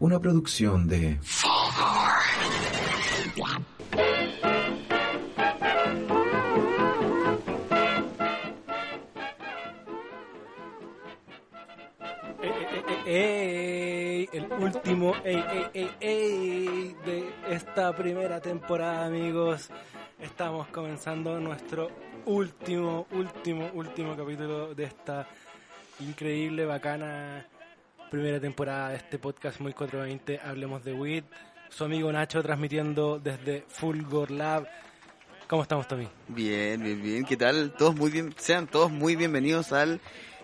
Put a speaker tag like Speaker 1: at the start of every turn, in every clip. Speaker 1: Una producción de...
Speaker 2: Ey, ey, ey, ey, el último ey, ey, ey, ey de esta primera temporada, amigos. Estamos comenzando nuestro último, último, último capítulo de esta increíble, bacana primera temporada de este podcast Muy 420, Hablemos de WIT. Su amigo Nacho transmitiendo desde Fulgor Lab. ¿Cómo estamos, Tommy?
Speaker 3: Bien, bien, bien. ¿Qué tal? Todos muy bien. Sean todos muy bienvenidos al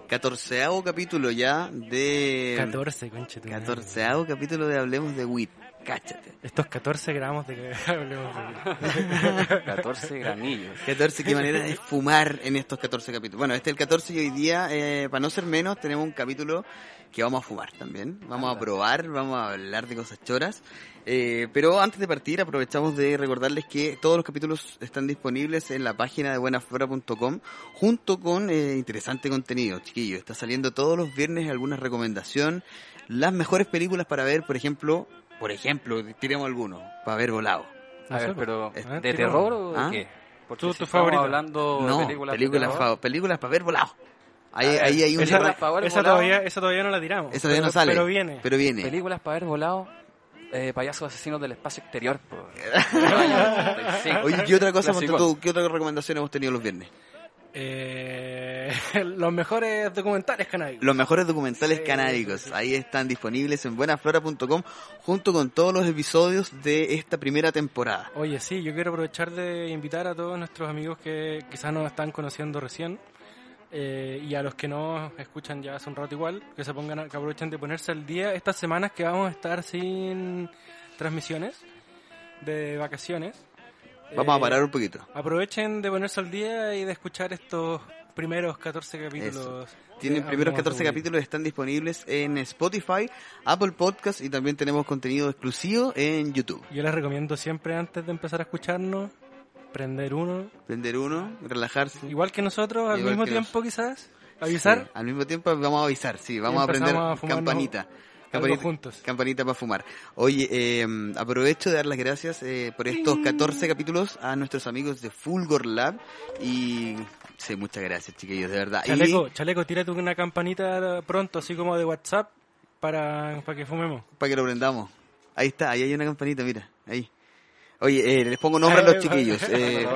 Speaker 3: catorceavo capítulo ya
Speaker 4: Em,
Speaker 3: de
Speaker 2: 14, conche. tu madre.
Speaker 4: ah.
Speaker 3: catorceavo capítulo de Hablemos de WIT. Cáchate.
Speaker 2: Estos 14 gramos de que hablemos de WIT.
Speaker 4: 14 granillos.
Speaker 3: 14, qué manera de fumar en estos 14 capítulos. Bueno, este es el 14 y hoy día, eh, para no ser menos, tenemos un capítulo que vamos a fumar también. Vamos a probar, vamos a hablar de cosas choras. Eh, pero antes de partir, aprovechamos de recordarles que todos los capítulos están disponibles en la página de buenaflora.com junto con eh, interesante contenido, chiquillos. Está saliendo todos los viernes alguna recomendación, las mejores películas para ver, por ejemplo, por ejemplo, tiremos algunos, para ver volado.
Speaker 4: A ver, pero
Speaker 3: Eh,
Speaker 4: ¿de
Speaker 2: tipo,
Speaker 4: terror o de
Speaker 3: ¿ah?
Speaker 4: qué? Porque
Speaker 2: ¿Tú-
Speaker 4: si
Speaker 2: tu
Speaker 4: estamos
Speaker 2: favorita?
Speaker 4: hablando de
Speaker 3: No,
Speaker 4: películas,
Speaker 3: películas,
Speaker 4: de terror,
Speaker 3: fa- películas para ver volado. Ahí, ahí hay un
Speaker 2: Esa,
Speaker 4: Por favor,
Speaker 2: esa
Speaker 4: volado.
Speaker 2: todavía, esa todavía no la tiramos.
Speaker 3: Esa todavía
Speaker 2: pero,
Speaker 3: no sale.
Speaker 2: Pero viene.
Speaker 3: Pero viene.
Speaker 4: películas para haber volado eh, payasos asesinos del espacio exterior. po. Del año 85.
Speaker 3: Oye, ¿qué otra cosa,
Speaker 4: Clásico.
Speaker 3: Montatú, ¿Qué otra recomendación hemos tenido los viernes?
Speaker 2: Eh, los mejores documentales canadienses.
Speaker 3: Los mejores documentales
Speaker 2: Sí,
Speaker 3: canábicos.
Speaker 2: sí, sí.
Speaker 3: Ahí están disponibles en buenaflora.com junto con todos los episodios de esta primera temporada.
Speaker 2: Oye, sí, yo quiero aprovechar de invitar a todos nuestros amigos que quizás nos están conociendo recién eh, y a los que no escuchan ya hace un rato igual, que se pongan, a- que aprovechen de ponerse al día estas semanas que vamos a estar sin transmisiones de vacaciones.
Speaker 3: Vamos
Speaker 2: Eh,
Speaker 3: a parar un poquito.
Speaker 2: Aprovechen de ponerse al día y de escuchar estos primeros 14 capítulos.
Speaker 3: Tienen
Speaker 2: de
Speaker 3: primeros
Speaker 2: Hablemos
Speaker 3: 14
Speaker 2: de Wii.
Speaker 3: capítulos, están disponibles en Spotify, Apple Podcast y también tenemos contenido exclusivo en YouTube.
Speaker 2: Yo les recomiendo siempre antes de empezar a escucharnos, prender uno,
Speaker 3: Prender uno, relajarse.
Speaker 2: igual que nosotros, al
Speaker 3: Igual
Speaker 2: mismo
Speaker 3: que
Speaker 2: tiempo quizás, avisar
Speaker 3: Sí, al mismo tiempo vamos a avisar, sí, vamos a
Speaker 2: empezamos
Speaker 3: aprender
Speaker 2: a fumarnos
Speaker 3: campanita.
Speaker 2: algo
Speaker 3: Campanita,
Speaker 2: juntos.
Speaker 3: campanita para fumar. Oye, eh, aprovecho de dar las gracias eh, por estos 14 capítulos a nuestros amigos de Fulgor Lab. Y sí, muchas gracias, chiquillos, de verdad.
Speaker 2: Chaleco, chaleco, tírate una campanita pronto, así como de WhatsApp, para, para que fumemos.
Speaker 3: Y para que lo prendamos. Ahí está, ahí hay una campanita, mira, ahí. Oye, eh, les pongo nombre a
Speaker 2: Eh,
Speaker 3: los chiquillos. eh,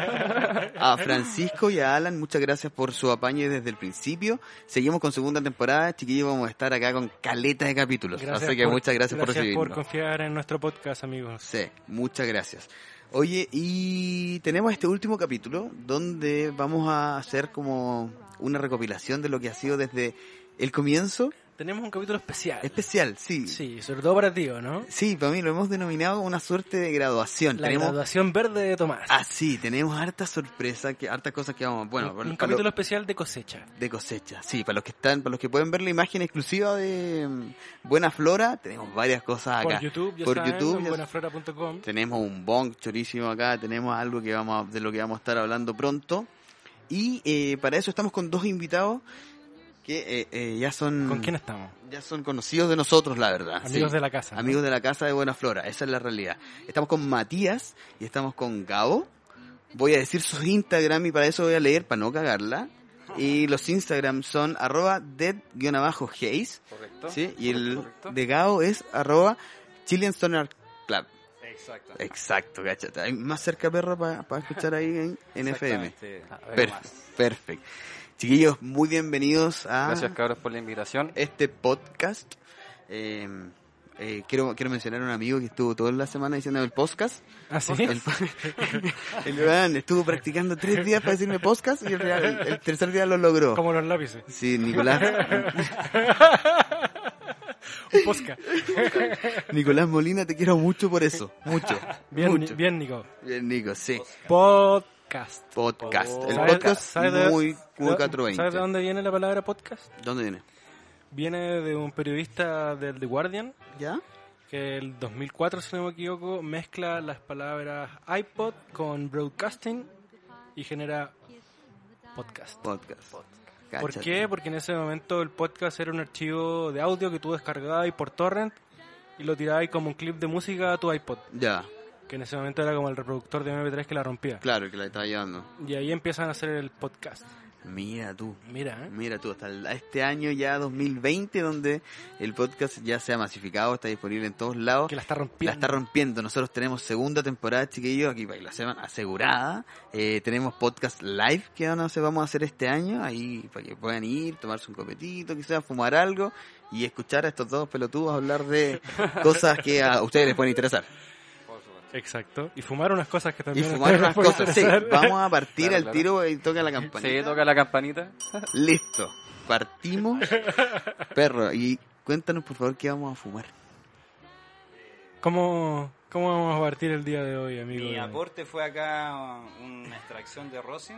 Speaker 3: a Francisco y a Alan, muchas gracias por su apaño desde el principio. Seguimos con segunda temporada, chiquillos, vamos a estar acá con caleta de capítulos. Así que
Speaker 2: por-
Speaker 3: muchas gracias, por
Speaker 2: Gracias
Speaker 3: recibirnos.
Speaker 2: por confiar en nuestro podcast, amigos.
Speaker 3: Sí, muchas gracias. Oye, y tenemos este último capítulo donde vamos a hacer como una recopilación de lo que ha sido desde el comienzo.
Speaker 2: Tenemos un capítulo especial.
Speaker 3: Especial, sí. Sí,
Speaker 2: Sí, sobre todo para ti, ¿o ¿no?
Speaker 3: para mí lo hemos denominado una suerte de graduación.
Speaker 2: La
Speaker 3: tenemos...
Speaker 2: graduación verde de Tomás.
Speaker 3: Ah, sí, tenemos harta sorpresa, que, hartas cosas que vamos... Bueno,
Speaker 2: un
Speaker 3: para- para
Speaker 2: capítulo
Speaker 3: lo-
Speaker 2: especial de cosecha.
Speaker 3: de cosecha, sí, para los que están, para los que pueden ver la imagen exclusiva de mm, Buena Flora, tenemos varias cosas acá.
Speaker 2: Por YouTube, ya
Speaker 3: Por
Speaker 2: saben,
Speaker 3: YouTube,
Speaker 2: en
Speaker 3: ya-
Speaker 2: buenaflora.com.
Speaker 3: Tenemos un bong chorísimo acá, tenemos algo que vamos a- de lo que vamos a estar hablando pronto. Y eh, para eso estamos con dos invitados que eh, eh, ya son
Speaker 2: ¿Con quién estamos?
Speaker 3: ya son conocidos de nosotros, la verdad.
Speaker 2: Amigos
Speaker 3: sí.
Speaker 2: de la casa. ¿no?
Speaker 3: Amigos de la casa de Buena Flora, esa es la realidad. Estamos con Matías y estamos con Gabo. Voy a decir sus Instagram y para eso voy a leer para no cagarla. Y los Instagram son arroba dead-haze
Speaker 4: Correcto.
Speaker 3: ¿sí? y el
Speaker 4: correcto.
Speaker 3: de Gabo es arroba Chilean Stoner Club.
Speaker 4: Exacto.
Speaker 3: Exacto, gachata. Hay más cerca perro para escuchar ahí en, en FM.
Speaker 4: Exactamente. A ver
Speaker 3: Perfecto,
Speaker 4: más.
Speaker 3: perfecto. Chiquillos, muy bienvenidos a
Speaker 4: Gracias, cabros, por la invitación.
Speaker 3: este podcast. Eh, eh, quiero, quiero mencionar a un amigo que estuvo toda la semana diciendo el podcast.
Speaker 2: ¿Ah, sí?
Speaker 3: El, el weón estuvo practicando tres días para decirme podcast y el, real- el tercer día lo logró.
Speaker 2: Como los lápices.
Speaker 3: Sí, Nicolás,
Speaker 2: Un podcast.
Speaker 3: Nicolás Molina, te quiero mucho por eso. Mucho.
Speaker 2: Bien,
Speaker 3: mucho.
Speaker 2: bien, Nico.
Speaker 3: Bien, Nico, sí.
Speaker 2: Podcast.
Speaker 3: Podcast. el
Speaker 2: ¿Sabes-
Speaker 3: podcast
Speaker 2: sabes de-
Speaker 3: muy
Speaker 2: de-
Speaker 3: 420.
Speaker 2: ¿Sabes de dónde viene la palabra podcast?
Speaker 3: ¿Dónde viene?
Speaker 2: Viene de un periodista del The Guardian
Speaker 3: ¿Ya?
Speaker 2: que el 2004, si no me equivoco, mezcla las palabras iPod con broadcasting y genera podcast.
Speaker 3: Podcast.
Speaker 2: ¿Por
Speaker 3: Cáchate.
Speaker 2: qué? Porque en ese momento el podcast era un archivo de audio que tú descargabas y por torrent y lo tirabais como un clip de música a tu iPod,
Speaker 3: Ya,
Speaker 2: que en ese momento era como el reproductor de MP3 que la rompía.
Speaker 3: claro, que la estaba llevando.
Speaker 2: Y ahí empiezan a hacer el podcast.
Speaker 3: Mira tú.
Speaker 2: Mira, ¿eh?
Speaker 3: Mira tú, hasta el- este año ya 2020, donde el podcast ya se ha masificado, está disponible en todos lados.
Speaker 2: que la está
Speaker 3: La
Speaker 2: rompiendo.
Speaker 3: está rompiendo. Nosotros tenemos segunda temporada, chiquillos, aquí para que la sepan, asegurada. Eh, tenemos podcast live que no sé, vamos a hacer este año, ahí para que puedan ir, tomarse un copetito, quizás fumar algo y escuchar a estos dos pelotudos hablar de cosas que a ustedes les pueden interesar.
Speaker 2: Exacto. Y fumar unas cosas que
Speaker 3: Y
Speaker 2: también.
Speaker 3: fumar
Speaker 2: ustedes
Speaker 3: unas
Speaker 2: pueden
Speaker 3: cosas, sí.
Speaker 2: hacer.
Speaker 3: Vamos a partir
Speaker 4: Claro,
Speaker 3: al
Speaker 4: claro.
Speaker 3: tiro y toca la campaña.
Speaker 4: Sí, toca la campanita.
Speaker 3: Listo, partimos. Perro, y cuéntanos por favor qué vamos a fumar.
Speaker 2: ¿Cómo, ¿Cómo vamos a partir el día de hoy, amigo?
Speaker 3: eh,
Speaker 2: Eh,
Speaker 1: Mi aporte fue acá uh, una extracción de rosin,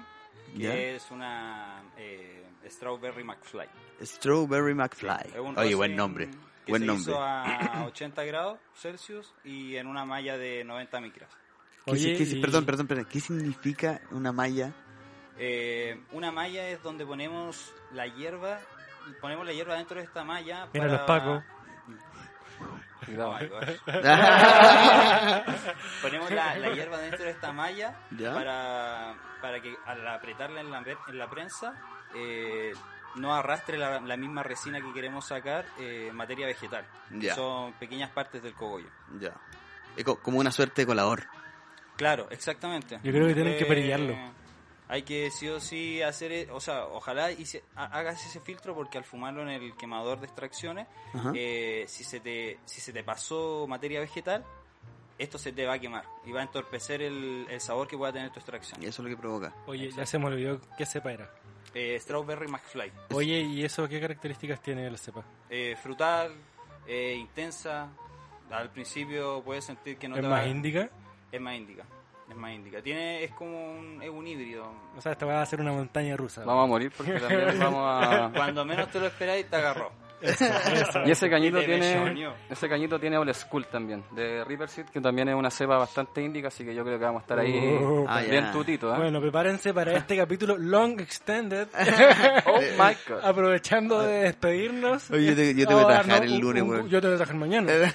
Speaker 1: que
Speaker 3: ¿Ya?
Speaker 1: es una eh, Strawberry McFly.
Speaker 3: Strawberry
Speaker 1: Es
Speaker 3: McFly.
Speaker 1: un
Speaker 3: Oye,
Speaker 1: rosin
Speaker 3: buen nombre.
Speaker 1: que
Speaker 3: Buen
Speaker 1: se
Speaker 3: nombre.
Speaker 1: hizo a 80 grados Celsius y en una malla de 90 micras.
Speaker 3: ¿Qué si-
Speaker 2: Oye,
Speaker 3: qué si-
Speaker 2: y-
Speaker 3: Perdón, perdón, perdón. ¿Qué significa una malla?
Speaker 1: Eh, una malla es donde ponemos la hierba, y ponemos la hierba dentro de esta malla.
Speaker 2: Mira los pacos.
Speaker 1: Oh
Speaker 4: Cuidado.
Speaker 1: my gosh. Ponemos la, la hierba dentro de esta malla
Speaker 3: ¿Ya?
Speaker 1: para, para que al apretarla en la, pre- en la prensa eh, no arrastre la, la misma resina que queremos sacar eh, materia vegetal. que
Speaker 3: Ya.
Speaker 1: Son pequeñas partes del cogollo.
Speaker 3: Ya. Es co- como una suerte de colador.
Speaker 1: Claro, exactamente.
Speaker 2: Yo creo que tienen que
Speaker 1: Eh,
Speaker 2: perillarlo.
Speaker 1: Hay que sí o sí hacer, e- o sea, ojalá y se- ha- hagas ese filtro porque al fumarlo en el quemador de extracciones,
Speaker 3: Ajá.
Speaker 1: eh, si, se te, si se te pasó materia vegetal, esto se te va a quemar y va a entorpecer el, el sabor que pueda tener tu extracción.
Speaker 3: Y eso es lo que provoca.
Speaker 2: Oye, ya se me olvidó qué cepa era.
Speaker 1: Eh, strawberry McFly,
Speaker 2: Oye, ¿y eso qué características tiene la cepa?
Speaker 1: Eh, frutal, eh, intensa, al principio puedes sentir que no
Speaker 2: ¿Es
Speaker 1: te
Speaker 2: más
Speaker 1: va-
Speaker 2: índica?
Speaker 1: es más índica, es más índica. Tiene, es como un, es un híbrido,
Speaker 2: O sea, esta va a ser una montaña rusa.
Speaker 4: Vamos a morir porque también vamos a...
Speaker 1: Cuando menos te lo esperáis, te agarró.
Speaker 4: Y ese cañito
Speaker 1: Y te
Speaker 4: tiene...
Speaker 1: besoñó.
Speaker 4: Ese cañito tiene Old School también, de River Seed, que también es una cepa bastante índica, así que yo creo que vamos a estar ahí
Speaker 2: Oh,
Speaker 3: Ah,
Speaker 4: bien
Speaker 3: ya.
Speaker 4: tutito, ¿eh?
Speaker 2: Bueno, prepárense para este capítulo Long Extended.
Speaker 4: Oh my
Speaker 2: ah,
Speaker 4: god.
Speaker 2: Aprovechando de despedirnos.
Speaker 3: Oye, yo te- yo te voy a
Speaker 2: Ahora,
Speaker 3: trabajar
Speaker 2: no,
Speaker 3: el
Speaker 2: un-
Speaker 3: lunes,
Speaker 2: un-
Speaker 3: weón.
Speaker 2: Yo te voy a trabajar mañana.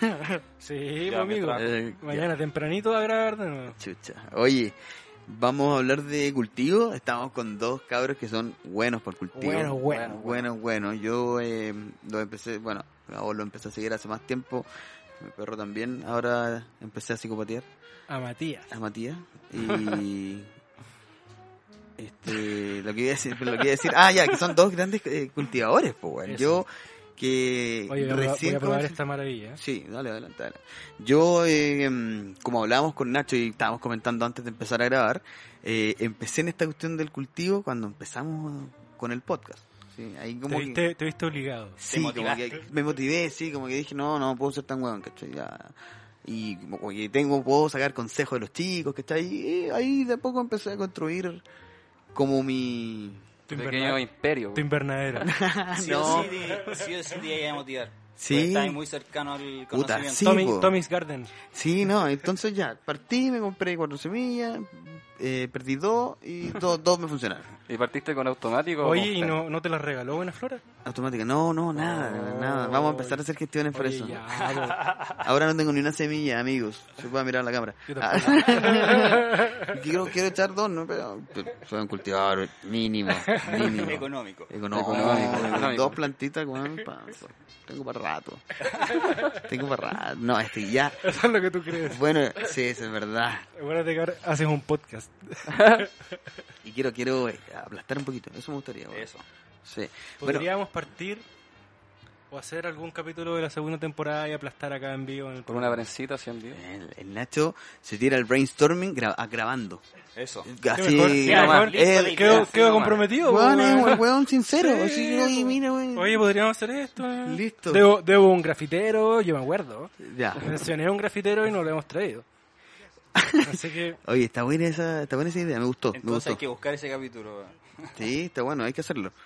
Speaker 2: sí, pues,
Speaker 1: Ya,
Speaker 2: amigo.
Speaker 1: mientras-
Speaker 3: Eh, ya.
Speaker 2: Mañana tempranito a grabar de nuevo.
Speaker 3: Chucha. Oye, vamos a hablar de cultivo. Estamos con dos cabros que son buenos por cultivo.
Speaker 2: Bueno, bueno.
Speaker 3: Bueno, bueno, yo eh, lo empecé, bueno, a vos lo empecé a seguir hace más tiempo. Mi perro también. Ahora empecé a psicopatear
Speaker 2: A Matías.
Speaker 3: a Matías. Y. este, lo que iba a decir, pero lo que iba a decir. Ah, ya, que son dos grandes eh, cultivadores, pues, weón.
Speaker 2: Eso.
Speaker 3: Yo, que.
Speaker 2: Oye, voy a, probar- voy
Speaker 3: recién
Speaker 2: a probar
Speaker 3: comencé-
Speaker 2: esta maravilla. ¿eh?
Speaker 3: Sí, dale, adelante, adelante. Yo, eh, mm, como hablábamos con Nacho y estábamos comentando antes de empezar a grabar, eh, empecé en esta cuestión del cultivo cuando empezamos con el podcast. Sí, ahí como
Speaker 2: Te
Speaker 3: que-
Speaker 2: viste, te viste obligado.
Speaker 3: Sí, como
Speaker 1: motivaste.
Speaker 3: que me motivé, sí, como que dije, no, no puedo ser tan hueón, ¿cachai? Ya. Y como que tengo, puedo sacar consejos de los chicos, ¿cachai? Y ahí de a poco empecé a construir como mi...
Speaker 2: Tu,
Speaker 4: Pequeño
Speaker 2: inverna-
Speaker 4: imperio.
Speaker 2: tu invernadero.
Speaker 1: Sí
Speaker 3: Ah, No.
Speaker 1: o sí, di- sí o sí te iba a motivar.
Speaker 3: Sí.
Speaker 1: Porque Estáis muy cercano al
Speaker 3: Puta,
Speaker 1: conocimiento.
Speaker 3: sí.
Speaker 2: Tommy-
Speaker 3: po.
Speaker 2: Tommy's Garden.
Speaker 3: Sí, no, entonces ya, partí, me compré cuatro semillas, eh, perdí dos y dos, dos me funcionaron.
Speaker 4: ¿Y partiste con automático? o
Speaker 2: Oye,
Speaker 4: con
Speaker 2: ¿y
Speaker 4: perro?
Speaker 2: no, no te las regaló Buena Flora?
Speaker 3: Automática, no, no, nada,
Speaker 4: Oh.
Speaker 3: nada. Vamos a empezar a hacer gestiones para
Speaker 2: Oye,
Speaker 3: eso.
Speaker 2: ya,
Speaker 3: Ahora no tengo ni una semilla, amigos. Se puede mirar la cámara.
Speaker 2: Yo
Speaker 3: Ah, quiero, quiero echar dos, ¿no? Pero pero soy un cultivador mínimo, mínimo.
Speaker 1: Económico.
Speaker 3: Económico.
Speaker 4: Económico, económico.
Speaker 3: Dos plantitas, weón, pa- tengo para rato. Tengo para rato. No, este ya.
Speaker 2: po. Eso es lo que tú crees.
Speaker 3: Bueno, sí, eso es verdad.
Speaker 2: Acuérdate que ahora haces un podcast.
Speaker 3: Y quiero, quiero eh, aplastar un poquito. Eso me gustaría, weón.
Speaker 1: Eso.
Speaker 3: Sí. Bueno,
Speaker 2: Podríamos partir o hacer algún capítulo de la segunda temporada y aplastar acá en vivo en el
Speaker 4: Con una parencita así en vivo.
Speaker 3: el, el Nacho se tira el brainstorming gra- ah, grabando.
Speaker 1: Eso.
Speaker 2: Qué
Speaker 3: Así,
Speaker 2: mejor, qué
Speaker 3: nomás.
Speaker 2: mejor.
Speaker 3: Eh,
Speaker 1: Listo,
Speaker 2: Quedo,
Speaker 1: Sí,
Speaker 2: quedo
Speaker 1: no,
Speaker 2: comprometido.
Speaker 3: Weón,
Speaker 2: weón.
Speaker 3: es un weón sincero.
Speaker 2: Sí,
Speaker 3: así, oye,
Speaker 2: weón.
Speaker 3: mira, weón.
Speaker 2: Oye, podríamos hacer esto. eh.
Speaker 3: Listo.
Speaker 2: Debo, debo un grafitero, yo me acuerdo.
Speaker 3: Ya.
Speaker 2: Mencioné un grafitero y no lo hemos traído. Así que
Speaker 3: Oye, está buena esa, está buena esa idea, me gustó, me
Speaker 1: Entonces
Speaker 3: gustó.
Speaker 1: hay que buscar ese capítulo.
Speaker 3: Sí, está bueno, hay que hacerlo.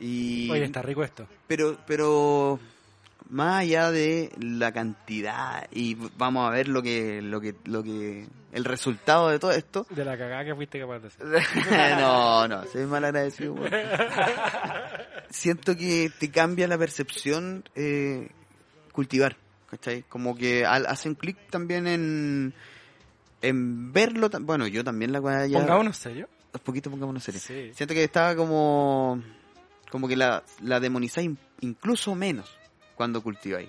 Speaker 3: Y
Speaker 2: Oye, está rico esto.
Speaker 3: pero pero más allá de la cantidad y vamos a ver lo que lo que lo que el resultado de todo esto.
Speaker 2: De la cagada que fuiste capaz de hacer.
Speaker 3: no, no, soy mal agradecido. weón. Siento que te cambia la percepción eh, cultivar, ¿cachai? Como que al- hacen clic también en, en verlo. tam- Bueno, yo también la weá ya...
Speaker 2: Pongámonos serio.
Speaker 3: Un poquito pongámonos serio.
Speaker 2: Sí.
Speaker 3: Siento que estaba como. Como que la, la demonizáis in- incluso menos cuando cultiváis.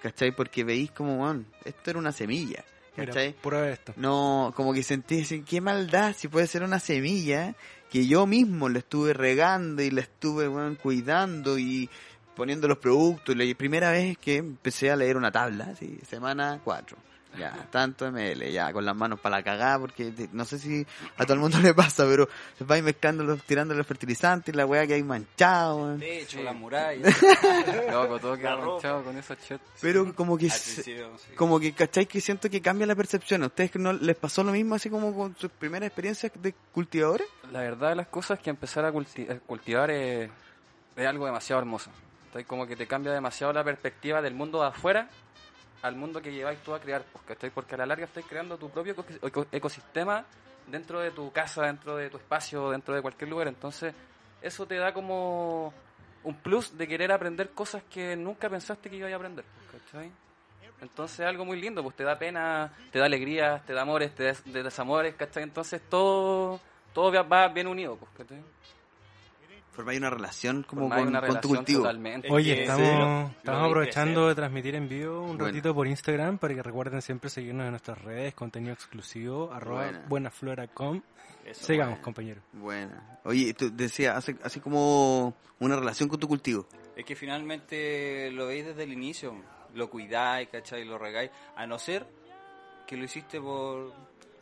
Speaker 3: ¿Cachai? Porque veís como, "Man, esto era una semilla.
Speaker 2: Mira,
Speaker 3: ¿Cachai?
Speaker 2: prueba esto.
Speaker 3: No, como que sentí, decir, qué maldad, si puede ser una semilla que yo mismo la estuve regando y la estuve weón, cuidando y poniendo los productos. La primera vez que empecé a leer una tabla, así, semana 4. Ya, tanto ml, ya, con las manos para la cagada, porque te- no sé si a todo el mundo le pasa, pero se va mezclando los, tirando los fertilizantes, la weá que hay manchado, weón.
Speaker 1: De hecho, la muralla.
Speaker 4: Loco, todo queda
Speaker 1: La ropa.
Speaker 4: manchado con esos shit.
Speaker 3: Pero como que...
Speaker 1: Al
Speaker 3: se-
Speaker 1: principio, sí.
Speaker 3: Como que, ¿cachai? Que siento que cambia la percepción. ¿A ustedes no les pasó lo mismo así como con sus primeras experiencias de cultivadores?
Speaker 4: La verdad de las cosas es que empezar a culti- a cultivar es, es algo demasiado hermoso. Entonces, como que te cambia demasiado la perspectiva del mundo de afuera al mundo que lleváis tú a crear. pues, ¿cachai? Porque a la larga estás creando tu propio eco- eco- ecosistema dentro de tu casa, dentro de tu espacio, dentro de cualquier lugar. Entonces, eso te da como un plus de querer aprender cosas que nunca pensaste que ibas a aprender. pues, ¿cachai? Entonces es algo muy lindo, pues te da pena, te da alegrías, te da amores, te da te da desamores, ¿cachai? Entonces todo, todo va- va bien unido, pues, ¿cachai?
Speaker 3: Formáis una relación como
Speaker 4: Formáis
Speaker 3: con,
Speaker 4: una
Speaker 3: con tu
Speaker 4: relación
Speaker 3: cultivo.
Speaker 4: totalmente.
Speaker 1: Es
Speaker 2: Oye,
Speaker 1: que
Speaker 2: estamos,
Speaker 1: lo-
Speaker 2: estamos
Speaker 1: lo vi
Speaker 2: aprovechando
Speaker 1: crecer.
Speaker 2: de transmitir en vivo un
Speaker 3: Bueno.
Speaker 2: ratito por Instagram para que recuerden siempre seguirnos en nuestras redes, contenido exclusivo, arroba
Speaker 3: Buena.
Speaker 2: buenaflora.com.
Speaker 1: Eso,
Speaker 2: Sigamos,
Speaker 3: buena.
Speaker 2: compañero.
Speaker 3: Buena. Oye, tú decías, así, así como una relación con tu cultivo.
Speaker 1: Es que finalmente lo veis desde el inicio, lo cuidáis, ¿cachai? Lo regáis, a no ser que lo hiciste por,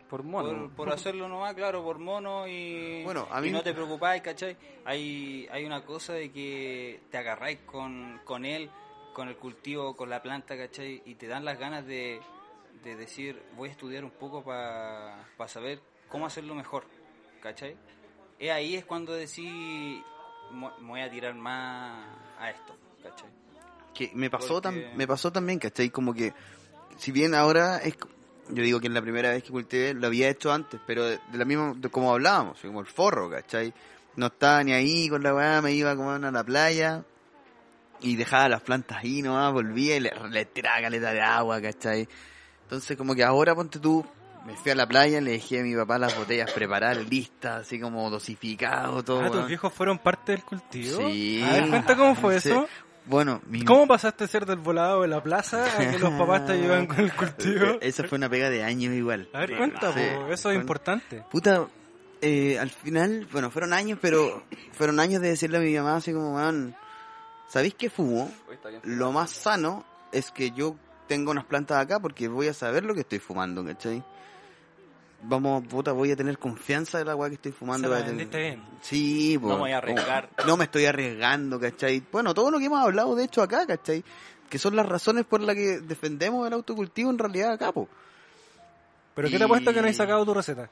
Speaker 4: Por mono.
Speaker 1: por, por hacerlo nomás, claro, por mono y,
Speaker 3: Bueno, a mí-
Speaker 1: y no te preocupáis, ¿cachai? Hay, hay una cosa de que te agarráis con, con él, con el cultivo, con la planta, ¿cachai? Y te dan las ganas de, de decir, voy a estudiar un poco para saber cómo hacerlo mejor, ¿cachai? Es ahí es cuando decís, "Mo- me voy a tirar más a esto, ¿cachai?
Speaker 3: Que me pasó,
Speaker 1: Porque-
Speaker 3: tam- me pasó también, ¿cachai? Como que, si bien ahora es... co- Yo digo que es la primera vez que cultivé, lo había hecho antes, pero de, de la misma, de como hablábamos, como el forro, ¿cachai? No estaba ni ahí con la weá, me iba como a la playa, y dejaba las plantas ahí nomás, volvía y le, le tiraba caleta de agua, ¿cachai? Entonces como que ahora ponte tú, me fui a la playa, le dejé a mi papá las botellas preparadas, listas, así como dosificado, todo.
Speaker 2: Ah, tus
Speaker 3: weón.
Speaker 2: viejos fueron parte del cultivo.
Speaker 3: Sí.
Speaker 2: A ver, cuenta cómo fue
Speaker 3: Sí.
Speaker 2: eso.
Speaker 3: Bueno, mi
Speaker 2: ¿Cómo pasaste a ser del volado de la plaza a que los papás te ayudan con el cultivo?
Speaker 3: esa fue una pega de años igual.
Speaker 2: A ver, cuenta,
Speaker 3: Sí.
Speaker 2: po, eso es
Speaker 3: Con-
Speaker 2: importante.
Speaker 3: Puta, eh, al final, bueno, fueron años, pero fueron años de decirle a mi mamá así como, man, ¿sabéis qué fumo?
Speaker 4: Uy, está bien.
Speaker 3: Lo más sano es que yo tengo unas plantas acá porque voy a saber lo que estoy fumando, ¿cachai? Vamos, puta, voy a tener confianza de la agua que estoy fumando.
Speaker 2: Se la
Speaker 3: voy a tener-
Speaker 2: vendiste bien.
Speaker 3: Sí, po.
Speaker 1: No me voy a arriesgar.
Speaker 3: No, no me estoy arriesgando, ¿cachai? Bueno, todo lo que hemos hablado de hecho acá, ¿cachai? Que son las razones por las que defendemos el autocultivo en realidad acá, po.
Speaker 2: ¿Pero qué te apuesto que no has sacado tu receta?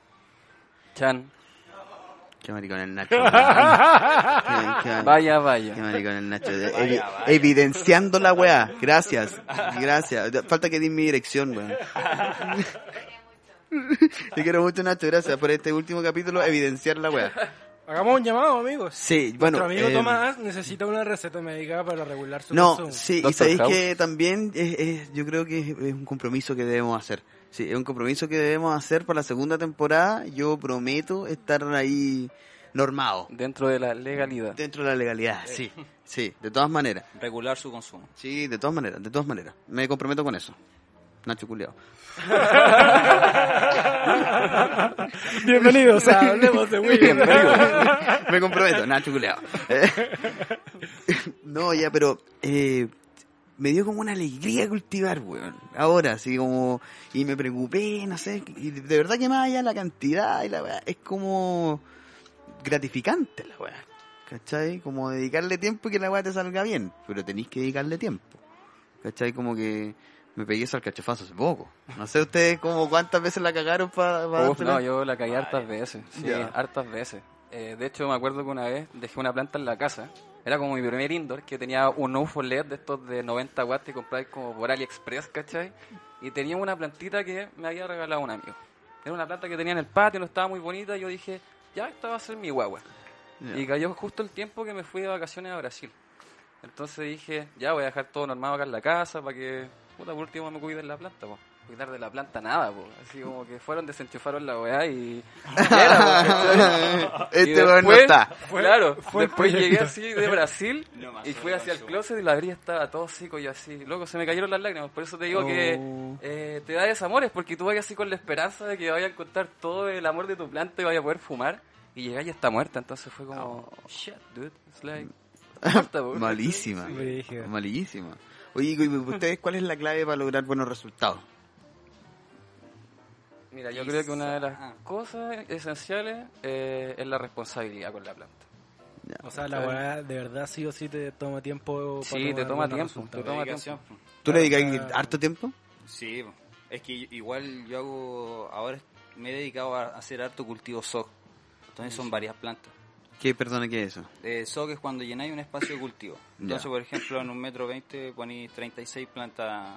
Speaker 4: Chan,
Speaker 3: Qué maricón el Nacho. Qué- qué-
Speaker 4: vaya,
Speaker 3: Qué
Speaker 4: vaya.
Speaker 3: maricón el Nacho. Evi-
Speaker 1: Vaya, vaya.
Speaker 3: Evidenciando la weá. Gracias. Gracias. Falta que di mi dirección, weón. Te quiero mucho, Nacho. Gracias por este último capítulo. Evidenciar la weá.
Speaker 2: Hagamos un llamado, amigos.
Speaker 3: Sí, bueno.
Speaker 2: Nuestro amigo
Speaker 3: eh,
Speaker 2: Tomás necesita una receta médica para regular su
Speaker 3: No,
Speaker 2: consumo.
Speaker 3: sí, y
Speaker 4: Doctor
Speaker 3: sabéis
Speaker 4: House.
Speaker 3: que también es, es- yo creo que es, es un compromiso que debemos hacer. Sí, es un compromiso que debemos hacer para la segunda temporada. Yo prometo estar ahí normado.
Speaker 4: Dentro de la legalidad.
Speaker 3: Dentro de la legalidad, sí. Sí, de todas maneras.
Speaker 1: Regular su consumo.
Speaker 3: Sí, de todas maneras, de todas maneras. Me comprometo con eso. Nacho culiao.
Speaker 2: Bienvenidos a Hablemos de Wii.
Speaker 3: Me comprometo, Nacho culiao. no, ya, pero eh, me dio como una alegría cultivar, weón. Ahora, así como... Y me preocupé, no sé. Y de- de verdad que más allá de la cantidad y la weá, es como gratificante la weá. ¿Cachai? Como dedicarle tiempo y que la weá te salga bien. Pero tenéis que dedicarle tiempo. ¿Cachai? Como que me pegué ese alcachofazo hace poco. No sé ustedes como cuántas veces la cagaron para...
Speaker 4: Uf, no, yo la caí hartas veces. Sí,
Speaker 3: Ya.
Speaker 4: hartas veces. Eh, de hecho, me acuerdo que una vez dejé una planta en la casa. Era como mi primer indoor, que tenía un UFO LED E de estos de 90 watts que compráis como por AliExpress, ¿cachai? Y tenía una plantita que me había regalado un amigo. Era una planta que tenía en el patio, no estaba muy bonita, y yo dije, ya, esta va a ser mi guagua. Y cayó justo el tiempo que me fui de vacaciones a Brasil. Entonces dije, ya voy a dejar todo normado acá en la casa para que puta, por último me cuiden la planta, po. Cuidar de la planta nada, po. Así como que fueron, desenchufaron la weá y. Era, po, ¿cachai? Y
Speaker 3: este weón no
Speaker 4: después-
Speaker 3: está.
Speaker 4: claro,
Speaker 2: fue el
Speaker 4: después
Speaker 2: proyecto.
Speaker 4: llegué así de Brasil
Speaker 1: Lo más
Speaker 4: y fui hacia el
Speaker 1: hermoso.
Speaker 4: closet y la brilla estaba todo seco y yo así. Loco, se me cayeron las lágrimas. Por eso te digo que
Speaker 2: Oh.
Speaker 4: eh, te da desamores, porque tú vas así con la esperanza de que vaya a encontrar todo el amor de tu planta y vaya a poder fumar. Y llegas y está muerta, entonces fue como. Shit, dude. It's like. muerta, po.
Speaker 3: Malísima.
Speaker 2: Brígido.
Speaker 3: Malísima. Oye, y ustedes, ¿cuál es la clave para lograr buenos resultados?
Speaker 4: Mira, yo creo que una de
Speaker 1: Ah.
Speaker 4: las cosas esenciales eh, es la responsabilidad con la planta.
Speaker 2: O sea, la weá de verdad sí o sí te toma tiempo. para
Speaker 4: Sí, te
Speaker 2: tomar
Speaker 4: toma
Speaker 2: buenos
Speaker 4: tiempo,
Speaker 2: resultados.
Speaker 4: te toma-
Speaker 1: Dedicación, po.
Speaker 3: ¿Tú le
Speaker 2: Claro,
Speaker 3: dedicas
Speaker 2: claro.
Speaker 3: harto tiempo?
Speaker 1: Sí, po. es que igual yo hago, ahora me he dedicado a hacer harto cultivo SOC, entonces son varias plantas.
Speaker 3: ¿Qué, perdona, qué es eso?
Speaker 1: Eh, SOC es cuando llenáis un espacio de cultivo.
Speaker 3: Ya.
Speaker 1: Entonces, por ejemplo, en un metro veinte ponéis 36 plantas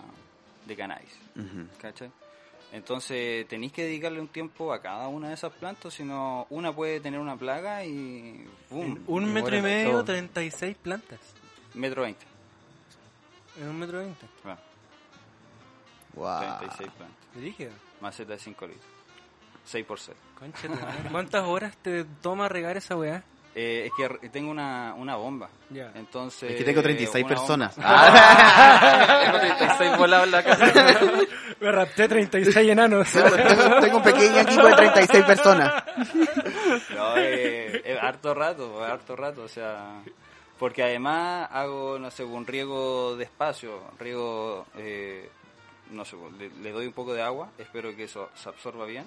Speaker 1: de cannabis.
Speaker 3: Ujú.
Speaker 1: ¿cachai? Entonces tenéis que dedicarle un tiempo a cada una de esas plantas, sino una puede tener una plaga y ¡boom!
Speaker 2: Un metro y
Speaker 4: Mueres de
Speaker 2: medio,
Speaker 4: todo.
Speaker 2: 36 plantas.
Speaker 1: Metro 20.
Speaker 2: En un metro veinte.
Speaker 1: Bueno,
Speaker 3: Guau.
Speaker 1: 36 plantas.
Speaker 2: Brígido.
Speaker 1: Maceta de 5 litros. 6 por 6.
Speaker 2: Concha, tu madre. ¿cuántas horas te toma regar esa weá?
Speaker 1: Eh, es que re- tengo una, una bomba.
Speaker 2: Ya.
Speaker 1: Entonces,
Speaker 3: Es que tengo 36
Speaker 1: una bomba-
Speaker 3: personas. Ah,
Speaker 4: Tengo 36 volados en la casa.
Speaker 2: Me rapté 36 enanos.
Speaker 3: tengo, tengo un pequeño equipo de 36 personas.
Speaker 1: No, eh, eh, harto rato, harto rato, o sea, porque además hago, no sé, un riego despacio, riego, eh, no sé, le, le doy un poco de agua, espero que eso se absorba bien,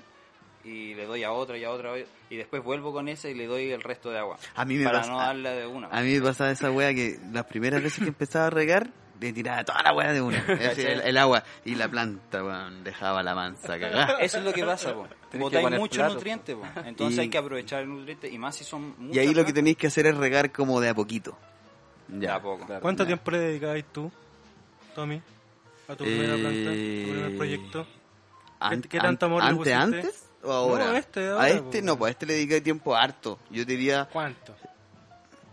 Speaker 1: y le doy a otra y a otra, y después vuelvo con esa y le doy el resto de agua,
Speaker 3: A mí me
Speaker 1: para
Speaker 3: pasa-
Speaker 1: no darle de una.
Speaker 3: A mí me pasaba esa wea que las primeras veces que empezaba a regar, le tiraba toda la wea de una. Así, el, el agua. Y la planta, weón, dejaba la mansa cagada.
Speaker 1: Eso es lo que pasa, po.
Speaker 4: que
Speaker 1: botáis
Speaker 4: poner
Speaker 1: mucho
Speaker 4: plato.
Speaker 1: nutriente, po. entonces
Speaker 3: Y-
Speaker 1: hay que aprovechar el nutriente, y más si son muchas
Speaker 3: Y ahí lo que
Speaker 1: plantas.
Speaker 3: tenéis que hacer es regar como de a poquito.
Speaker 1: De a poco.
Speaker 4: Claro.
Speaker 2: ¿Cuánto
Speaker 3: Ya.
Speaker 2: tiempo le dedicabas tú, Tommy, a tu primera
Speaker 3: Eh,
Speaker 2: planta, tu primer proyecto?
Speaker 3: Ant-
Speaker 2: ¿Qué tanto
Speaker 3: ant-
Speaker 2: amor le
Speaker 3: ¿Antes,
Speaker 2: pusiste?
Speaker 3: antes o ahora?
Speaker 2: No, este, ahora,
Speaker 3: a
Speaker 2: pues.
Speaker 3: este no, pues a este le dediqué tiempo harto. Yo diría,
Speaker 2: ¿Cuánto?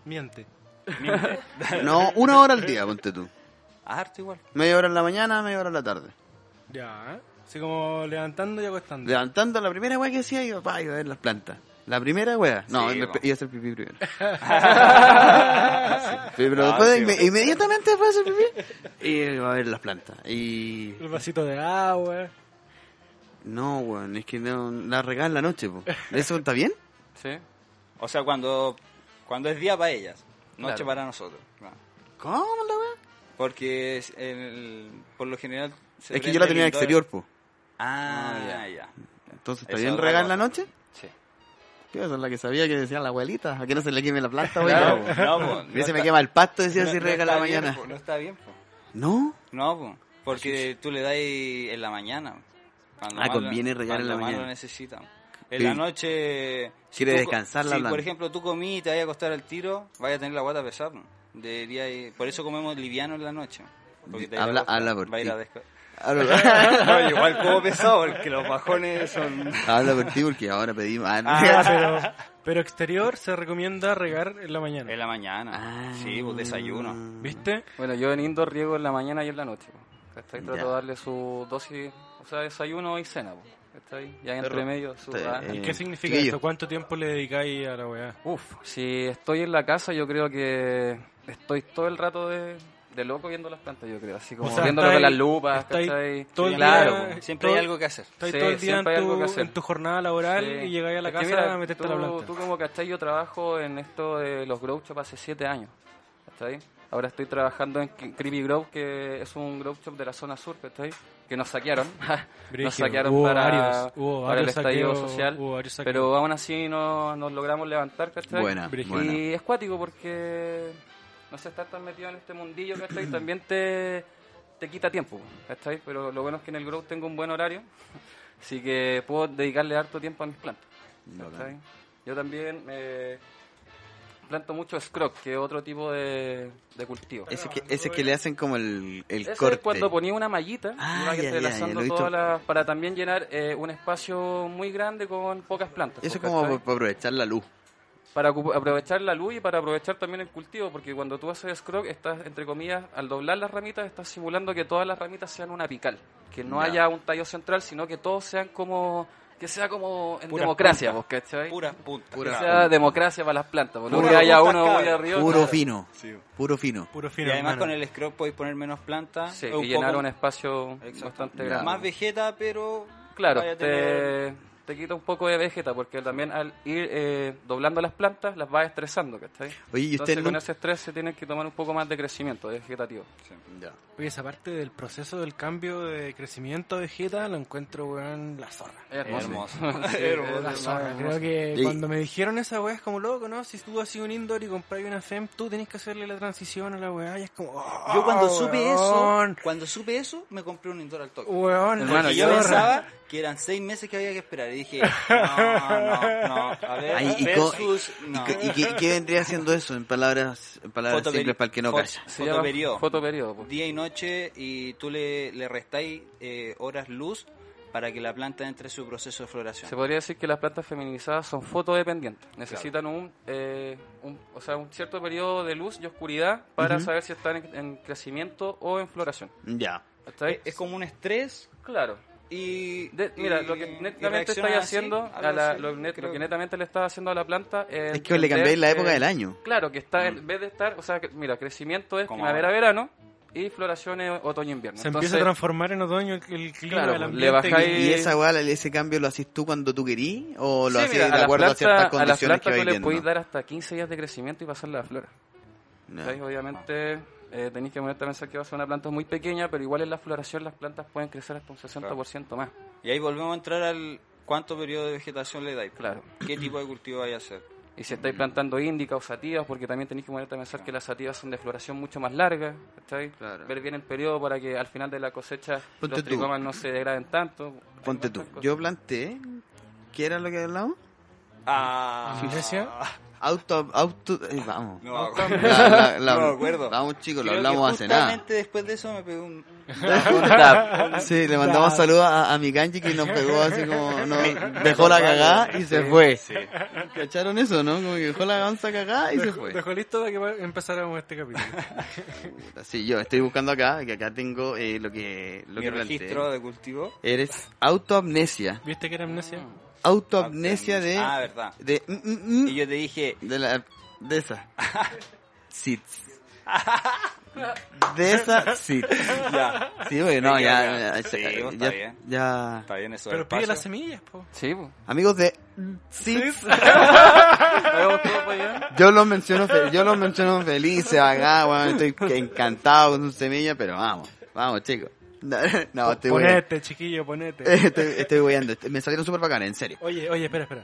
Speaker 2: Miente.
Speaker 3: no, una hora al día, ponte tú.
Speaker 1: Harto igual.
Speaker 3: Media hora en la mañana, media hora en la tarde.
Speaker 2: Ya, ¿eh? Así como levantando y acostando.
Speaker 3: Levantando la primera wea que hacía, iba, pa, iba a ver las plantas. La primera wea. No,
Speaker 1: Sí,
Speaker 3: me-
Speaker 1: po.
Speaker 3: iba a hacer pipí primero. Sí, pero
Speaker 1: Ah,
Speaker 3: después
Speaker 1: sí,
Speaker 3: inme-
Speaker 1: po.
Speaker 3: inmediatamente después de hacer pipí, iba a ver las plantas. Y
Speaker 2: El vasito de agua.
Speaker 3: no, weón, es que no, la regaba en la noche, po. ¿Eso está bien?
Speaker 4: Sí.
Speaker 1: O sea, cuando, cuando es día para ellas, noche
Speaker 4: Claro.
Speaker 1: para nosotros. Claro.
Speaker 3: ¿Cómo la wea?
Speaker 1: Porque es el- por lo general... se
Speaker 3: Es que
Speaker 1: prende
Speaker 3: yo la
Speaker 1: el
Speaker 3: tenía en
Speaker 1: indoor.
Speaker 3: exterior, po.
Speaker 1: Ah,
Speaker 4: Ah,
Speaker 1: ya, ya.
Speaker 3: Entonces, ¿está
Speaker 1: Esa
Speaker 3: bien
Speaker 1: otra
Speaker 3: regar en la
Speaker 1: cosa.
Speaker 3: noche?
Speaker 1: Sí.
Speaker 3: Tío, esa es la que sabía que decían la abuelita, a que no se le queme la planta, güey.
Speaker 1: Claro,
Speaker 3: Ya,
Speaker 1: no, po,
Speaker 3: güey.
Speaker 1: no
Speaker 3: A mí se pues, me
Speaker 1: está-
Speaker 3: quema el pasto, decía
Speaker 1: no-
Speaker 3: si
Speaker 1: no
Speaker 3: rega en la
Speaker 1: está bien, pues.
Speaker 3: mañana.
Speaker 1: po, no está bien, po.
Speaker 3: ¿No?
Speaker 1: No, po, porque tú le das en la mañana. pues. Cuando
Speaker 3: Ah,
Speaker 1: más
Speaker 3: conviene
Speaker 1: lo-
Speaker 3: regar en la
Speaker 1: cuando más
Speaker 3: mañana.
Speaker 1: lo necesitan.
Speaker 3: Sí.
Speaker 1: En la noche...
Speaker 3: Quiere
Speaker 1: tú co-
Speaker 3: descansar la
Speaker 1: Si, por
Speaker 3: planta.
Speaker 1: ejemplo, tú comí y te vayas a acostar al tiro, vayas a tener la guata pesada. pues. po. Debería ir- Por eso comemos liviano en la noche. pues, porque te vas a
Speaker 3: Habla-
Speaker 1: acostar,
Speaker 3: habla por
Speaker 1: vas a ir
Speaker 3: ti.
Speaker 1: a desca-
Speaker 3: Habla,
Speaker 1: No, igual como pesado, porque los bajones son...
Speaker 3: habla por ti porque ahora pedimos. Ah,
Speaker 2: Ah, pero, pero exterior se recomienda regar en la mañana.
Speaker 1: En la mañana,
Speaker 3: Ah.
Speaker 1: sí, pues desayuno.
Speaker 2: ¿Viste?
Speaker 4: Bueno, yo en indoor riego en la mañana y en la noche. po. ¿Cachai? Trato
Speaker 3: Ya.
Speaker 4: de darle su dosis, o sea, desayuno y cena. po. ¿Cachai? Y ahí entre
Speaker 3: Perro.
Speaker 4: medio su...
Speaker 3: Está
Speaker 4: ah.
Speaker 3: bien.
Speaker 2: ¿Y
Speaker 3: Eh,
Speaker 2: qué significa
Speaker 3: chiquillo.
Speaker 2: esto? ¿Cuánto tiempo le dedicáis a la weá?
Speaker 4: Uf, si estoy en la casa yo creo que estoy todo el rato de, de loco viendo las plantas, yo creo. Así como
Speaker 2: sea,
Speaker 4: viéndolo con
Speaker 2: estáis-
Speaker 4: las lupas,
Speaker 2: estáis
Speaker 4: ¿cachai?
Speaker 2: todo el
Speaker 4: claro,
Speaker 2: día-
Speaker 4: po.
Speaker 1: pues, Siempre hay algo que hacer.
Speaker 2: Estáis
Speaker 4: Sí,
Speaker 2: todo el día en
Speaker 4: siempre hay algo
Speaker 2: tu,
Speaker 4: que hacer.
Speaker 2: en tu jornada laboral
Speaker 4: Sí.
Speaker 2: y llegáis a la
Speaker 4: Es que
Speaker 2: casa
Speaker 4: mira,
Speaker 2: a meterte
Speaker 4: tú,
Speaker 2: a la planta.
Speaker 4: Tú como cachai, yo trabajo en esto de los grow shop hace 7 años. ¿Cachai? Ahora estoy trabajando en Cre- Creepy Grow, que es un grow shop de la zona sur, ¿cachai? Que nos saquearon.
Speaker 2: Brígido.
Speaker 4: nos saquearon
Speaker 2: Hubo
Speaker 4: para,
Speaker 2: varios, hubo
Speaker 4: para el
Speaker 2: varios
Speaker 4: estallido
Speaker 2: saqueos,
Speaker 4: social.
Speaker 2: hubo varios saqueos.
Speaker 4: Pero aún así no, nos logramos levantar, ¿cachai?
Speaker 1: Ah,
Speaker 3: Buena,
Speaker 2: Brígido.
Speaker 3: buena.
Speaker 4: Y es cuático porque no sé, estar tan metido en este mundillo, ¿cachai? También te, te quita tiempo, ¿cachai? Pero lo bueno es que en el Grow tengo un buen horario, así que puedo dedicarle harto tiempo a mis plantas, ¿cachai? Yo también eh, planto mucho scrub, que es otro tipo de, de cultivo.
Speaker 3: Ese que, ese que le hacen como el, el
Speaker 4: Ese es
Speaker 3: corte.
Speaker 4: cuando ponía una mallita y
Speaker 3: Ah, ya,
Speaker 4: iba
Speaker 3: ya, ya,
Speaker 4: entrelazando
Speaker 3: lo he visto.
Speaker 4: todas las- para también llenar eh, un espacio muy grande con pocas plantas.
Speaker 3: Eso es
Speaker 4: ¿cachai?
Speaker 3: como para aprovechar la luz.
Speaker 4: para ocup- aprovechar la luz y para aprovechar también el cultivo, porque cuando tú haces scrog, estás, entre comillas, al doblar las ramitas, estás simulando que todas las ramitas sean una pical, que no
Speaker 3: Ya.
Speaker 4: haya un tallo central, sino que todos sean como, que sea como en
Speaker 1: Puras
Speaker 4: democracia,
Speaker 1: puntas.
Speaker 4: ¿vos cachai?
Speaker 1: Puras puntas.
Speaker 3: Pura-
Speaker 4: que
Speaker 1: claro.
Speaker 4: sea democracia para las plantas, porque
Speaker 1: Puras
Speaker 4: que haya
Speaker 1: puntas,
Speaker 4: uno muy
Speaker 1: cabrón.
Speaker 4: arriba.
Speaker 3: Puro
Speaker 4: claro.
Speaker 3: fino. Puro fino.
Speaker 2: Puro fino,
Speaker 1: Y además con
Speaker 2: hermano.
Speaker 1: el scrub podéis poner menos plantas.
Speaker 4: Sí,
Speaker 1: es
Speaker 4: y llenar
Speaker 1: poco-
Speaker 4: un espacio
Speaker 1: Exacto.
Speaker 4: bastante
Speaker 3: Ya.
Speaker 4: grande.
Speaker 1: Más vegeta, pero...
Speaker 4: Claro,
Speaker 1: vaya a tener-
Speaker 4: te, te quita un poco de vegeta, porque también al ir eh, doblando las plantas las vas estresando, ¿cachai?
Speaker 3: Oye, ¿y usted
Speaker 4: Entonces con
Speaker 3: nunca-
Speaker 4: ese estrés se tienen que tomar un poco más de crecimiento, de vegetativo.
Speaker 3: Ya.
Speaker 2: Oye, esa parte del proceso del cambio de crecimiento de Gita lo encuentro, weón, la zorra.
Speaker 1: Hermoso.
Speaker 4: Sí,
Speaker 1: Hermoso.
Speaker 4: es
Speaker 2: La zorra.
Speaker 4: hermoso.
Speaker 2: Creo que
Speaker 3: Sí.
Speaker 2: cuando me dijeron esa weá es como loco, ¿no? Si tú has sido un indoor y compras una FEM, tú tenés que hacerle la transición a la weá y es como. oh,
Speaker 1: Yo cuando supe eso,
Speaker 2: weón,
Speaker 1: cuando supe eso, me compré un indoor al toque.
Speaker 2: Weón,
Speaker 1: Porque
Speaker 4: Hermano,
Speaker 1: yo
Speaker 4: yo-
Speaker 1: pensaba que eran seis meses que había que esperar. Y dije, no, no, no. A ver,
Speaker 3: Ay, y co-
Speaker 1: versus... No.
Speaker 3: ¿Y, qué, qué vendría haciendo eso en palabras, en palabras
Speaker 1: Fotoperi-
Speaker 3: simples para el que no
Speaker 1: fot-
Speaker 3: calla?
Speaker 4: Se llama
Speaker 1: Fotoperiodo.
Speaker 4: fotoperiodo, pues. po.
Speaker 1: día y noche y tú le, le restáis eh, horas luz para que la planta entre en su proceso de floración.
Speaker 4: Se podría decir que las plantas feminizadas son fotodependientes. Necesitan un, eh, un- o sea, un cierto periodo de luz y oscuridad para saber si están en, en crecimiento o en floración.
Speaker 3: Ya.
Speaker 4: ¿Cachai?
Speaker 1: Eh, Es como un estrés
Speaker 4: Claro.
Speaker 1: y...
Speaker 4: De-
Speaker 1: y-
Speaker 4: mira, lo que
Speaker 1: y
Speaker 4: netamente
Speaker 1: reaccionas
Speaker 4: estáis
Speaker 1: así,
Speaker 4: haciendo,
Speaker 1: algo
Speaker 4: a la-
Speaker 1: así,
Speaker 4: lo, net- lo
Speaker 1: creo.
Speaker 4: que netamente le estás haciendo a la planta es...
Speaker 3: Es que le
Speaker 4: entender
Speaker 3: cambiáis la época
Speaker 4: que-
Speaker 3: del año. Mm.
Speaker 4: Claro, que está en vez de estar, o sea, que- mira, crecimiento es
Speaker 1: Como
Speaker 4: primavera-verano y floración es otoño-invierno.
Speaker 2: Se
Speaker 4: Entonces,
Speaker 2: empieza a transformar en otoño el, el clima,
Speaker 4: Claro,
Speaker 2: el
Speaker 4: le
Speaker 2: ambiente.
Speaker 4: bajáis-
Speaker 2: que-
Speaker 3: ¿Y esa weá, ese cambio lo haces tú cuando tú querís? ¿O lo
Speaker 4: sí,
Speaker 3: haces
Speaker 4: mira,
Speaker 3: de
Speaker 4: a
Speaker 3: acuerdo a
Speaker 4: las
Speaker 3: ciertas
Speaker 4: plantas, a las
Speaker 3: condiciones que vais
Speaker 4: plantas tú le podéis
Speaker 3: viendo?
Speaker 4: dar hasta 15 días de crecimiento y pasarla a la flora. Entonces,
Speaker 3: Ya.
Speaker 4: obviamente eh, tenéis que ponerte a pensar que va a ser una planta muy pequeña, pero igual en la floración las plantas pueden crecer hasta un 60% más.
Speaker 1: Y ahí volvemos a entrar al cuánto periodo de vegetación le dais.
Speaker 4: Claro.
Speaker 1: ¿Qué tipo de cultivo vais a hacer?
Speaker 4: Y si estáis plantando índicas o sativas, porque también tenéis que ponerte a pensar que las sativas son de floración mucho más larga, ¿cachai?
Speaker 3: Claro.
Speaker 4: Ver bien el periodo para que al final de la cosecha
Speaker 3: Ponte
Speaker 4: los
Speaker 3: tú.
Speaker 4: tricomas no se degraden tanto. Hay
Speaker 3: Ponte
Speaker 4: bastantes
Speaker 3: tú.
Speaker 4: cosas.
Speaker 3: Yo planteé. ¿Qué era lo que hablábamos?
Speaker 1: Ah,
Speaker 2: ¿Iglesia?
Speaker 3: Auto. auto eh, vamos.
Speaker 1: No, me acuerdo.
Speaker 3: La- la- la-
Speaker 1: No me acuerdo.
Speaker 3: Vamos chicos, lo
Speaker 1: Creo que
Speaker 3: hablamos hace nada.
Speaker 1: Justamente después de eso me pegó un...
Speaker 3: Sí, le mandamos
Speaker 2: Tap.
Speaker 3: saludos a, a mi kanji que nos pegó así como, nos dejó la cagada y se fue. ¿Cacharon eso, no? Como que dejó la ganza cagada y se
Speaker 2: Dejó,
Speaker 3: fue.
Speaker 2: dejó listo para que va- empezáramos este capítulo.
Speaker 3: Sí, yo estoy buscando acá, que acá tengo eh, lo que, lo
Speaker 1: mi
Speaker 3: que
Speaker 1: registro
Speaker 3: planteé.
Speaker 1: de cultivo.
Speaker 3: Eres autoamnesia.
Speaker 2: ¿Viste que era amnesia?
Speaker 3: Autoamnesia
Speaker 1: Ah,
Speaker 3: de...
Speaker 1: verdad.
Speaker 3: De... mm, mm, mm,
Speaker 1: Y yo te dije,
Speaker 3: de la... De esa. Sit. De esa, sit.
Speaker 1: ya,
Speaker 3: Sí, güey, no,
Speaker 1: Sí,
Speaker 3: ya...
Speaker 1: ya, ya.
Speaker 3: Ya...
Speaker 1: Sí, pues, está
Speaker 3: ya,
Speaker 1: bien.
Speaker 3: ya-
Speaker 1: está bien eso. del
Speaker 2: Pero pide
Speaker 1: paso.
Speaker 2: las semillas, po.
Speaker 4: Sí, pues.
Speaker 3: Amigos de... Sit.
Speaker 4: Hagamos todo para allá.
Speaker 3: Yo los menciono, fe- yo los menciono felices acá, weón, estoy que- encantado con sus semillas, pero vamos, vamos chicos. No, no, estoy weando.
Speaker 2: ponete, chiquillo, ponete.
Speaker 3: Estoy, estoy weando, est- me salieron súper bacanas, en serio.
Speaker 2: Oye, oye, espera, espera.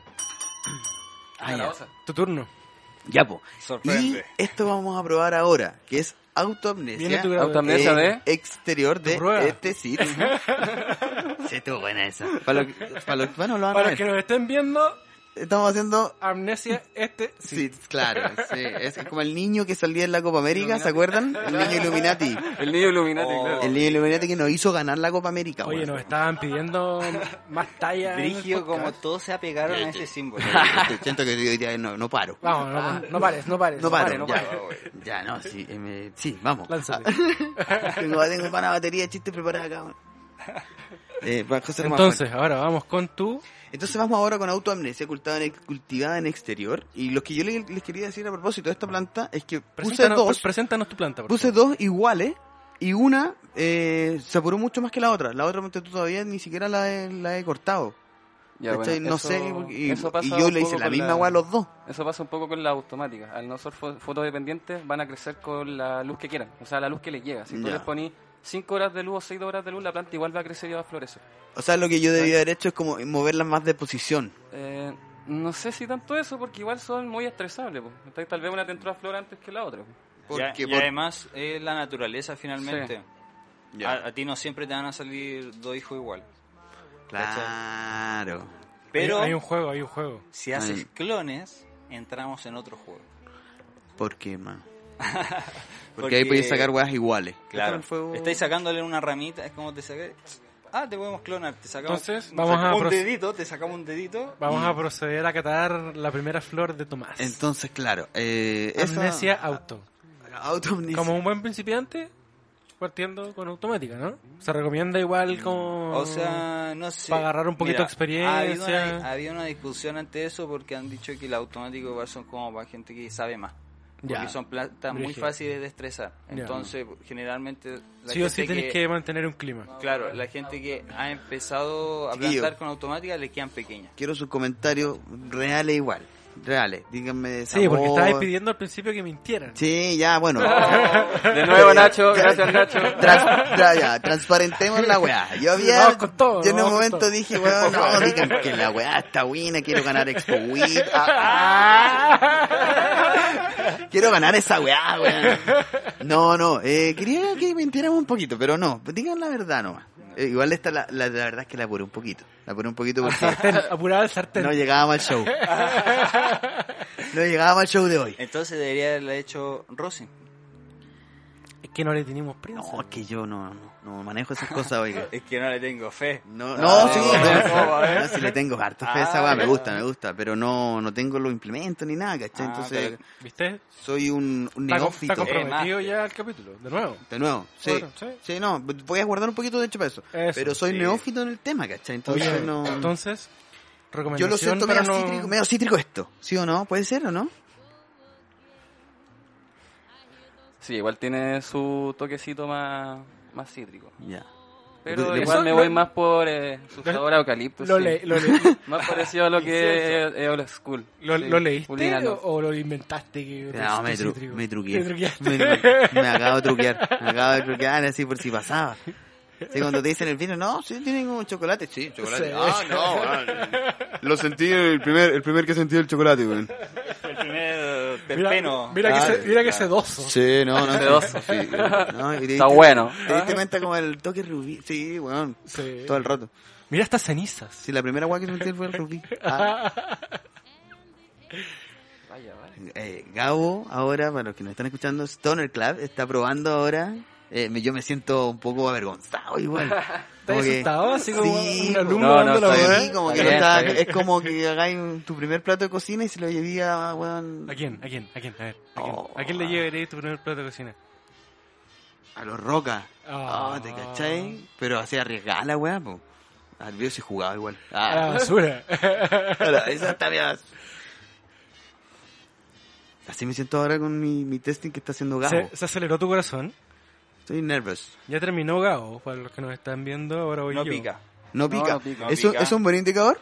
Speaker 3: Ah, ya.
Speaker 4: Calabaza.
Speaker 2: Tu turno.
Speaker 3: Ya, po. Y
Speaker 1: Sorprende.
Speaker 3: esto vamos a probar ahora, que es
Speaker 2: Viene
Speaker 3: autoamnesia.
Speaker 2: tu grado.
Speaker 4: Autoamnesia
Speaker 3: eh,
Speaker 4: de...
Speaker 3: exterior de
Speaker 2: Prueba.
Speaker 3: este sitio. Se estuvo buena esa. Para los para los que bueno,
Speaker 1: Ah,
Speaker 3: lo van a
Speaker 2: Para
Speaker 3: ver.
Speaker 2: que nos estén viendo,
Speaker 3: Estamos haciendo
Speaker 2: amnesia este sí.
Speaker 3: Sí, claro, sí. Es como el niño que salía en la Copa América, ¿se acuerdan? El niño Illuminati.
Speaker 4: El niño Illuminati,
Speaker 1: Oh.
Speaker 4: claro.
Speaker 3: El niño Illuminati que nos hizo ganar la Copa América.
Speaker 2: Oye,
Speaker 3: weón.
Speaker 2: nos estaban pidiendo más talla. en el
Speaker 1: Brigio, como
Speaker 2: podcast.
Speaker 1: todos se apegaron a ese símbolo.
Speaker 3: Siento que hoy día no, no paro.
Speaker 2: Vamos,
Speaker 1: Ah.
Speaker 2: no, no pares, no pares.
Speaker 3: No paro,
Speaker 4: pare, no
Speaker 3: ya.
Speaker 4: paro,
Speaker 3: ya, no, sí, eh, me- sí, vamos.
Speaker 2: Lánzate.
Speaker 3: tengo, tengo para la batería de chistes preparada acá. weón. Eh, para cosas más fuertes.
Speaker 2: Entonces, ahora vamos con tu...
Speaker 3: Entonces vamos ahora con autoamnesia cultivada en, cultivada en exterior. Y lo que yo le- les, quería decir a propósito de esta planta es que puse
Speaker 2: Preséntanos,
Speaker 3: dos,
Speaker 2: pre- preséntanos tu planta, por
Speaker 3: puse
Speaker 2: favor.
Speaker 3: dos iguales y una eh, se apuró mucho más que la otra. La otra ponte tú, todavía ni siquiera la he, la he cortado.
Speaker 4: Ya,
Speaker 3: ¿cachai?
Speaker 4: bueno,
Speaker 3: no
Speaker 4: eso-
Speaker 3: sé, y,
Speaker 4: eso pasa
Speaker 3: y yo
Speaker 4: un
Speaker 3: le hice
Speaker 4: poco
Speaker 3: la
Speaker 4: con
Speaker 3: misma agua a los dos.
Speaker 4: Eso pasa un poco con las automáticas. Al no ser fo- fotodependientes, van a crecer con la luz que quieran. O sea, la luz que les llega. Si tú
Speaker 3: Ya.
Speaker 4: les ponís 5 horas de luz o 6 horas de luz, la planta igual va a crecer y va a florecer.
Speaker 3: O sea, lo que yo debía haber hecho es como moverlas más de posición.
Speaker 4: Eh, no sé si tanto eso, porque igual son muy estresables. po. Entonces, tal vez una te entró a flor antes que la otra. po.
Speaker 1: Ya-
Speaker 3: Porque
Speaker 1: y
Speaker 3: por-
Speaker 1: además es la naturaleza finalmente.
Speaker 3: Ya.
Speaker 2: Ah,
Speaker 1: A, a ti no siempre te van a salir dos hijos igual.
Speaker 3: Claro.
Speaker 1: Pero
Speaker 2: Hay, hay un juego, hay un juego.
Speaker 1: si haces
Speaker 3: Ay.
Speaker 1: clones, entramos en otro juego.
Speaker 3: ¿Por qué, man? Porque ahí podéis sacar weas iguales.
Speaker 1: Claro,
Speaker 3: Déjalo en fuego.
Speaker 1: estáis sacándole una ramita, es como te saqué. Ah, te podemos clonar. Te sacamos
Speaker 2: Entonces,
Speaker 1: te
Speaker 2: vamos
Speaker 1: sacamos
Speaker 2: a
Speaker 1: un
Speaker 2: proce-
Speaker 1: dedito, te sacamos un dedito.
Speaker 2: Vamos a proceder a catar la primera flor de Tomás.
Speaker 3: Mm. Entonces, claro, eh, esa-
Speaker 2: Amnesia auto.
Speaker 3: autoamnesia.
Speaker 2: Como un buen principiante, partiendo con automática, ¿no? Se recomienda
Speaker 3: Mm.
Speaker 2: igual como...
Speaker 1: O sea, no sé.
Speaker 2: Para agarrar un poquito de experiencia.
Speaker 1: Ha habido, una, ha habido una discusión ante eso porque han dicho que el automático igual son como para gente que sabe más. Porque
Speaker 2: Ya.
Speaker 1: son plantas muy
Speaker 2: Brígido.
Speaker 1: fáciles de estresar.
Speaker 2: Ya.
Speaker 1: Entonces, generalmente. la
Speaker 2: Sí o sí
Speaker 1: gente
Speaker 2: tenés que mantener un clima.
Speaker 1: Claro, la gente que ha empezado a
Speaker 3: Chiquillo.
Speaker 1: plantar con automática le quedan pequeñas.
Speaker 3: Quiero sus comentarios reales igual. Reales. Díganme
Speaker 2: Sí, porque
Speaker 3: sabor.
Speaker 2: estabais pidiendo al principio que mintieran.
Speaker 3: Sí, ya, bueno.
Speaker 4: De nuevo, Nacho. Gracias, Nacho.
Speaker 3: Trans- tra- ya, transparentemos la weá. Yo había,
Speaker 2: Vamos con todo,
Speaker 3: yo en un
Speaker 2: vamos con
Speaker 3: momento
Speaker 2: todo.
Speaker 3: dije, weón, no, digan que la weá está buena, quiero ganar Expo Week. ah. quiero ganar esa weá, weón. No, no, eh, quería que mintiéramos un poquito, pero no, digan la verdad nomás. Eh, igual esta, la, la, la verdad es que la apuré un poquito. La apuré un poquito porque
Speaker 2: Sartén, apurada el sartén.
Speaker 3: no llegábamos al show. No llegábamos al show de hoy.
Speaker 1: Entonces debería haberla hecho Rosin.
Speaker 2: Es que no le tenemos prisa.
Speaker 3: No, es que yo no, no, no manejo esas cosas, oiga.
Speaker 1: Es que no le tengo fe.
Speaker 3: No, no,
Speaker 1: Ah,
Speaker 3: sí,
Speaker 1: no,
Speaker 3: no, eh.
Speaker 1: no, a ver.
Speaker 3: no, sí le tengo harta fe a esa
Speaker 1: Ah,
Speaker 3: weá, me
Speaker 2: eh.
Speaker 1: ya.
Speaker 3: gusta, me gusta, pero no, no tengo los implementos ni nada, ¿cachai?
Speaker 1: Ah,
Speaker 3: Entonces,
Speaker 2: ¿Viste?
Speaker 3: soy un,
Speaker 2: Está,
Speaker 3: un
Speaker 2: com-
Speaker 3: neófito. Eh,
Speaker 2: está comprometido
Speaker 1: Eh,
Speaker 2: ya el capítulo, de nuevo.
Speaker 3: De nuevo, sí,
Speaker 2: Bueno, sí.
Speaker 3: sí. no, voy a guardar un poquito de hecho para eso.
Speaker 2: Eso,
Speaker 3: pero soy
Speaker 1: sí.
Speaker 3: neófito en el tema, ¿cachai? Entonces,
Speaker 2: Oye,
Speaker 3: no.
Speaker 2: entonces,
Speaker 3: yo
Speaker 2: recomendación
Speaker 3: lo siento
Speaker 2: para
Speaker 3: medio,
Speaker 2: no...
Speaker 3: cítrico, medio cítrico esto, ¿sí o no? ¿Puede ser o no?
Speaker 4: Sí, igual tiene su toquecito más, más cítrico.
Speaker 3: Ya.
Speaker 4: Pero
Speaker 3: Le- le-
Speaker 4: igual
Speaker 2: son-
Speaker 4: me
Speaker 2: lo-
Speaker 4: voy más por eh, su sabor a eucalipto.
Speaker 2: Lo,
Speaker 4: Pues
Speaker 2: le-
Speaker 4: sí.
Speaker 2: lo le-
Speaker 4: Más parecido a lo que es, es old school.
Speaker 2: lo-
Speaker 4: Sí,
Speaker 2: lo leíste
Speaker 4: Juliano.
Speaker 2: o, o lo inventaste? Que
Speaker 3: No, me,
Speaker 2: te-
Speaker 3: tru-
Speaker 2: cítrico?
Speaker 3: me
Speaker 2: Te
Speaker 3: truqueé.
Speaker 2: truqueaste.
Speaker 3: Me, tru- me acabo de truquear. Me acabo de truquear así por si pasaba. Sí, cuando te dicen el vino, no, sí, tienen un chocolate. Sí, chocolate.
Speaker 2: Sí.
Speaker 3: Ah, no, weón. Lo sentí el primer, el primer que sentí el chocolate, weón.
Speaker 1: El primer eh,
Speaker 2: Mira,
Speaker 1: pepeno.
Speaker 2: mira que,
Speaker 3: Claro,
Speaker 2: se, mira que sedoso.
Speaker 3: Ah, Sí, no, no.
Speaker 4: Sedoso.
Speaker 3: sí, no, y te
Speaker 4: Está
Speaker 3: diste-
Speaker 4: bueno.
Speaker 3: Te
Speaker 2: Ah.
Speaker 3: diste cuenta como el toque rubí. Sí, weón.
Speaker 2: Sí.
Speaker 3: Todo el rato.
Speaker 2: Mira estas cenizas.
Speaker 3: Sí, la primera weá que sentí fue el rubí. Ah.
Speaker 4: Vaya, vaya.
Speaker 3: Eh, Gabo, ahora, para los que nos están escuchando, Stoner Club está probando ahora. Eh, me- yo me siento un poco avergonzado igual.
Speaker 2: ¿Estás
Speaker 3: Como que-
Speaker 2: asustado? Así como
Speaker 3: Sí,
Speaker 2: un
Speaker 3: po.
Speaker 2: alumno
Speaker 4: No, no,
Speaker 2: dando la
Speaker 4: estoy
Speaker 2: hueá.
Speaker 4: ¿verdad?
Speaker 3: Sí, como
Speaker 4: Está
Speaker 3: que
Speaker 4: bien,
Speaker 3: no estaba-
Speaker 4: está bien.
Speaker 3: es como que hagáis un- tu primer plato de cocina y se lo llevé a weón,
Speaker 2: ¿A quién? ¿A quién? ¿A quién? A ver. ¿A quién,
Speaker 3: Oh.
Speaker 2: ¿A quién le llevaréis tu primer plato de cocina?
Speaker 3: a los rocas.
Speaker 2: Ah.
Speaker 3: Ah, ¿te cachai? Pero así arriesgada la weá, po. Al video se jugaba igual.
Speaker 2: A la
Speaker 3: Ah,
Speaker 2: basura.
Speaker 3: ahora, esa está bien. Así me siento ahora con mi, mi testing que está haciendo Gabo.
Speaker 2: se, se aceleró tu corazón.
Speaker 3: Estoy nervioso.
Speaker 2: Ya terminó Gao, para los que nos están viendo, ahora voy
Speaker 1: No
Speaker 2: yo.
Speaker 1: pica.
Speaker 3: No pica.
Speaker 4: no pica.
Speaker 3: ¿Eso,
Speaker 1: No pica.
Speaker 3: ¿Es un buen indicador?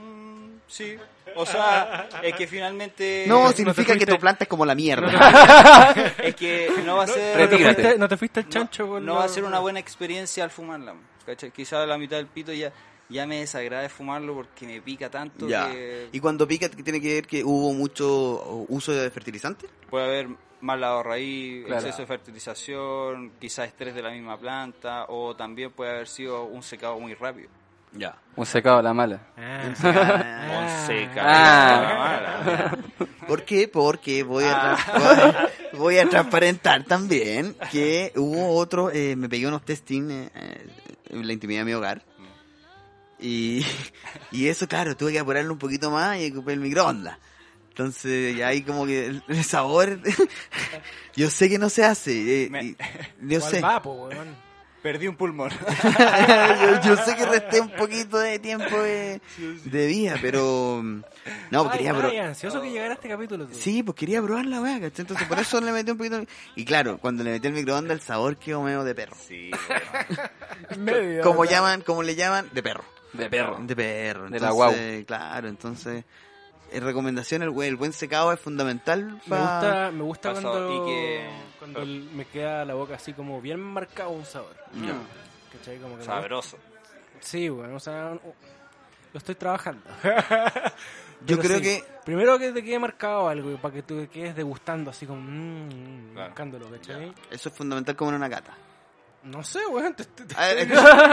Speaker 1: Mm, Sí. O sea, es que finalmente.
Speaker 3: no,
Speaker 2: no te
Speaker 3: significa que
Speaker 2: fuiste-
Speaker 3: tu planta es como la mierda.
Speaker 1: Es que no va a
Speaker 2: ¿No te,
Speaker 1: ser.
Speaker 4: Retírate.
Speaker 2: fuiste, no te fuiste al chancho,
Speaker 1: No,
Speaker 2: con
Speaker 1: va a
Speaker 2: la-
Speaker 1: ser una buena experiencia al fumarla. ¿cachai? Quizá la mitad del pito ya, ya me desagrada fumarlo porque me pica tanto
Speaker 3: Ya.
Speaker 1: que
Speaker 3: Y cuando pica, ¿qué tiene que ver que hubo mucho uso de fertilizante?
Speaker 1: puede haber mal lavado de raíz,
Speaker 4: Claro.
Speaker 1: exceso de fertilización, quizá estrés de la misma planta o también puede haber sido un secado muy rápido.
Speaker 3: Ya.
Speaker 4: Un secado a la mala.
Speaker 2: Ah,
Speaker 1: Un secado.
Speaker 4: Ah.
Speaker 1: mala.
Speaker 3: ¿Por qué? Porque voy
Speaker 2: Ah.
Speaker 3: a, tra- voy a transparentar también que hubo otro, eh, me pegué unos testing eh, eh, en la intimidad de mi hogar. Y, y eso, claro, tuve que apurarlo un poquito más y ocupé el microondas. Entonces, ya ahí como que el, el sabor, yo sé que no se hace. eh,
Speaker 1: Me-
Speaker 3: y- yo
Speaker 2: ¿cuál
Speaker 3: sé.
Speaker 2: va, po, weón?
Speaker 1: Perdí un pulmón.
Speaker 3: yo, yo sé que resté un poquito de tiempo de, de vida, pero... mm, No,
Speaker 2: Ay,
Speaker 3: quería... pro-
Speaker 2: ay, ansioso que llegara este capítulo. tú.
Speaker 3: Sí, pues quería probar la weá, ¿cachai? Entonces por eso le metí un poquito. Y claro, cuando le metí el microondas, el sabor quedó medio de perro.
Speaker 1: Sí, bueno.
Speaker 2: Media
Speaker 3: Como
Speaker 2: hora.
Speaker 3: llaman, como le llaman, de perro.
Speaker 4: De perro.
Speaker 3: De perro.
Speaker 4: De la
Speaker 3: Entonces, Claro, entonces. En recomendación, el, we- el buen secado es fundamental
Speaker 2: Me
Speaker 3: para.
Speaker 2: gusta, me gusta
Speaker 1: Pasó,
Speaker 2: cuando,
Speaker 1: y que-
Speaker 2: cuando el- me queda la boca así como bien marcado un sabor. ¿Cachai? Como que me
Speaker 1: Sabroso.
Speaker 2: gusta. Sí, bueno, o sea, no- lo estoy trabajando.
Speaker 3: Yo
Speaker 2: Pero
Speaker 3: creo
Speaker 2: sí,
Speaker 3: que.
Speaker 2: Primero que te quede marcado algo, para que tú te quedes degustando así como... Mmm,
Speaker 1: Claro.
Speaker 2: Marcándolo, ¿cachai?
Speaker 3: Eso es fundamental como en una Ah, cata.
Speaker 2: No sé, weón. te- te-
Speaker 3: A ver,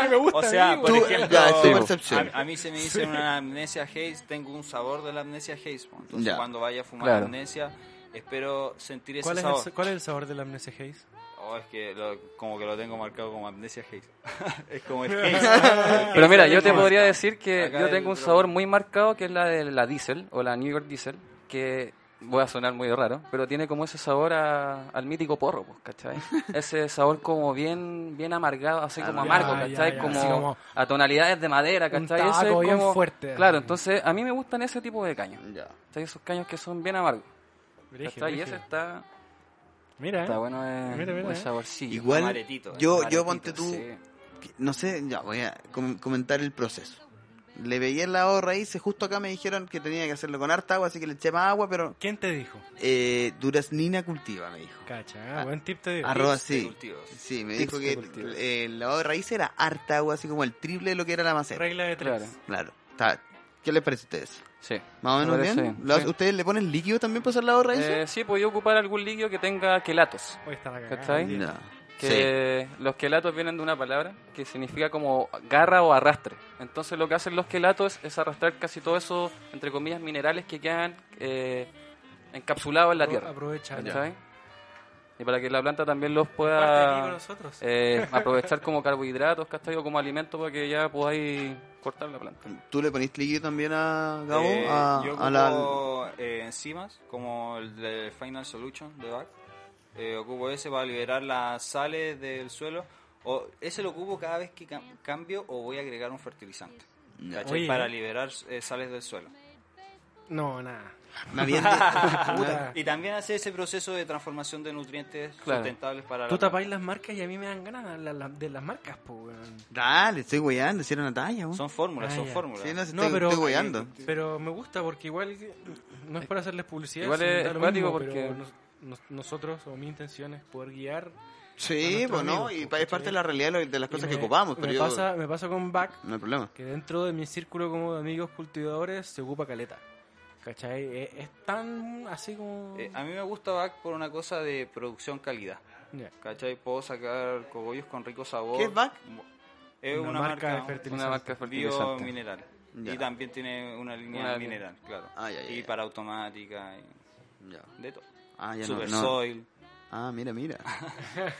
Speaker 2: me gusta.
Speaker 1: O
Speaker 2: a
Speaker 1: sea,
Speaker 2: mí,
Speaker 1: por
Speaker 2: weón.
Speaker 3: Tú-
Speaker 1: ejemplo,
Speaker 3: ya, es tu
Speaker 1: a-
Speaker 3: percepción.
Speaker 1: A, mí se me dice una amnesia haze, tengo un sabor de la amnesia haze. po. Entonces,
Speaker 3: Ya.
Speaker 1: cuando vaya a fumar
Speaker 4: Claro.
Speaker 1: amnesia, espero sentir ese
Speaker 2: ¿Cuál es,
Speaker 1: sabor.
Speaker 2: el, ¿Cuál es el sabor de la amnesia Haze?
Speaker 1: O Oh, es que lo- como que lo tengo marcado como amnesia Haze. es como el Haze.
Speaker 4: Pero mira, yo
Speaker 1: Haze
Speaker 4: te
Speaker 1: como
Speaker 4: podría
Speaker 1: está.
Speaker 4: decir que
Speaker 1: Acá
Speaker 4: yo
Speaker 1: el
Speaker 4: tengo un
Speaker 1: pro-
Speaker 4: sabor muy marcado que es la de la Diesel o la New York Diesel, que voy a sonar muy raro, pero tiene como ese sabor a- al mítico porro, pues, ¿cachai? Ese sabor como bien bien amargado, así como
Speaker 3: Ah,
Speaker 4: amargo,
Speaker 2: ya, ya,
Speaker 4: ¿cachai?
Speaker 2: ya,
Speaker 4: como,
Speaker 2: así como
Speaker 4: a tonalidades de madera,
Speaker 2: un
Speaker 4: ¿cachai? Ese
Speaker 2: tabaco bien
Speaker 4: como-
Speaker 2: fuerte.
Speaker 4: Claro, entonces a mí me gustan ese tipo de caños,
Speaker 3: Ya.
Speaker 4: ¿cachai? Esos caños que son bien amargos,
Speaker 2: Brígido,
Speaker 4: ¿cachai? Y
Speaker 2: brígido.
Speaker 4: ese está,
Speaker 2: Mira,
Speaker 4: está bueno, eh,
Speaker 2: ¿Eh? Mira, mira,
Speaker 4: buen
Speaker 2: eh.
Speaker 4: saborcillo.
Speaker 3: Igual,
Speaker 1: Amaretito, eh.
Speaker 3: yo, yo
Speaker 4: Maletito,
Speaker 3: ponte tú,
Speaker 4: sí.
Speaker 3: que- no sé, ya voy a com- comentar el proceso. Le veía el lado raíces, justo acá me dijeron que tenía que hacerlo con harta agua, así que le eché más agua, pero
Speaker 2: ¿Quién te dijo?
Speaker 3: eh, Duraznina cultiva, me dijo.
Speaker 2: Cacha,
Speaker 3: Ah,
Speaker 2: buen tip te digo.
Speaker 3: ah, Arroba,
Speaker 1: Tips de
Speaker 3: sí.
Speaker 1: cultivos.
Speaker 3: Sí, me
Speaker 4: Tips
Speaker 3: dijo
Speaker 4: de
Speaker 3: que
Speaker 4: cultivo.
Speaker 3: el, el lavado de raíces era harta agua, así como el triple de lo que era la maceta.
Speaker 2: Regla de tres.
Speaker 4: Claro.
Speaker 3: Claro. Está- ¿Qué les parece a ustedes?
Speaker 4: Sí.
Speaker 3: ¿Más o
Speaker 4: Me
Speaker 3: menos
Speaker 4: parece
Speaker 3: bien?
Speaker 4: bien,
Speaker 3: ¿Lo-
Speaker 4: sí.
Speaker 3: ¿Ustedes le ponen líquido también para hacer lavado de raíces?
Speaker 4: Eh, sí, podía ocupar algún líquido que tenga quelatos.
Speaker 2: Hoy está la cagada.
Speaker 4: ¿Cachai?
Speaker 2: Sí.
Speaker 3: No. Sí.
Speaker 4: Que los quelatos vienen de una palabra que significa como garra o arrastre. Entonces lo que hacen los quelatos es arrastrar casi todos esos, entre comillas, minerales que quedan eh, encapsulados en la
Speaker 2: Apro-
Speaker 4: tierra.
Speaker 2: Aprovecha.
Speaker 4: ¿Cachai? Y para que la planta también los
Speaker 2: Parte aquí con
Speaker 4: pueda
Speaker 2: nosotros.
Speaker 4: eh, aprovechar como carbohidratos, ¿cachai? O como alimento para que ya podáis cortar la planta.
Speaker 3: ¿Tú le ponís líquido también a Gabo?
Speaker 1: Eh,
Speaker 3: a,
Speaker 1: yo
Speaker 3: a la-
Speaker 1: ocupo eh, enzimas, como el de Final Solution de BAC. Eh, ocupo ese para liberar las sales del suelo. O ese lo ocupo cada vez que cam- cambio o voy a agregar un fertilizante.
Speaker 3: Ya.
Speaker 1: ¿cachai?
Speaker 2: Oye.
Speaker 1: Para liberar eh, sales del suelo.
Speaker 2: No, nada.
Speaker 3: Me habían di-
Speaker 2: Puta.
Speaker 1: Y también hace ese proceso de transformación de nutrientes
Speaker 4: Claro.
Speaker 1: sustentables para
Speaker 2: Tú
Speaker 1: la
Speaker 2: tapáis las marcas y a mí me dan ganas de la- la- de las marcas, po, weón.
Speaker 3: Dale, estoy weyando, hicieron una talla, weón.
Speaker 1: Son fórmulas,
Speaker 2: Ah,
Speaker 1: son
Speaker 2: ya.
Speaker 1: fórmulas.
Speaker 3: Sí, no, si
Speaker 2: No,
Speaker 3: estoy,
Speaker 2: pero- eh,
Speaker 3: estoy weyando.
Speaker 2: Pero me gusta porque igual que- no es para hacerles publicidad.
Speaker 4: Igual
Speaker 2: si
Speaker 4: es
Speaker 2: da lo mismo,
Speaker 4: cuático
Speaker 2: pero
Speaker 4: porque-
Speaker 2: nos- nos- nosotros o mi intención es poder guiar.
Speaker 3: Sí,
Speaker 2: nuestros
Speaker 3: pues no,
Speaker 2: amigos,
Speaker 3: y
Speaker 2: pues,
Speaker 3: pa- es parte
Speaker 2: ¿cachai?
Speaker 3: de la realidad de lo- de las
Speaker 2: y
Speaker 3: cosas
Speaker 2: me-
Speaker 3: que ocupamos, pero
Speaker 2: me,
Speaker 3: yo-
Speaker 2: pasa, me pasa con Back
Speaker 3: No hay problema.
Speaker 2: que dentro de mi círculo como de amigos cultivadores se ocupa caleta. ¿Cachai? Eh, Es, es tan así como...
Speaker 1: Eh,
Speaker 4: ah.
Speaker 1: a mí me gusta BAC por una cosa de producción calidad.
Speaker 2: Ya.
Speaker 1: ¿Cachai? Puedo sacar cogollos con rico sabor.
Speaker 3: ¿Qué es BAC?
Speaker 1: Es una, marca,
Speaker 2: de fertilizante.
Speaker 4: Una marca
Speaker 1: bio
Speaker 4: fertilizante.
Speaker 1: mineral.
Speaker 3: Ya.
Speaker 1: Y también tiene una línea
Speaker 4: Una línea.
Speaker 1: mineral, claro.
Speaker 3: Ah, ya, ya,
Speaker 1: y
Speaker 3: ya.
Speaker 1: para automática, y
Speaker 3: Ya.
Speaker 1: de todo.
Speaker 3: Ah, ya no-
Speaker 1: Super
Speaker 3: no,
Speaker 1: Soil.
Speaker 3: Ah, mira, mira.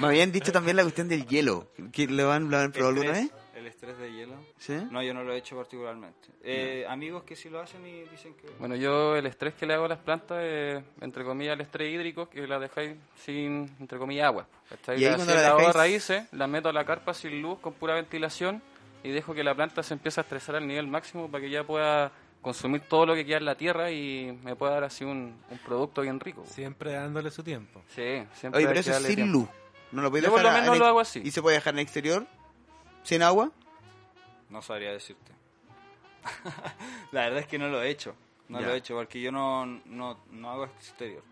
Speaker 3: Me habían dicho también la cuestión del hielo. ¿Que ¿Lo han, lo han probado alguna vez?
Speaker 1: estrés, El estrés de hielo.
Speaker 3: ¿Sí?
Speaker 1: No, yo no lo he hecho particularmente. Eh, Amigos que sí lo hacen y dicen que...
Speaker 4: Bueno, yo el estrés que le hago a las plantas es, entre comillas, el estrés hídrico, que la dejáis sin, entre comillas, agua. ¿cachai?
Speaker 3: Y ahí
Speaker 4: Le
Speaker 3: cuando
Speaker 4: hacía
Speaker 3: la
Speaker 4: lavado de
Speaker 3: dejáis-
Speaker 4: raíces, la meto a la carpa sin luz, con pura ventilación, y dejo que la planta se empiece a estresar al nivel máximo para que ya pueda consumir todo lo que queda en la tierra y me pueda dar así un, un producto bien rico. Sí,
Speaker 2: Siempre dándole su tiempo.
Speaker 4: siempre
Speaker 3: Oye,
Speaker 4: hay
Speaker 3: pero
Speaker 4: que
Speaker 3: eso es
Speaker 4: darle
Speaker 3: sin
Speaker 4: tiempo.
Speaker 3: luz. No lo podéis
Speaker 4: Yo por
Speaker 3: dejar
Speaker 4: lo
Speaker 3: a-
Speaker 4: menos
Speaker 3: al
Speaker 4: lo
Speaker 3: ex-
Speaker 4: hago así.
Speaker 3: ¿Y se puede dejar en exterior? ¿Sin agua?
Speaker 1: No sabría decirte. la verdad es que no lo he hecho. No
Speaker 3: Ya.
Speaker 1: lo he hecho porque yo no, no, no hago exterior.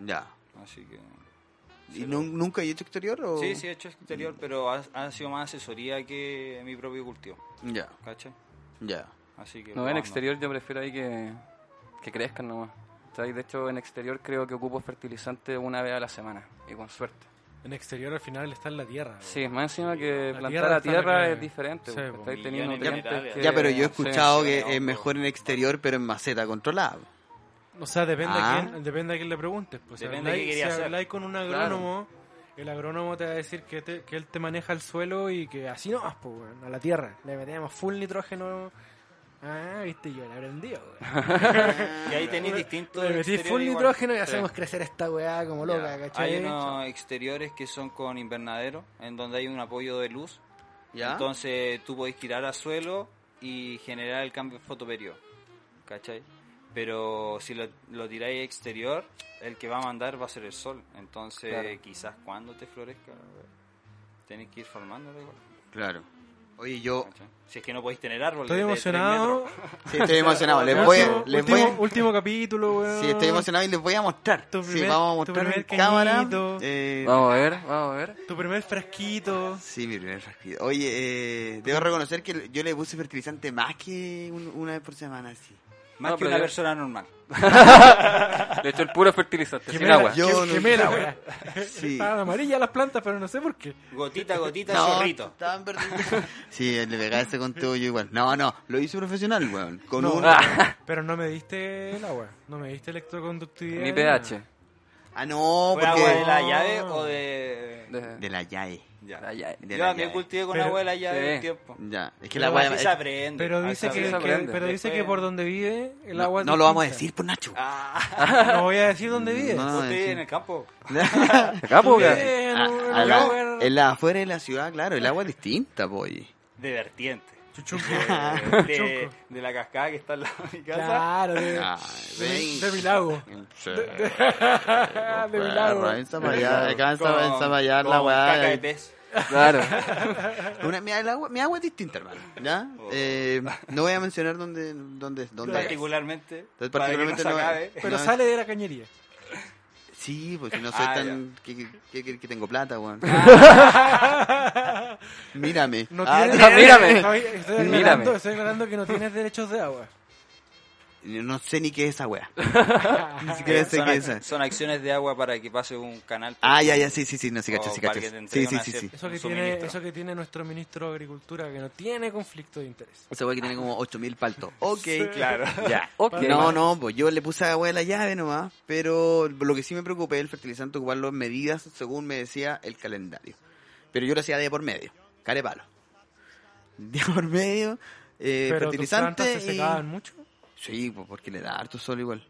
Speaker 3: Ya.
Speaker 1: Así que...
Speaker 3: ¿Y nun- nunca he hecho exterior? O...
Speaker 1: Sí, sí he hecho exterior, pero ha, ha sido más asesoría que mi propio cultivo.
Speaker 3: Ya,
Speaker 1: ¿Cachai?
Speaker 3: ya.
Speaker 1: Así que...
Speaker 4: No, en
Speaker 1: probando.
Speaker 4: exterior yo prefiero ahí que, que crezcan nomás. ¿cachai? De hecho, en exterior creo que ocupo fertilizante una vez a la semana, y con suerte.
Speaker 2: En exterior al final está en la tierra.
Speaker 4: Sí, más encima que
Speaker 2: La
Speaker 4: plantar
Speaker 2: tierra está
Speaker 4: la
Speaker 2: la
Speaker 4: tierra
Speaker 2: clave.
Speaker 4: es diferente.
Speaker 2: Sí,
Speaker 4: porque
Speaker 3: pues,
Speaker 2: po.
Speaker 4: estáis
Speaker 1: Millones
Speaker 4: teniendo
Speaker 1: de
Speaker 4: nutrientes
Speaker 1: minerales.
Speaker 4: que-
Speaker 3: Ya, pero yo he
Speaker 4: Eh, sí.
Speaker 3: escuchado
Speaker 1: sí,
Speaker 3: que
Speaker 1: no,
Speaker 3: es
Speaker 1: no.
Speaker 3: mejor en exterior, pero en maceta controlada.
Speaker 2: O sea, depende,
Speaker 3: Ah.
Speaker 2: a quién, depende a quién le preguntes. Pues, si
Speaker 1: Depende de
Speaker 2: habláis-
Speaker 1: qué quería
Speaker 2: si
Speaker 1: hacer.
Speaker 2: habláis con un agrónomo, el agrónomo te va a decir que, te- que él te maneja el suelo y que así no pues, weón, a la tierra. Le metemos full nitrógeno. Ah, viste, yo la aprendí, weón.
Speaker 1: Y ahí tenéis distintos...
Speaker 2: Le metí
Speaker 1: exteriores
Speaker 2: full
Speaker 1: igual.
Speaker 2: nitrógeno y hacemos crecer esta weá como loca,
Speaker 1: Ya.
Speaker 2: ¿cachai?
Speaker 1: Hay unos exteriores que son con invernadero, en donde hay un apoyo de luz.
Speaker 3: ¿Ya?
Speaker 1: Entonces tú podés girar a suelo y generar el cambio fotoperiodo. ¿Cachai? Pero si lo, lo tiráis exterior, el que va a mandar va a ser el sol. Entonces
Speaker 4: Claro.
Speaker 1: quizás cuando te florezca, tenés que ir formándolo igual.
Speaker 3: Claro. Oye, yo
Speaker 1: ¿cachai? Si es que no podéis tener árboles.
Speaker 2: Estoy
Speaker 1: de tres
Speaker 2: emocionado.
Speaker 1: metros.
Speaker 3: sí, estoy emocionado. Les voy,
Speaker 2: Último,
Speaker 3: a- les voy,
Speaker 2: último,
Speaker 3: a-
Speaker 2: último capítulo, weón.
Speaker 3: sí, estoy emocionado y les voy a mostrar.
Speaker 2: Tu
Speaker 3: Sí,
Speaker 2: primer-
Speaker 3: vamos a
Speaker 2: tu
Speaker 3: mostrar en
Speaker 2: primer
Speaker 3: cámara.
Speaker 2: cañito.
Speaker 3: eh,
Speaker 4: Vamos a ver, vamos a ver.
Speaker 2: Tu primer frasquito.
Speaker 3: Sí, mi primer respiro. Oye, eh, debo reconocer que yo le puse fertilizante más que un- una vez por semana, sí.
Speaker 1: Más
Speaker 4: No,
Speaker 1: que
Speaker 4: pero
Speaker 1: una
Speaker 4: yo-
Speaker 1: persona normal.
Speaker 4: De hecho, el puro fertilizante, sin
Speaker 2: Quemé la-
Speaker 4: agua.
Speaker 3: Yo
Speaker 2: que-
Speaker 3: no-
Speaker 2: quemé la weá.
Speaker 3: Sí.
Speaker 2: Estaban Ah, amarillas las plantas, pero no sé por qué.
Speaker 1: Gotita, gotita, chorrito.
Speaker 3: estaban perdidos. Sí, le pegaba ese conteo yo igual. No, no, lo hice profesional, weón. Con
Speaker 2: No.
Speaker 3: un...
Speaker 4: Ah,
Speaker 2: Pero no me diste el agua, no me diste electroconductividad.
Speaker 4: Mi pH.
Speaker 3: Ah, no,
Speaker 1: ¿Fue agua de
Speaker 3: porque...
Speaker 1: la llave o de...?
Speaker 4: De-
Speaker 3: De la YAE.
Speaker 1: Ya.
Speaker 4: La llave.
Speaker 3: De
Speaker 1: Yo
Speaker 3: la
Speaker 1: también
Speaker 3: llave.
Speaker 1: cultivé con
Speaker 2: Pero-
Speaker 1: agua de la llave
Speaker 4: Sí.
Speaker 1: un tiempo.
Speaker 3: Ya, es que
Speaker 1: Pero
Speaker 3: la agua...
Speaker 1: así se aprende.
Speaker 2: Pero dice,
Speaker 1: así
Speaker 4: se
Speaker 2: que, que-
Speaker 4: aprende.
Speaker 2: pero dice que
Speaker 1: Después-
Speaker 2: por donde vive el
Speaker 3: No,
Speaker 2: agua. es
Speaker 3: no lo vamos a decir
Speaker 2: distinta.
Speaker 3: por Nacho.
Speaker 1: Ah,
Speaker 2: No voy a decir dónde vive.
Speaker 3: No.
Speaker 1: usted
Speaker 3: Ah, sí.
Speaker 1: en el campo. Ah.
Speaker 4: Acá,
Speaker 2: Tú
Speaker 4: po, weón.
Speaker 2: vives en
Speaker 3: Ah,
Speaker 2: un
Speaker 3: a la-
Speaker 2: lugar-
Speaker 3: en la afuera de la ciudad, claro, el agua es distinta, boy.
Speaker 1: De vertiente.
Speaker 2: Chuchunco.
Speaker 1: De, de,
Speaker 2: Chuco.
Speaker 1: de la cascada que está al lado de mi casa.
Speaker 2: Claro,
Speaker 1: Eh,
Speaker 2: de,
Speaker 3: Ah,
Speaker 2: de, mi-
Speaker 3: ven.
Speaker 2: de mi lago. Ah,
Speaker 3: Sí.
Speaker 2: de mi lago.
Speaker 3: En Zapallá, acá en Zapa- en
Speaker 1: Con-
Speaker 3: Zapallá, la
Speaker 1: con caca
Speaker 3: weá.
Speaker 1: de
Speaker 3: es-
Speaker 1: pez.
Speaker 4: Claro.
Speaker 3: Una, mi, el agua, mi agua es distinta, hermano. ¿ya?
Speaker 1: Oh.
Speaker 3: Eh, no voy a mencionar dónde, dónde, dónde es.
Speaker 1: Particularmente.
Speaker 3: Entonces,
Speaker 1: para que no
Speaker 3: particularmente
Speaker 1: se
Speaker 3: no-
Speaker 1: acabe.
Speaker 2: Pero
Speaker 3: No.
Speaker 2: sale de la cañería.
Speaker 3: Sí, porque no soy
Speaker 1: Ah,
Speaker 3: tan. Que, que- que- que tengo plata, weón. Mírame.
Speaker 2: No
Speaker 3: Ah,
Speaker 2: tienes-
Speaker 4: no, mírame.
Speaker 2: Estoy, estoy
Speaker 4: Mírame.
Speaker 2: aclarando- estoy aclarando que no tienes derechos de agua.
Speaker 3: no, no sé ni qué es esa weá. ni siquiera sé
Speaker 1: son,
Speaker 3: qué
Speaker 1: ac-
Speaker 3: es esa.
Speaker 1: son acciones de agua para que pase un canal. por-
Speaker 3: Ah, ya, ya, sí, sí, sí, no sé,
Speaker 1: O
Speaker 3: cacho, sí,
Speaker 1: Oh, para
Speaker 3: cacho.
Speaker 1: que te
Speaker 3: Sí,
Speaker 1: entreguen
Speaker 3: sí,
Speaker 1: una
Speaker 3: sí, sí.
Speaker 1: cierta-
Speaker 2: Eso que,
Speaker 1: Un
Speaker 2: tiene,
Speaker 1: suministro.
Speaker 2: eso que tiene nuestro ministro de Agricultura, que no tiene conflicto de interés.
Speaker 3: Esa weá que tiene como 8000 paltos. Ok.
Speaker 1: Claro.
Speaker 3: Ya.
Speaker 4: Ok.
Speaker 3: No, no, pues yo le puse agua de la llave nomás, pero lo que sí me preocupé el fertilizante ocuparlo en medidas según me decía el calendario. Pero yo lo hacía día por medio, care palo. Día por medio, eh,
Speaker 2: Pero tus plantas
Speaker 3: fertilizante
Speaker 2: se
Speaker 3: y-
Speaker 2: secaban mucho.
Speaker 3: Sí, pues porque le da harto sol igual.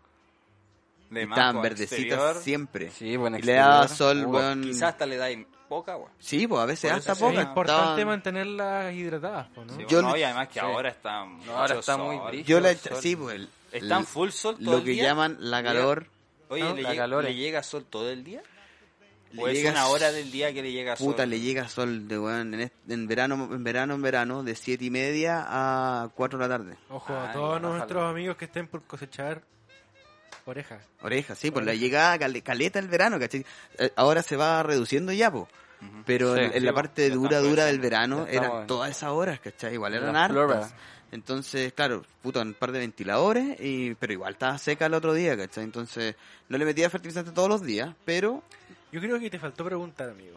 Speaker 1: De
Speaker 3: Y
Speaker 1: mango
Speaker 3: Estaban
Speaker 1: al
Speaker 3: verdecitas
Speaker 1: exterior. Oh,
Speaker 3: siempre.
Speaker 4: Sí, bueno,
Speaker 3: y le daba
Speaker 4: exterior.
Speaker 3: sol,
Speaker 4: Uh,
Speaker 3: weón.
Speaker 1: Quizás hasta le da in- poca agua.
Speaker 3: Sí, pues a veces
Speaker 1: Por
Speaker 3: hasta
Speaker 1: eso sí,
Speaker 3: poca.
Speaker 2: Es importante
Speaker 3: estaban-
Speaker 2: mantenerlas hidratadas, po, ¿no?
Speaker 1: Sí,
Speaker 3: Yo
Speaker 1: no,
Speaker 3: le-
Speaker 1: y además que ahora está.
Speaker 4: ahora
Speaker 1: mucho
Speaker 4: está
Speaker 1: sol.
Speaker 4: muy brillo.
Speaker 3: Yo la
Speaker 4: sol.
Speaker 3: sí, pues el-
Speaker 1: Está en
Speaker 3: el-
Speaker 1: full sol todo
Speaker 3: Lo
Speaker 1: el
Speaker 3: que
Speaker 1: día.
Speaker 3: llaman la calor.
Speaker 1: Oye,
Speaker 4: ¿no?
Speaker 1: ¿le,
Speaker 4: La
Speaker 1: lleg-
Speaker 4: calor.
Speaker 1: le llega sol todo el día?
Speaker 3: Le
Speaker 1: ¿O es
Speaker 3: llega
Speaker 1: una hora del día que le llega sol?
Speaker 3: Puta, le llega sol de weón en, est- en verano, en verano, en verano, de siete y media a 4 de la tarde.
Speaker 2: Ojo, a
Speaker 4: Ay,
Speaker 2: todos
Speaker 4: bájale.
Speaker 2: nuestros amigos que estén por cosechar orejas.
Speaker 3: Oreja, sí, por la llegada cale- caleta el verano, ¿cachai? Eh, ahora se va reduciendo ya, po. Pero
Speaker 4: Sí,
Speaker 3: en, en
Speaker 4: sí,
Speaker 3: la
Speaker 4: po.
Speaker 3: parte
Speaker 1: Ya
Speaker 3: dura,
Speaker 1: estamos
Speaker 3: dura del
Speaker 1: aprovechando.
Speaker 3: verano
Speaker 4: Ya estamos
Speaker 3: eran
Speaker 4: en-
Speaker 3: todas esas horas, ¿cachai? Igual
Speaker 4: en la
Speaker 3: eran
Speaker 4: flora.
Speaker 3: hartas. Entonces, claro, puta, un par de ventiladores, y, pero igual estaba seca el otro día, ¿cachai? Entonces, no le metía fertilizante todos los días, pero
Speaker 2: Yo creo que te faltó preguntar, amigo.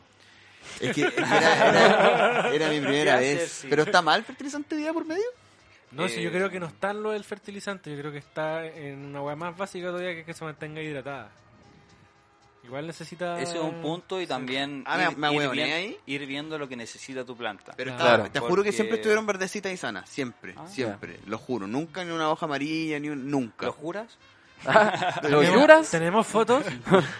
Speaker 3: es que, es que era, era- era mi primera
Speaker 1: hacer,
Speaker 3: vez.
Speaker 1: sí.
Speaker 3: Pero está mal fertilizante día por medio.
Speaker 2: No, si yo
Speaker 1: Eh,
Speaker 2: creo que no está en lo del fertilizante, yo creo que está en una hueá más básica todavía que es que se mantenga hidratada. Igual necesita...
Speaker 1: Ese es un punto y también
Speaker 3: Ah, me- me ahueoné
Speaker 1: vien-
Speaker 3: ahí.
Speaker 1: ir viendo lo que necesita tu planta.
Speaker 3: Pero
Speaker 2: Ah,
Speaker 3: estaba-
Speaker 4: claro.
Speaker 3: te juro que siempre
Speaker 1: Porque-
Speaker 3: estuvieron verdecitas y sanas, siempre,
Speaker 1: Ah,
Speaker 3: siempre, lo juro, nunca ni una hoja amarilla, ni un, nunca.
Speaker 1: ¿Lo juras?
Speaker 4: ¿Lo
Speaker 2: ¿Tenemos,
Speaker 4: juras?
Speaker 2: tenemos fotos,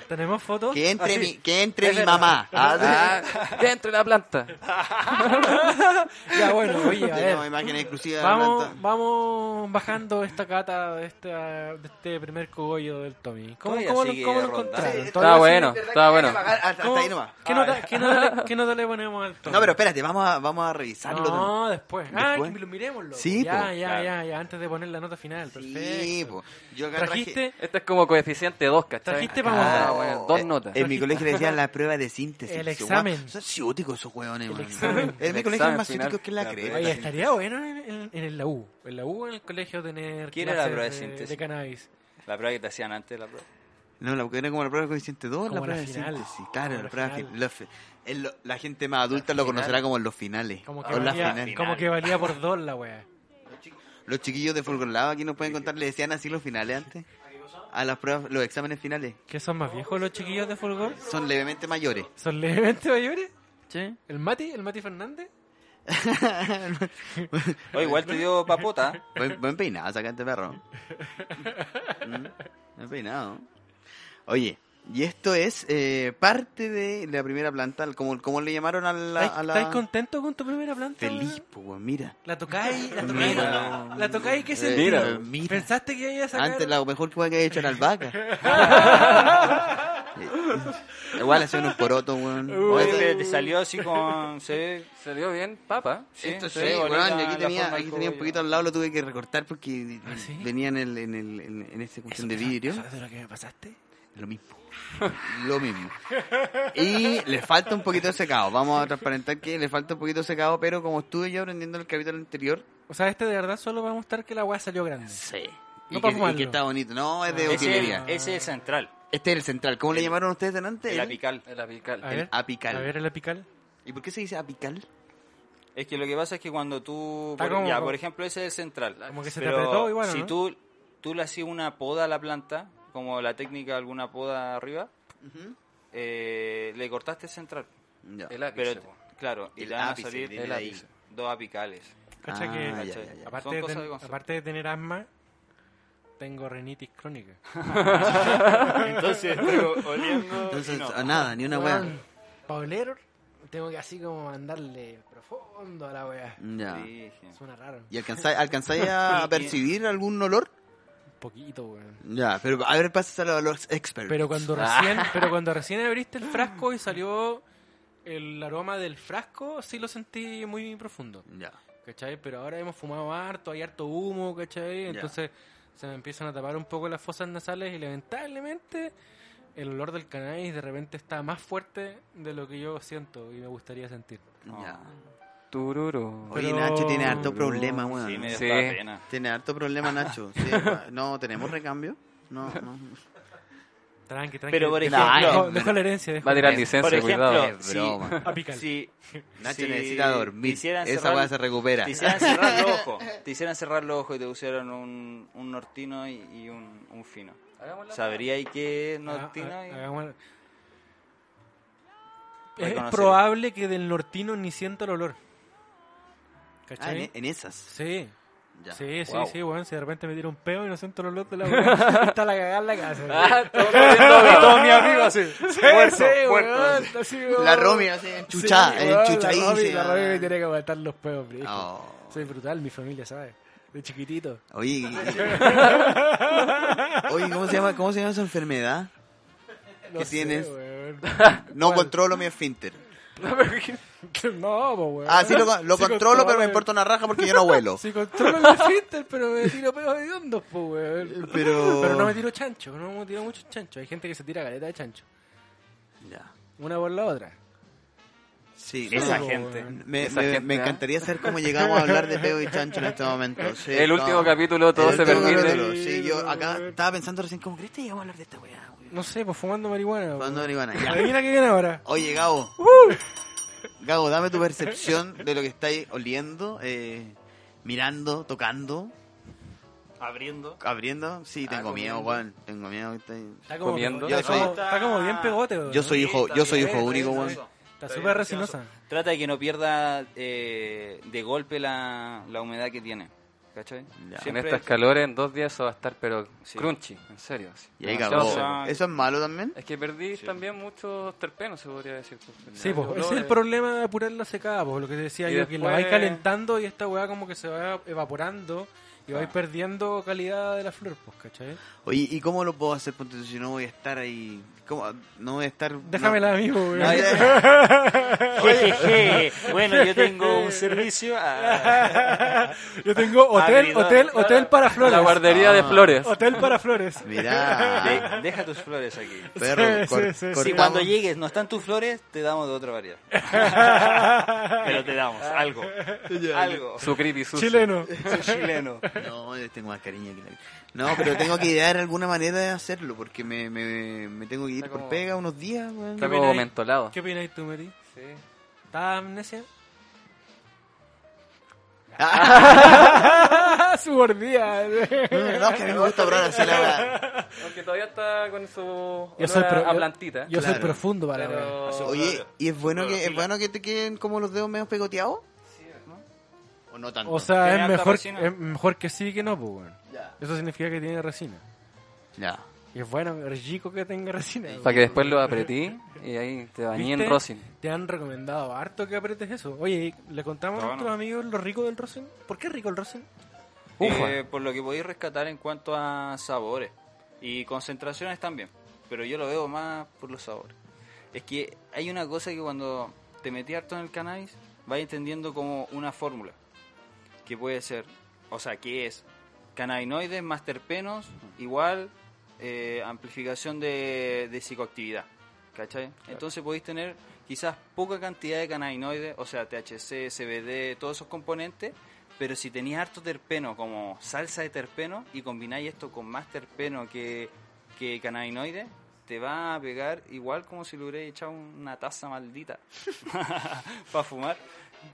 Speaker 2: tenemos fotos.
Speaker 3: Que entre
Speaker 2: Así.
Speaker 3: mi, que entre
Speaker 2: Es
Speaker 3: mi
Speaker 2: verdad.
Speaker 3: mamá. Ah,
Speaker 4: Ah, dentro de la planta.
Speaker 2: Ya, bueno,
Speaker 3: sí.
Speaker 2: Ah, oye, a ver.
Speaker 3: Tenemos imágenes exclusivas de la
Speaker 2: Vamos,
Speaker 3: planta.
Speaker 2: vamos bajando esta cata de, esta, de este primer cogollo del Tommy. ¿Cómo,
Speaker 1: Todavía
Speaker 2: cómo, lo-
Speaker 1: sigue
Speaker 2: cómo lo
Speaker 1: rondando.
Speaker 2: encontraron?
Speaker 3: Sí,
Speaker 4: Está
Speaker 3: sí,
Speaker 4: bueno,
Speaker 3: es verdad
Speaker 4: está
Speaker 3: que
Speaker 4: bueno.
Speaker 3: hay que bajar Hasta, hasta ahí
Speaker 2: ¿Cómo-
Speaker 3: nomás.
Speaker 2: ¿Qué nota, qué, nota, qué nota le ponemos al Tommy?
Speaker 3: No, pero espérate, vamos a, vamos a revisarlo. también.
Speaker 2: No, después. Ah,
Speaker 3: Después.
Speaker 2: que lo miremoslo.
Speaker 3: Sí,
Speaker 2: ya,
Speaker 3: po.
Speaker 2: ya,
Speaker 1: Claro.
Speaker 2: ya, ya, antes de poner la nota final. Perfecto.
Speaker 3: Sí, po. Yo acá
Speaker 2: Trajiste,
Speaker 4: Este es como coeficiente 2, ¿cachai?
Speaker 2: Trajiste pa'
Speaker 4: Ah,
Speaker 2: mostrar.
Speaker 4: bueno,
Speaker 3: Eh,
Speaker 4: dos notas.
Speaker 3: En mi colegio le decían la prueba de síntesis.
Speaker 2: El
Speaker 3: Esos
Speaker 2: examen.
Speaker 3: guan- Son ciúticos esos hueones, man.
Speaker 2: examen.
Speaker 3: En mi
Speaker 4: El
Speaker 3: colegio es
Speaker 4: examen
Speaker 3: más
Speaker 4: final.
Speaker 3: ciúticos que la
Speaker 1: La
Speaker 3: cresta.
Speaker 2: oye, estaría bueno en, en, en la U. En la U, en el colegio, tener
Speaker 1: ¿Quién era la
Speaker 2: clases
Speaker 1: prueba de
Speaker 2: de- de,
Speaker 1: síntesis?
Speaker 2: cannabis.
Speaker 1: La prueba que te hacían antes de la prueba.
Speaker 3: No, la era como la prueba de coeficiente 2, la
Speaker 2: Como la
Speaker 3: prueba de
Speaker 2: final.
Speaker 3: síntesis.
Speaker 2: Como
Speaker 3: Claro,
Speaker 2: la
Speaker 3: la prueba
Speaker 2: final.
Speaker 3: fin- la, fe- en lo- la gente más adulta lo conocerá como los finales.
Speaker 2: Como que,
Speaker 3: o la
Speaker 2: valía,
Speaker 3: final.
Speaker 2: como que valía por dos la wea.
Speaker 3: Los chiquillos de Fulgor Lava aquí nos pueden contar, le decían así los finales antes. A las pruebas, los exámenes finales.
Speaker 2: ¿Qué son más viejos los chiquillos de Fulgor?
Speaker 3: Son levemente mayores.
Speaker 2: ¿Son levemente mayores? ¿El Mati? ¿El Mati Fernández?
Speaker 1: Oye, igual te dio papota. ¿eh?
Speaker 3: Buen, buen peinado, sacante perro. Mm, Buen peinado. Oye, y esto es eh, parte de la primera planta, como, como le llamaron a la...
Speaker 2: ¿Estáis
Speaker 3: A la...
Speaker 2: estáis contento con tu primera planta?
Speaker 3: Feliz,
Speaker 2: weón?
Speaker 3: po, weón, mira.
Speaker 2: La tocáis, la tocáis.
Speaker 3: Mira.
Speaker 2: La tocáis, ¿qué
Speaker 3: Eh,
Speaker 2: sentido?
Speaker 3: mira.
Speaker 2: ¿Pensaste que iba a sacar?
Speaker 3: Antes lo mejor que había hecho era albahaca. Igual hacían un poroto, weón. O
Speaker 1: Oye,
Speaker 3: esa-
Speaker 1: te, te salió así con... Se ve...
Speaker 4: Se dio bien, papa.
Speaker 1: sí,
Speaker 3: Esto sí,
Speaker 1: se ve
Speaker 3: weón,
Speaker 1: bonita
Speaker 3: y aquí
Speaker 1: la
Speaker 3: tenía,
Speaker 1: forma ¿Ah, del
Speaker 3: aquí tenía un
Speaker 1: cogollo.
Speaker 3: poquito al lado, lo tuve que recortar porque
Speaker 2: sí?
Speaker 3: venía en, el, en, el, en, en esta cuestión de vidrio.
Speaker 2: ¿Sabes de lo que me pasaste?
Speaker 3: Lo mismo. Lo mismo. Y le falta un poquito de secado. Vamos a transparentar que le falta un poquito de secado, pero como estuve yo aprendiendo en el capítulo anterior,
Speaker 2: O sea, este de verdad solo va a mostrar que la weá salió grande.
Speaker 3: sí.
Speaker 2: No
Speaker 3: Y,
Speaker 2: para
Speaker 3: que, y
Speaker 2: fumarlo.
Speaker 3: que está bonito. No, es
Speaker 2: Ah.
Speaker 3: de
Speaker 1: Ese
Speaker 3: utilería.
Speaker 1: es ese es el central,
Speaker 3: Este es el central. ¿Cómo le llamaron ustedes delante?
Speaker 1: el
Speaker 3: El-
Speaker 1: apical.
Speaker 4: El apical.
Speaker 2: A ver,
Speaker 3: apical.
Speaker 2: A ver el apical.
Speaker 3: ¿Y por qué se dice apical?
Speaker 1: Es que lo que pasa es que cuando tú...
Speaker 2: Está
Speaker 1: por-
Speaker 2: como-
Speaker 1: ya,
Speaker 2: como-
Speaker 1: por ejemplo, ese es el central.
Speaker 2: Como que se te
Speaker 1: Pero
Speaker 2: apretó igual, ¿o
Speaker 1: Si
Speaker 2: no?
Speaker 1: tú, tú le hacías una poda a la planta, como la técnica alguna poda arriba,
Speaker 3: Ujú.
Speaker 1: eh, le cortaste el central.
Speaker 3: Ya.
Speaker 4: El ápice,
Speaker 1: Pero,
Speaker 4: po.
Speaker 1: claro, y
Speaker 3: El
Speaker 1: le van a
Speaker 3: ápice,
Speaker 1: salir
Speaker 3: viene
Speaker 4: de ahí.
Speaker 1: dos apicales.
Speaker 2: Cacha
Speaker 3: Ah,
Speaker 2: que
Speaker 3: ya,
Speaker 1: ¿cachai?
Speaker 3: ya, ya.
Speaker 2: Aparte
Speaker 1: Son
Speaker 2: de,
Speaker 1: cosas
Speaker 2: ten-
Speaker 1: de concepto.
Speaker 2: aparte de tener asma, tengo renitis crónica.
Speaker 1: Entonces, estoy oliendo.
Speaker 3: Entonces,
Speaker 1: y no.
Speaker 3: a nada, ni una wea.
Speaker 5: Weón, pa' oler, tengo que así como mandarle profundo a la wea.
Speaker 3: Ya.
Speaker 1: Dije.
Speaker 5: Suena raro.
Speaker 3: ¿Y alcanzáis, alcanzáis a
Speaker 1: Y-
Speaker 3: percibir algún olor?
Speaker 5: Un poquito, weón.
Speaker 3: Ya, pero a ver, pasas a los experts.
Speaker 2: Pero cuando recién, pero cuando recién abriste el frasco y salió el aroma del frasco, sí lo sentí muy profundo.
Speaker 3: Ya.
Speaker 2: ¿Cachai? Pero ahora hemos fumado harto, hay harto humo, ¿cachai?
Speaker 3: Ya.
Speaker 2: Entonces se me empiezan a tapar un poco las fosas nasales y lamentablemente el olor del cannabis de repente está más fuerte de lo que yo siento y me gustaría sentir.
Speaker 3: ya.
Speaker 4: Tururu.
Speaker 3: Oye,
Speaker 2: Pero-
Speaker 3: Nacho tiene harto problema, weón.
Speaker 1: Sí, me dio
Speaker 4: Sí.
Speaker 1: hasta pena.
Speaker 3: Tiene harto problema, Nacho. Sí, weón. no, ¿tenemos recambio? No, no.
Speaker 2: Tranqui, tranqui.
Speaker 1: Pero, por
Speaker 3: No,
Speaker 1: ejemplo,
Speaker 2: Dejo- dejo la herencia, dejo
Speaker 4: Va a tirar
Speaker 2: la herencia.
Speaker 1: por
Speaker 4: licencia, cuidado.
Speaker 1: ejemplo,
Speaker 3: Es
Speaker 1: si-
Speaker 3: broma.
Speaker 2: Apical.
Speaker 1: si,
Speaker 3: Nacho
Speaker 1: si
Speaker 3: necesita dormir.
Speaker 1: quisieran
Speaker 3: Esa
Speaker 1: cerrar-
Speaker 3: weá se recupera.
Speaker 1: Te hicieran cerrar los ojos. Te hicieran cerrar los ojos y te pusieran un, un nortino y, y un, un fino.
Speaker 4: Hagámosla.
Speaker 1: ¿Sabría y qué es
Speaker 2: Ah,
Speaker 1: nortino?
Speaker 2: ah,
Speaker 1: y-
Speaker 2: hagamos- Es
Speaker 1: Reconocer.
Speaker 2: probable que del nortino ni sienta el olor.
Speaker 3: Ah,
Speaker 2: ¿Cachai?
Speaker 3: en, en esas.
Speaker 2: Sí.
Speaker 3: Ya.
Speaker 2: Sí, sí,
Speaker 4: Wow.
Speaker 2: sí, weón. Si de repente me tiro un peo y no siento el olor de la weón.
Speaker 5: Está la cagada en la casa.
Speaker 4: Ah, todos corriendo, todos mis amigos así. Muerto, muerto.
Speaker 3: La Romy eh, así, enchuchada,
Speaker 5: La Romy,
Speaker 3: enchuchadísima.
Speaker 5: la Romy me tiene que aguantar los peos, bro.
Speaker 3: Oh.
Speaker 5: Soy brutal, mi familia, ¿sabes? De chiquitito.
Speaker 3: Oye, y- oye, ¿cómo se llama, cómo se llama esa enfermedad?
Speaker 5: No
Speaker 3: ¿Qué
Speaker 5: sé,
Speaker 3: tienes?
Speaker 5: weón.
Speaker 3: No controlo mi esfínter.
Speaker 5: No,
Speaker 2: pues,
Speaker 5: po, weón.
Speaker 3: Ah, sí lo, lo
Speaker 5: Sí
Speaker 3: controlo, pero me
Speaker 5: controlo.
Speaker 3: importa una raja porque yo no vuelo.
Speaker 5: Sí, controlo el filter, pero me tiro peos de hondos, po, weón.
Speaker 3: Pero.
Speaker 2: Pero no me tiro chancho, no me tiro mucho chancho. Hay gente que se tira galeta de chancho.
Speaker 3: Ya.
Speaker 5: Una por la otra.
Speaker 3: Sí,
Speaker 1: Esa
Speaker 3: no,
Speaker 1: gente.
Speaker 3: Me,
Speaker 4: Esa
Speaker 3: me-
Speaker 4: gente,
Speaker 3: me
Speaker 4: ¿eh?
Speaker 3: encantaría saber cómo llegamos a hablar de peo y chancho en este momento. Sí,
Speaker 4: El último
Speaker 3: no.
Speaker 4: capítulo todo
Speaker 3: El
Speaker 4: se
Speaker 3: último
Speaker 4: permite.
Speaker 3: capítulo, Sí, yo acá estaba pensando recién, ¿cómo crees que llegamos a hablar de esta weá, weón?
Speaker 2: No sé, pues fumando marihuana. weón.
Speaker 3: Cuando Nirvana, ya.
Speaker 5: Adivina qué viene ahora.
Speaker 3: Oye, Gabo. Gabo, dame tu percepción de lo que estáis oliendo, eh, mirando, tocando,
Speaker 1: Abriendo.
Speaker 3: abriendo. Sí,
Speaker 4: Ah,
Speaker 3: tengo miedo,
Speaker 4: comiendo.
Speaker 3: Juan. Tengo miedo. estoy-
Speaker 2: Está como,
Speaker 4: Comiendo.
Speaker 2: Está,
Speaker 3: Yo soy-
Speaker 2: como, está como bien pegote, weón.
Speaker 3: Yo soy hijo, yo soy
Speaker 2: bien,
Speaker 3: hijo
Speaker 2: está
Speaker 3: único,
Speaker 2: bien,
Speaker 3: Juan.
Speaker 2: está Está súper resinosa.
Speaker 1: Trata de que no pierda eh, de golpe la, la humedad que tiene. ¿Cachai?
Speaker 3: Ya.
Speaker 4: En
Speaker 1: Siempre-
Speaker 4: estas calores, en dos días eso va a estar, pero
Speaker 1: Sí.
Speaker 4: crunchy, en serio. así.
Speaker 3: Y ahí
Speaker 4: Demasiado
Speaker 3: cagó.
Speaker 4: seco.
Speaker 1: sé.
Speaker 3: ¿Eso es malo también?
Speaker 4: Es que perdí también muchos terpenos, se podría decir.
Speaker 2: Sí, pues,
Speaker 4: Olores.
Speaker 2: ese
Speaker 3: eh.
Speaker 2: es el problema de apurar la secada, pues, lo que te decía
Speaker 4: Y
Speaker 2: yo, que la
Speaker 4: después-
Speaker 2: vais calentando y esta weá como que se va evaporando y vais perdiendo calidad de la flor, pues, ¿cachai?
Speaker 3: Oye, ¿y cómo lo puedo hacer? Ponte tú, si no voy a estar ahí. ¿Cómo? No voy a estar.
Speaker 2: Déjamela a mí, po, weón.
Speaker 3: No, no,
Speaker 1: Jejeje. Bueno, yo tengo un servicio. ah,
Speaker 2: Yo tengo hotel,
Speaker 1: Habilidad.
Speaker 2: hotel, hotel para
Speaker 4: La
Speaker 2: flores.
Speaker 4: guardería de
Speaker 3: Ah.
Speaker 4: flores.
Speaker 2: Hotel para flores.
Speaker 3: Mirá,
Speaker 1: de- deja tus flores aquí.
Speaker 3: perro.
Speaker 2: Sí,
Speaker 3: cor-
Speaker 2: sí, sí,
Speaker 3: cortamos.
Speaker 1: Si cuando llegues no están tus flores, te damos de otra variedad. Pero te damos algo. Algo.
Speaker 4: Su creepy sushi.
Speaker 2: Chileno.
Speaker 1: Soy chileno.
Speaker 3: No, yo tengo más cariño que la No, pero tengo que idear alguna manera de hacerlo porque me, me, me tengo que ir
Speaker 4: Está
Speaker 3: por
Speaker 4: como-
Speaker 3: pega unos días, weón.
Speaker 4: Está
Speaker 2: Mira
Speaker 4: como
Speaker 2: ahí.
Speaker 4: mentolado.
Speaker 2: ¿Qué opináis tú, Meri?
Speaker 4: Sí.
Speaker 2: ¿Estás amnesia?
Speaker 5: Su mordida.
Speaker 3: No, es que a mí me gusta probar así la weá.
Speaker 4: Aunque todavía está con su olor
Speaker 5: Yo soy
Speaker 4: a-
Speaker 5: pro-
Speaker 4: a
Speaker 5: yo-
Speaker 4: plantita.
Speaker 5: Yo soy
Speaker 3: Claro.
Speaker 5: profundo para la wea.
Speaker 4: pero...
Speaker 3: Oye, ¿y es bueno que es bueno que te queden como los dedos medio pegoteados? ¿O no tanto?
Speaker 2: O sea,
Speaker 1: Tiene
Speaker 2: es
Speaker 1: harta
Speaker 2: mejor,
Speaker 1: resina.
Speaker 2: es mejor que sí que no, pues, weón.
Speaker 3: ya.
Speaker 2: Eso significa que tiene resina.
Speaker 3: Ya.
Speaker 2: Y es bueno, es rico que tenga resina. weón.
Speaker 4: Para que después lo apretí y ahí te bañé en
Speaker 2: ¿Viste?
Speaker 4: rosin.
Speaker 2: Te han recomendado harto que apretes eso. Oye, ¿y ¿le contamos
Speaker 1: Está
Speaker 2: a nuestros amigos lo rico del rosin? ¿Por qué es rico el rosin?
Speaker 4: Ufa.
Speaker 1: Eh, por lo que podéis rescatar en cuanto a sabores y concentraciones también. Pero yo lo veo más por los sabores. Es que hay una cosa que cuando te metí harto en el cannabis, vas entendiendo como una fórmula. Que puede ser, o sea, que es cannabinoides más terpenos igual eh, amplificación de, de psicoactividad. ¿Cachai? Entonces podéis tener quizás poca cantidad de cannabinoides, o sea, THC, CBD, todos esos componentes, pero si tenías harto terpeno como salsa de terpeno y combináis esto con más terpeno que, que cannabinoides, te va a pegar igual como si le hubiera echado una taza maldita para fumar.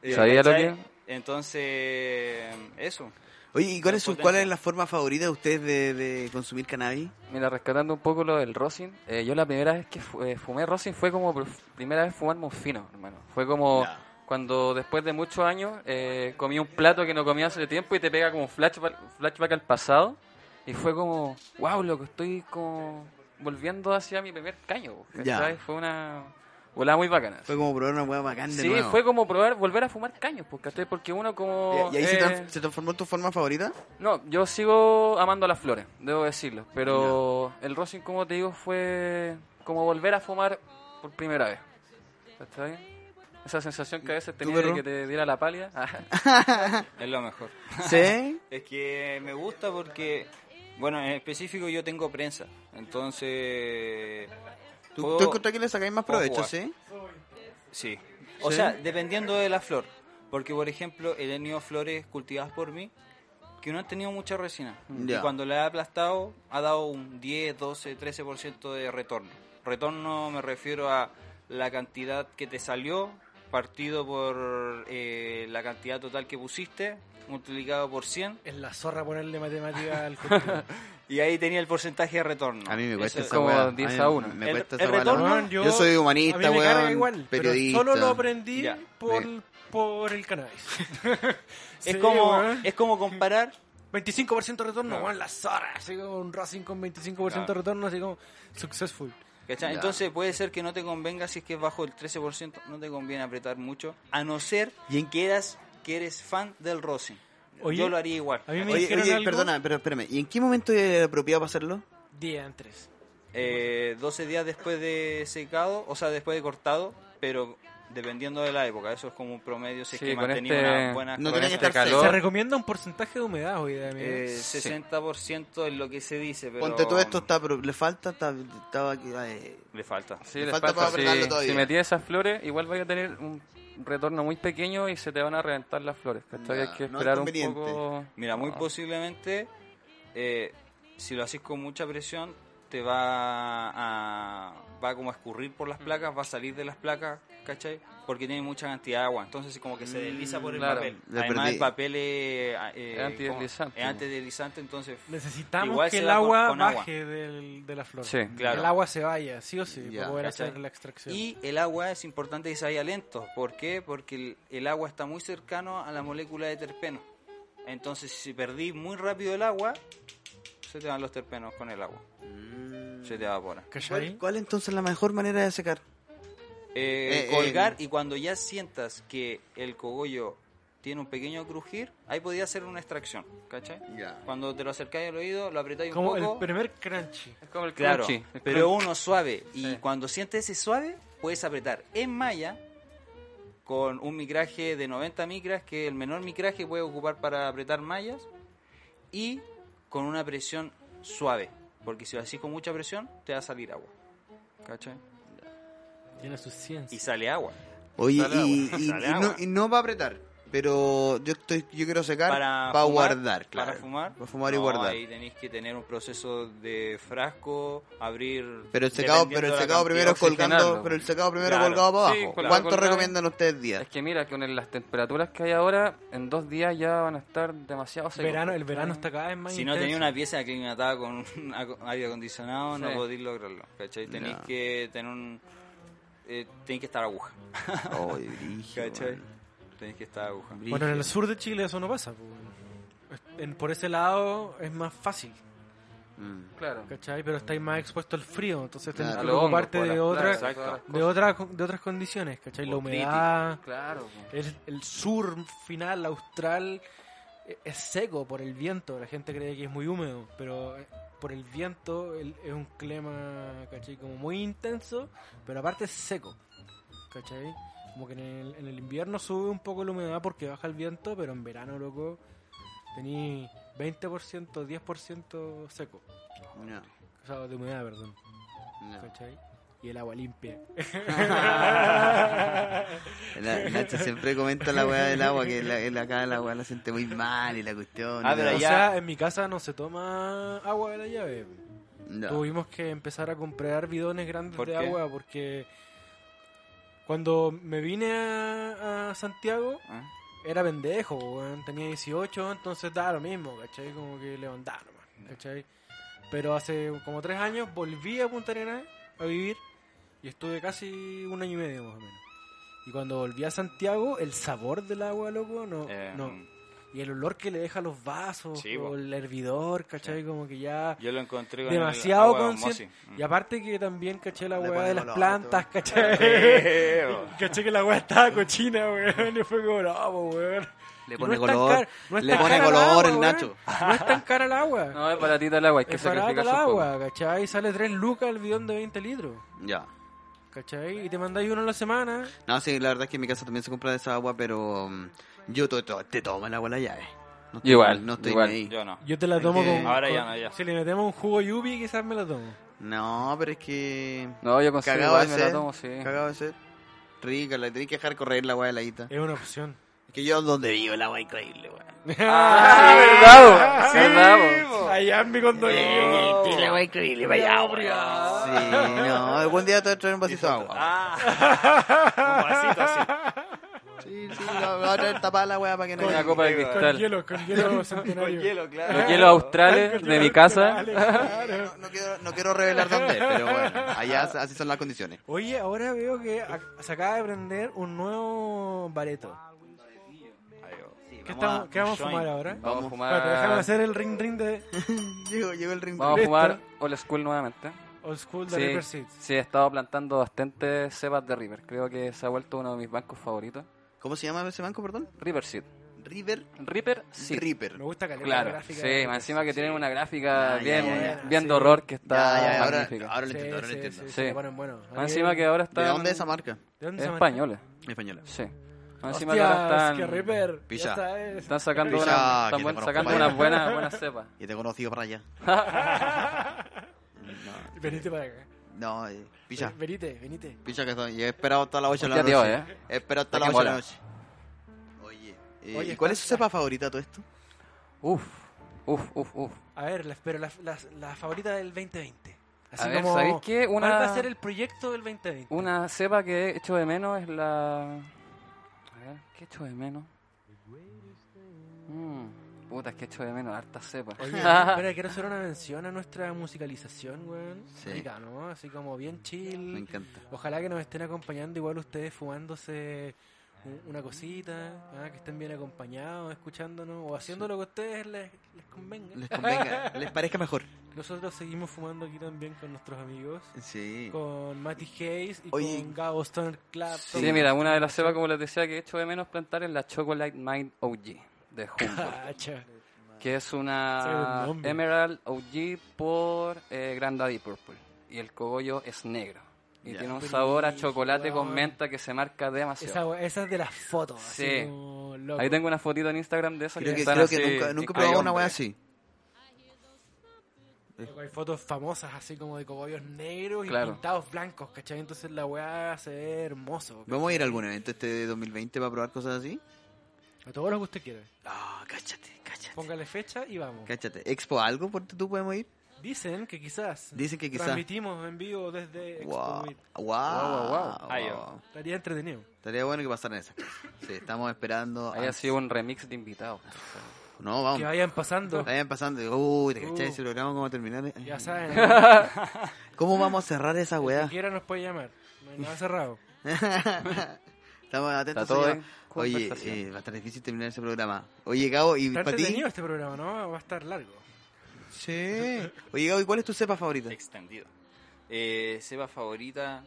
Speaker 1: Eh,
Speaker 4: ¿Sabía lo
Speaker 1: ¿cachai? Entonces, eso.
Speaker 3: Oye, ¿y cuál es, su,
Speaker 1: potencia.
Speaker 3: cuál es la forma favorita de ustedes de, de consumir cannabis?
Speaker 4: Mira, rescatando un poco lo del rosin, eh, yo la primera vez que fu- eh, fumé rosin fue como por f- primera vez fumarme un fino, hermano. Fue como
Speaker 3: Ya.
Speaker 4: cuando después de muchos años eh, comí un plato que no comía hace tiempo y te pega como un flashback, flashback al pasado. Y fue como, wow, loco, estoy como volviendo hacia mi primer caño.
Speaker 3: Ya.
Speaker 4: ¿cachai? Fue una volada muy bacana.
Speaker 3: Fue como probar una hueá bacán de
Speaker 4: Sí,
Speaker 3: nuevo.
Speaker 4: fue como probar, volver a fumar caños, pues, ¿cachai? Porque uno como...
Speaker 3: ¿Y y ahí se,
Speaker 4: eh,
Speaker 3: tran- se transformó en tu forma favorita?
Speaker 4: no, yo sigo amando las flores, debo decirlo. Pero el rosin, como te digo, fue como volver a fumar por primera vez. ¿Está bien? Esa sensación que a veces tenía de
Speaker 3: perro?
Speaker 4: que te diera la Ah, pálida.
Speaker 1: Es lo mejor.
Speaker 3: ¿Sí?
Speaker 1: Es que me gusta porque, bueno, en específico yo tengo prensa, entonces...
Speaker 3: ¿Tú,
Speaker 1: puedo-
Speaker 3: tú encontrás que le sacáis más
Speaker 1: puedo
Speaker 3: provecho,
Speaker 1: jugar.
Speaker 3: sí?
Speaker 1: Sí. O
Speaker 3: ¿Sí?
Speaker 1: sea, dependiendo de la flor. Porque, por ejemplo, he tenido flores cultivadas por mí que no han tenido mucha resina.
Speaker 3: Ya.
Speaker 1: Y cuando la he aplastado, ha dado un 10, 12, 13% de retorno. Retorno me refiero a la cantidad que te salió partido por eh, la cantidad total que pusiste, multiplicado por 100,
Speaker 2: Es la zorra ponerle matemática al cultivo.
Speaker 1: y ahí tenía el porcentaje de retorno.
Speaker 3: A mí me cuesta
Speaker 1: Eso-
Speaker 3: esa
Speaker 4: como
Speaker 3: hueá.
Speaker 4: 10
Speaker 3: mí
Speaker 4: a uno.
Speaker 3: Me
Speaker 1: El-
Speaker 3: cuesta
Speaker 1: el
Speaker 3: esa hueá. Ah, la
Speaker 1: retorno-
Speaker 3: verdad.
Speaker 2: Weón,
Speaker 1: Yo-
Speaker 3: Yo soy
Speaker 2: a mí
Speaker 3: humanista,
Speaker 2: me carga
Speaker 3: weón.
Speaker 2: igual,
Speaker 3: periodista.
Speaker 2: pero solo lo aprendí
Speaker 1: Ya,
Speaker 2: por,
Speaker 3: me-
Speaker 2: por el cannabis.
Speaker 1: Es,
Speaker 2: Sí,
Speaker 1: como,
Speaker 2: weón.
Speaker 1: es como comparar
Speaker 2: 25% retorno,
Speaker 1: Claro.
Speaker 2: weón, la zorra. Así como un Racing con 25%
Speaker 1: Claro.
Speaker 2: retorno, así como successful.
Speaker 1: ¿Cachai?
Speaker 3: Ya.
Speaker 1: Entonces puede ser que no te convenga si es que es bajo el 13%, no te conviene apretar mucho, a no ser
Speaker 3: ¿Y en
Speaker 1: que eras, que eres fan del rosin.
Speaker 2: Oye,
Speaker 1: Yo lo haría igual.
Speaker 2: a mí me-
Speaker 3: Oye,
Speaker 2: dijeron
Speaker 3: oye,
Speaker 2: algo?
Speaker 3: perdona, pero espérame. ¿Y en qué momento es apropiado para hacerlo?
Speaker 2: Día antes.
Speaker 1: Eh, 12 días después de secado, o sea, después de cortado, pero dependiendo de la época, eso es como un promedio, si
Speaker 4: Sí,
Speaker 1: es que
Speaker 4: con
Speaker 1: mantenía
Speaker 4: este-
Speaker 1: una
Speaker 2: Ah,
Speaker 1: buena...
Speaker 3: No
Speaker 4: Con
Speaker 3: tenía que
Speaker 4: este
Speaker 3: estar seco.
Speaker 4: Yo-
Speaker 2: Se
Speaker 4: calor.
Speaker 2: recomienda un porcentaje de humedad hoy, de amigo.
Speaker 1: eh, 60% es lo que se dice, pero...
Speaker 3: Ponte todo esto, está, pero le falta, está, estaba aquí, eh,
Speaker 1: Le falta.
Speaker 4: Sí,
Speaker 3: Me
Speaker 4: les
Speaker 3: falta
Speaker 4: pasa,
Speaker 3: para apretarlo
Speaker 4: si,
Speaker 3: todavía.
Speaker 4: si metí esas flores, igual vaya a tener un retorno muy pequeño y se te van a reventar las flores. ¿cachai?
Speaker 3: Ya,
Speaker 4: Hay que
Speaker 3: no es
Speaker 4: esperar un
Speaker 3: conveniente.
Speaker 4: poco.
Speaker 1: Mira, muy
Speaker 4: No.
Speaker 1: posiblemente, eh, si lo haces con mucha presión, te va a, va como a escurrir por las placas, va a salir de las placas, ¿cachai? Porque tiene mucha cantidad de agua. Entonces, como que se desliza por el
Speaker 4: claro.
Speaker 1: papel.
Speaker 3: Le
Speaker 1: Además,
Speaker 3: perdí.
Speaker 1: el papel es, eh,
Speaker 4: Es antideslizante.
Speaker 1: es antideslizante, entonces.
Speaker 2: Necesitamos
Speaker 1: Igual
Speaker 2: que
Speaker 1: se
Speaker 2: el
Speaker 1: da con-
Speaker 2: agua
Speaker 1: con agua.
Speaker 2: baje del- de la flor.
Speaker 4: Sí.
Speaker 2: Que
Speaker 1: Claro.
Speaker 2: El agua se vaya, sí o sí,
Speaker 3: Ya,
Speaker 2: para poder
Speaker 1: ¿cachai?
Speaker 2: hacer la extracción.
Speaker 1: Y el agua es importante que se vaya lento. ¿Por qué? Porque el, el agua está muy cercano a la molécula de terpeno. Entonces, si perdí muy rápido el agua, se te van los terpenos con el agua. Se te evapora.
Speaker 2: ¿Cachai?
Speaker 3: ¿Cuál, cuál entonces es la mejor manera de secar?
Speaker 1: Eh,
Speaker 3: Eh,
Speaker 1: colgar
Speaker 3: eh.
Speaker 1: y cuando ya sientas que el cogollo tiene un pequeño crujir, ahí podía hacer una extracción, ¿cachai?
Speaker 3: Ya.
Speaker 1: Cuando te lo acercáis al oído, lo apretáis un
Speaker 2: Como el
Speaker 1: poco.
Speaker 2: primer crunchy.
Speaker 4: Es como el
Speaker 1: claro,
Speaker 4: crunchy, el
Speaker 1: pero
Speaker 4: crunchy.
Speaker 1: uno suave. Y
Speaker 4: Sí.
Speaker 1: cuando sientes ese suave, puedes apretar en malla con un micraje de 90 micras, que es el menor micraje que puedes ocupar para apretar mallas, y con una presión suave. Porque si lo haces con mucha presión, te va a salir agua. ¿Cachai?
Speaker 2: Tiene su ciencia.
Speaker 1: Y sale agua.
Speaker 3: Oye,
Speaker 4: Sale
Speaker 3: y,
Speaker 1: agua.
Speaker 3: y-
Speaker 1: Sale
Speaker 3: y no,
Speaker 1: agua.
Speaker 3: y no va a apretar, pero yo estoy, yo quiero secar
Speaker 1: para
Speaker 3: para,
Speaker 1: fumar,
Speaker 3: guardar, claro.
Speaker 1: Para fumar.
Speaker 3: Para fumar y
Speaker 1: No,
Speaker 3: guardar.
Speaker 1: Ahí tenéis que tener un proceso de frasco, abrir.
Speaker 3: Pero el secado,
Speaker 1: dependiendo
Speaker 3: pero el
Speaker 1: de la
Speaker 3: secado
Speaker 1: cantidad.
Speaker 3: primero colgando,
Speaker 4: oxigenarlo.
Speaker 3: pero el secado primero
Speaker 1: Claro.
Speaker 3: colgado para
Speaker 4: Sí,
Speaker 3: abajo.
Speaker 4: colgado,
Speaker 3: ¿Cuánto
Speaker 4: colgado.
Speaker 3: recomiendan ustedes días?
Speaker 4: Es que mira, con el- las temperaturas que hay ahora, en dos días ya van a estar demasiado secos.
Speaker 2: Verano, el verano está cada vez más
Speaker 1: Si no
Speaker 2: intenso.
Speaker 1: tenéis una pieza aclimatada con un aco- aire acondicionado, no
Speaker 4: Sí.
Speaker 1: podéis lograrlo. ¿Cachai? Tenéis
Speaker 3: No.
Speaker 1: que tener un. eh, tenéis que estar aguja.
Speaker 3: Oye, brígido,
Speaker 1: ¿Cachai?
Speaker 3: weón.
Speaker 1: Tenéis que estar aguja.
Speaker 2: Bueno, en el sur de Chile eso no pasa. pues. En- por ese lado es más fácil,
Speaker 3: Mm.
Speaker 4: Claro.
Speaker 2: ¿cachai? Pero estáis más expuesto al frío, entonces
Speaker 3: Claro.
Speaker 2: tenéis
Speaker 4: A
Speaker 2: que
Speaker 4: los hongos,
Speaker 2: preocuparte
Speaker 4: por
Speaker 2: de,
Speaker 4: las
Speaker 2: otras,
Speaker 4: plagas,
Speaker 1: Exacto.
Speaker 4: todas las
Speaker 2: de,
Speaker 4: cosas.
Speaker 2: otra, de otras condiciones, ¿cachai? La
Speaker 1: Botrytis.
Speaker 2: humedad,
Speaker 4: Claro. po.
Speaker 2: el, el sur final austral eh, es seco por el viento, la gente cree que es muy húmedo, pero eh, por el viento el- es un clima, ¿cachai? Como muy intenso, pero aparte es seco, ¿cachai? Como que en el, en el invierno sube un poco la humedad porque baja el viento, pero en verano, loco, tení 20%, 10% seco,
Speaker 3: No,
Speaker 2: o sea, de humedad, perdón,
Speaker 3: no.
Speaker 2: ¿cachai? Y el agua limpia.
Speaker 3: La- Nacho siempre comenta la weá del agua, que la, el- acá la weá la siente muy mal y la cuestión.
Speaker 1: Ah,
Speaker 3: y
Speaker 1: pero
Speaker 3: todo.
Speaker 2: O
Speaker 1: allá-
Speaker 2: sea, en mi casa no se toma agua de la llave.
Speaker 3: No.
Speaker 2: Tuvimos que empezar a comprar bidones grandes
Speaker 1: ¿Por
Speaker 2: de
Speaker 1: qué?
Speaker 2: agua porque cuando me vine a, a Santiago
Speaker 1: ¿Ah?
Speaker 2: era pendejo, weón. Tenía 18, entonces daba lo mismo, ¿cachai? Como que levantaba nomás, ¿cachai? Pero hace como tres años volví a Punta Arenas a vivir y estuve casi un año y medio más o menos. Y cuando volví a Santiago, el sabor del agua, loco, no,
Speaker 1: Eh,
Speaker 2: no. Y el olor que le deja a los vasos,
Speaker 1: Sí,
Speaker 2: o
Speaker 1: po.
Speaker 2: el hervidor, ¿cachai? Como que ya...
Speaker 1: Yo lo encontré con el
Speaker 2: demasiado
Speaker 1: agua de Mm.
Speaker 2: consciente.
Speaker 1: osmosis.
Speaker 2: Y aparte que también caché la weá
Speaker 3: Le
Speaker 2: de
Speaker 3: ponemos
Speaker 2: las
Speaker 3: los
Speaker 2: plantas, caché.
Speaker 1: Sí,
Speaker 2: caché que la weá estaba cochina, weón. Y fue como, no, po, weón.
Speaker 3: Le
Speaker 2: Y
Speaker 3: pone
Speaker 2: es tan
Speaker 3: color,
Speaker 2: cara- no es
Speaker 3: le
Speaker 2: tan
Speaker 3: pone
Speaker 2: cara el
Speaker 3: color
Speaker 2: agua,
Speaker 3: el
Speaker 2: weón.
Speaker 3: Nacho.
Speaker 2: No es tan cara el agua.
Speaker 4: No, es baratita el agua, hay que
Speaker 2: es barato
Speaker 4: sacrificar
Speaker 2: el
Speaker 4: sus
Speaker 2: agua, ¿cachai? Sale 3 lucas el bidón de 20 litros,
Speaker 3: Ya.
Speaker 2: ¿cachai? Y te mandáis uno a la semana.
Speaker 3: No, sí, la verdad es que en mi casa también se compra de esa agua, pero mm, yo to- to- te tomo el agua a la llave. No estoy-
Speaker 4: Igual,
Speaker 3: no estoy
Speaker 4: igual.
Speaker 3: ahí.
Speaker 1: Yo no.
Speaker 2: Yo te la tomo
Speaker 3: que-
Speaker 2: con...
Speaker 1: Ahora ya
Speaker 2: con-
Speaker 1: no, ya.
Speaker 2: Si le metemos un jugo yubi, quizás me la tomo.
Speaker 3: No, pero es que.
Speaker 4: No, yo consigo
Speaker 3: Cagado de
Speaker 4: igual, me la
Speaker 3: ser.
Speaker 4: tomo, sí.
Speaker 3: Cagado de ser. Rica, la tenés que dejar correr la agua de la guita.
Speaker 2: Es una opción.
Speaker 3: Es que yo donde vivo el agua increíble, weón.
Speaker 4: Ah, verdad, sí, verdad, po.
Speaker 2: Allá pues, en mi condominio.
Speaker 3: increíble, vaya agua. Sí, no, algún día te voy a traer un vasito de agua.
Speaker 1: Ah, un vasito así.
Speaker 3: Sí, sí, lo, lo voy a traer tapada la weá para que no
Speaker 4: Una
Speaker 3: haya-
Speaker 4: copa de
Speaker 1: Con
Speaker 2: Con
Speaker 4: cristal.
Speaker 2: hielo, con hielo centenario.
Speaker 1: claro.
Speaker 4: Los hielos australes de mi casa.
Speaker 2: Claro.
Speaker 3: No, no quiero, no quiero revelar dónde es, pero bueno, allá así son las condiciones.
Speaker 2: Oye, ahora veo que ac- se acaba de prender un nuevo bareto. ¿Qué, estamos, qué vamos a fumar ahora?
Speaker 4: Vamos a
Speaker 2: Espérate, déjame
Speaker 4: fumar.
Speaker 2: hacer el ring ring de
Speaker 3: Llegó, llegó el ring.
Speaker 4: Vamos a
Speaker 2: Listo.
Speaker 4: fumar Old School nuevamente.
Speaker 2: Old School de
Speaker 4: Sí,
Speaker 2: River Seeds.
Speaker 4: sí, he estado plantando bastantes cepas de River. Creo que se ha vuelto uno de mis bancos favoritos.
Speaker 3: ¿Cómo se llama ese banco, perdón?
Speaker 4: River Seed.
Speaker 3: River
Speaker 4: River Seed.
Speaker 3: Reaper.
Speaker 2: Me gusta caleta la
Speaker 4: Claro,
Speaker 2: gráfica.
Speaker 4: sí, más encima que tienen una gráfica
Speaker 3: Ah, Ya, ya,
Speaker 4: bien,
Speaker 3: ya,
Speaker 2: ya.
Speaker 4: bien
Speaker 2: Sí.
Speaker 4: de horror que está
Speaker 3: Ya, ya, ahora,
Speaker 4: magnífica.
Speaker 3: ahora lo
Speaker 2: Sí,
Speaker 3: entiendo, ahora lo
Speaker 2: sí,
Speaker 3: entiendo.
Speaker 2: sí,
Speaker 4: Sí.
Speaker 2: se ponen buenos.
Speaker 4: Más encima que ahora está
Speaker 3: ¿De dónde es esa marca?
Speaker 2: ¿De dónde se llama?
Speaker 4: española,
Speaker 3: Española.
Speaker 4: eh, sí. Más encima que ahora
Speaker 2: Hostias, que
Speaker 4: están,
Speaker 2: River. ya
Speaker 3: Pilla.
Speaker 2: sabes.
Speaker 4: están sacando,
Speaker 3: Pilla,
Speaker 4: una,
Speaker 3: que
Speaker 4: están
Speaker 3: te
Speaker 4: buen-
Speaker 3: conozco,
Speaker 4: sacando
Speaker 3: vaya.
Speaker 4: unas buenas, buenas cepas.
Speaker 3: Y te he conocido para allá.
Speaker 2: Venite para acá.
Speaker 3: No, eh, pilla.
Speaker 2: Venite, venite.
Speaker 3: Pilla que estoy. He esperado toda la ocho de la
Speaker 4: Ya te
Speaker 3: noche.
Speaker 4: voy, eh.
Speaker 3: He esperado toda
Speaker 4: Ya
Speaker 3: la
Speaker 4: que
Speaker 3: ocho de la
Speaker 4: mola.
Speaker 3: noche. Oye, eh,
Speaker 2: Oye,
Speaker 3: ¿y cuál es su cepa favorita de todo esto?
Speaker 4: Uf, uf, uf, uf.
Speaker 2: A ver, la- pero la, la, la favorita del 2020. Así
Speaker 4: A ver,
Speaker 2: como,
Speaker 4: ¿sabéis qué?
Speaker 2: ¿Cuál va a ser
Speaker 4: Una,
Speaker 2: el proyecto del 2020?
Speaker 4: una cepa que he hecho de menos es la... A ver, ¿qué he hecho de menos? Mm, puta, es que he hecho de menos harta cepa.
Speaker 2: Oye, espera, quiero hacer una mención a nuestra musicalización, weón.
Speaker 3: Sí.
Speaker 2: Rica, ¿no? Así como bien
Speaker 3: Me
Speaker 2: chill.
Speaker 3: encanta.
Speaker 2: Ojalá que nos estén acompañando igual ustedes fumándose un- una cosita, ah, que estén bien acompañados, escuchándonos o haciendo lo que a ustedes les, les convenga.
Speaker 3: Les convenga, les parezca mejor.
Speaker 2: Nosotros seguimos fumando aquí también con nuestros amigos,
Speaker 3: Sí.
Speaker 2: con Matty Hayes y
Speaker 3: Oye.
Speaker 2: con Gabo Ah, Stone Clapton.
Speaker 4: Sí, mira, una de las cepas, como les decía, que he hecho de menos plantar es la Chocolate Mind OG de Humboldt,
Speaker 2: Cacha.
Speaker 3: Ah.
Speaker 4: que es
Speaker 2: Sabe
Speaker 4: una
Speaker 2: el nombre.
Speaker 4: Emerald OG por eh, Grand Daddy Purple. Y el cogollo es negro. Y
Speaker 3: Ya.
Speaker 4: tiene un sabor a chocolate
Speaker 2: Weón.
Speaker 4: con menta que se marca demasiado.
Speaker 2: Esa, esa es de las fotos. así
Speaker 4: Sí.
Speaker 2: como loco.
Speaker 4: Ahí tengo una fotito en Instagram de esa
Speaker 3: Creo que,
Speaker 4: están
Speaker 3: creo que
Speaker 4: así,
Speaker 3: nunca, nunca he
Speaker 4: hay
Speaker 3: probado una
Speaker 4: hombre.
Speaker 3: wea así.
Speaker 2: Hay fotos famosas así como de cogollos negros y
Speaker 4: Claro.
Speaker 2: pintados blancos, ¿cachai? Entonces la weá se ve hermoso. ¿cachai?
Speaker 3: ¿Vamos a ir a algún evento este 2020 para probar cosas así?
Speaker 2: A todos los que usted quiera.
Speaker 3: Ah, cáchate, cáchate.
Speaker 2: Póngale fecha y vamos.
Speaker 3: Cáchate. ¿Expo algo? ¿Por tú podemos ir?
Speaker 2: Dicen que quizás.
Speaker 3: Dicen que quizás.
Speaker 2: Transmitimos en vivo desde Expo
Speaker 3: Wow.
Speaker 2: Meet.
Speaker 3: Wow.
Speaker 4: wow, wow.
Speaker 1: Ah, yo.
Speaker 3: Wow.
Speaker 2: Estaría entretenido.
Speaker 3: Estaría bueno que pasaran esas cosas. Sí, estamos esperando.
Speaker 4: Ahí
Speaker 3: a-
Speaker 4: ha sido un remix de invitados.
Speaker 3: No,
Speaker 2: Que
Speaker 3: vamos.
Speaker 2: vayan pasando.
Speaker 3: Vayan pasando. Uy, te cachai
Speaker 2: Uh.
Speaker 3: ese programa, cómo va a terminar. Eh,
Speaker 2: Ya saben. ¿no?
Speaker 3: ¿Cómo vamos a cerrar esa
Speaker 2: Quien
Speaker 3: weá?
Speaker 2: quiera nos puede llamar. No hay nada cerrado.
Speaker 3: Estamos atentos.
Speaker 4: Está todo
Speaker 3: señor.
Speaker 4: en
Speaker 3: Oye,
Speaker 4: conversación.
Speaker 3: eh, va a estar difícil terminar ese programa. Oye, Gabo, ¿y
Speaker 2: Está
Speaker 3: para ti?
Speaker 2: entretenido este programa, ¿no? Va a estar largo.
Speaker 3: Sí. Oye, Gabo, ¿y cuál es tu cepa favorita?
Speaker 1: Extendido. Eh, Seba favorita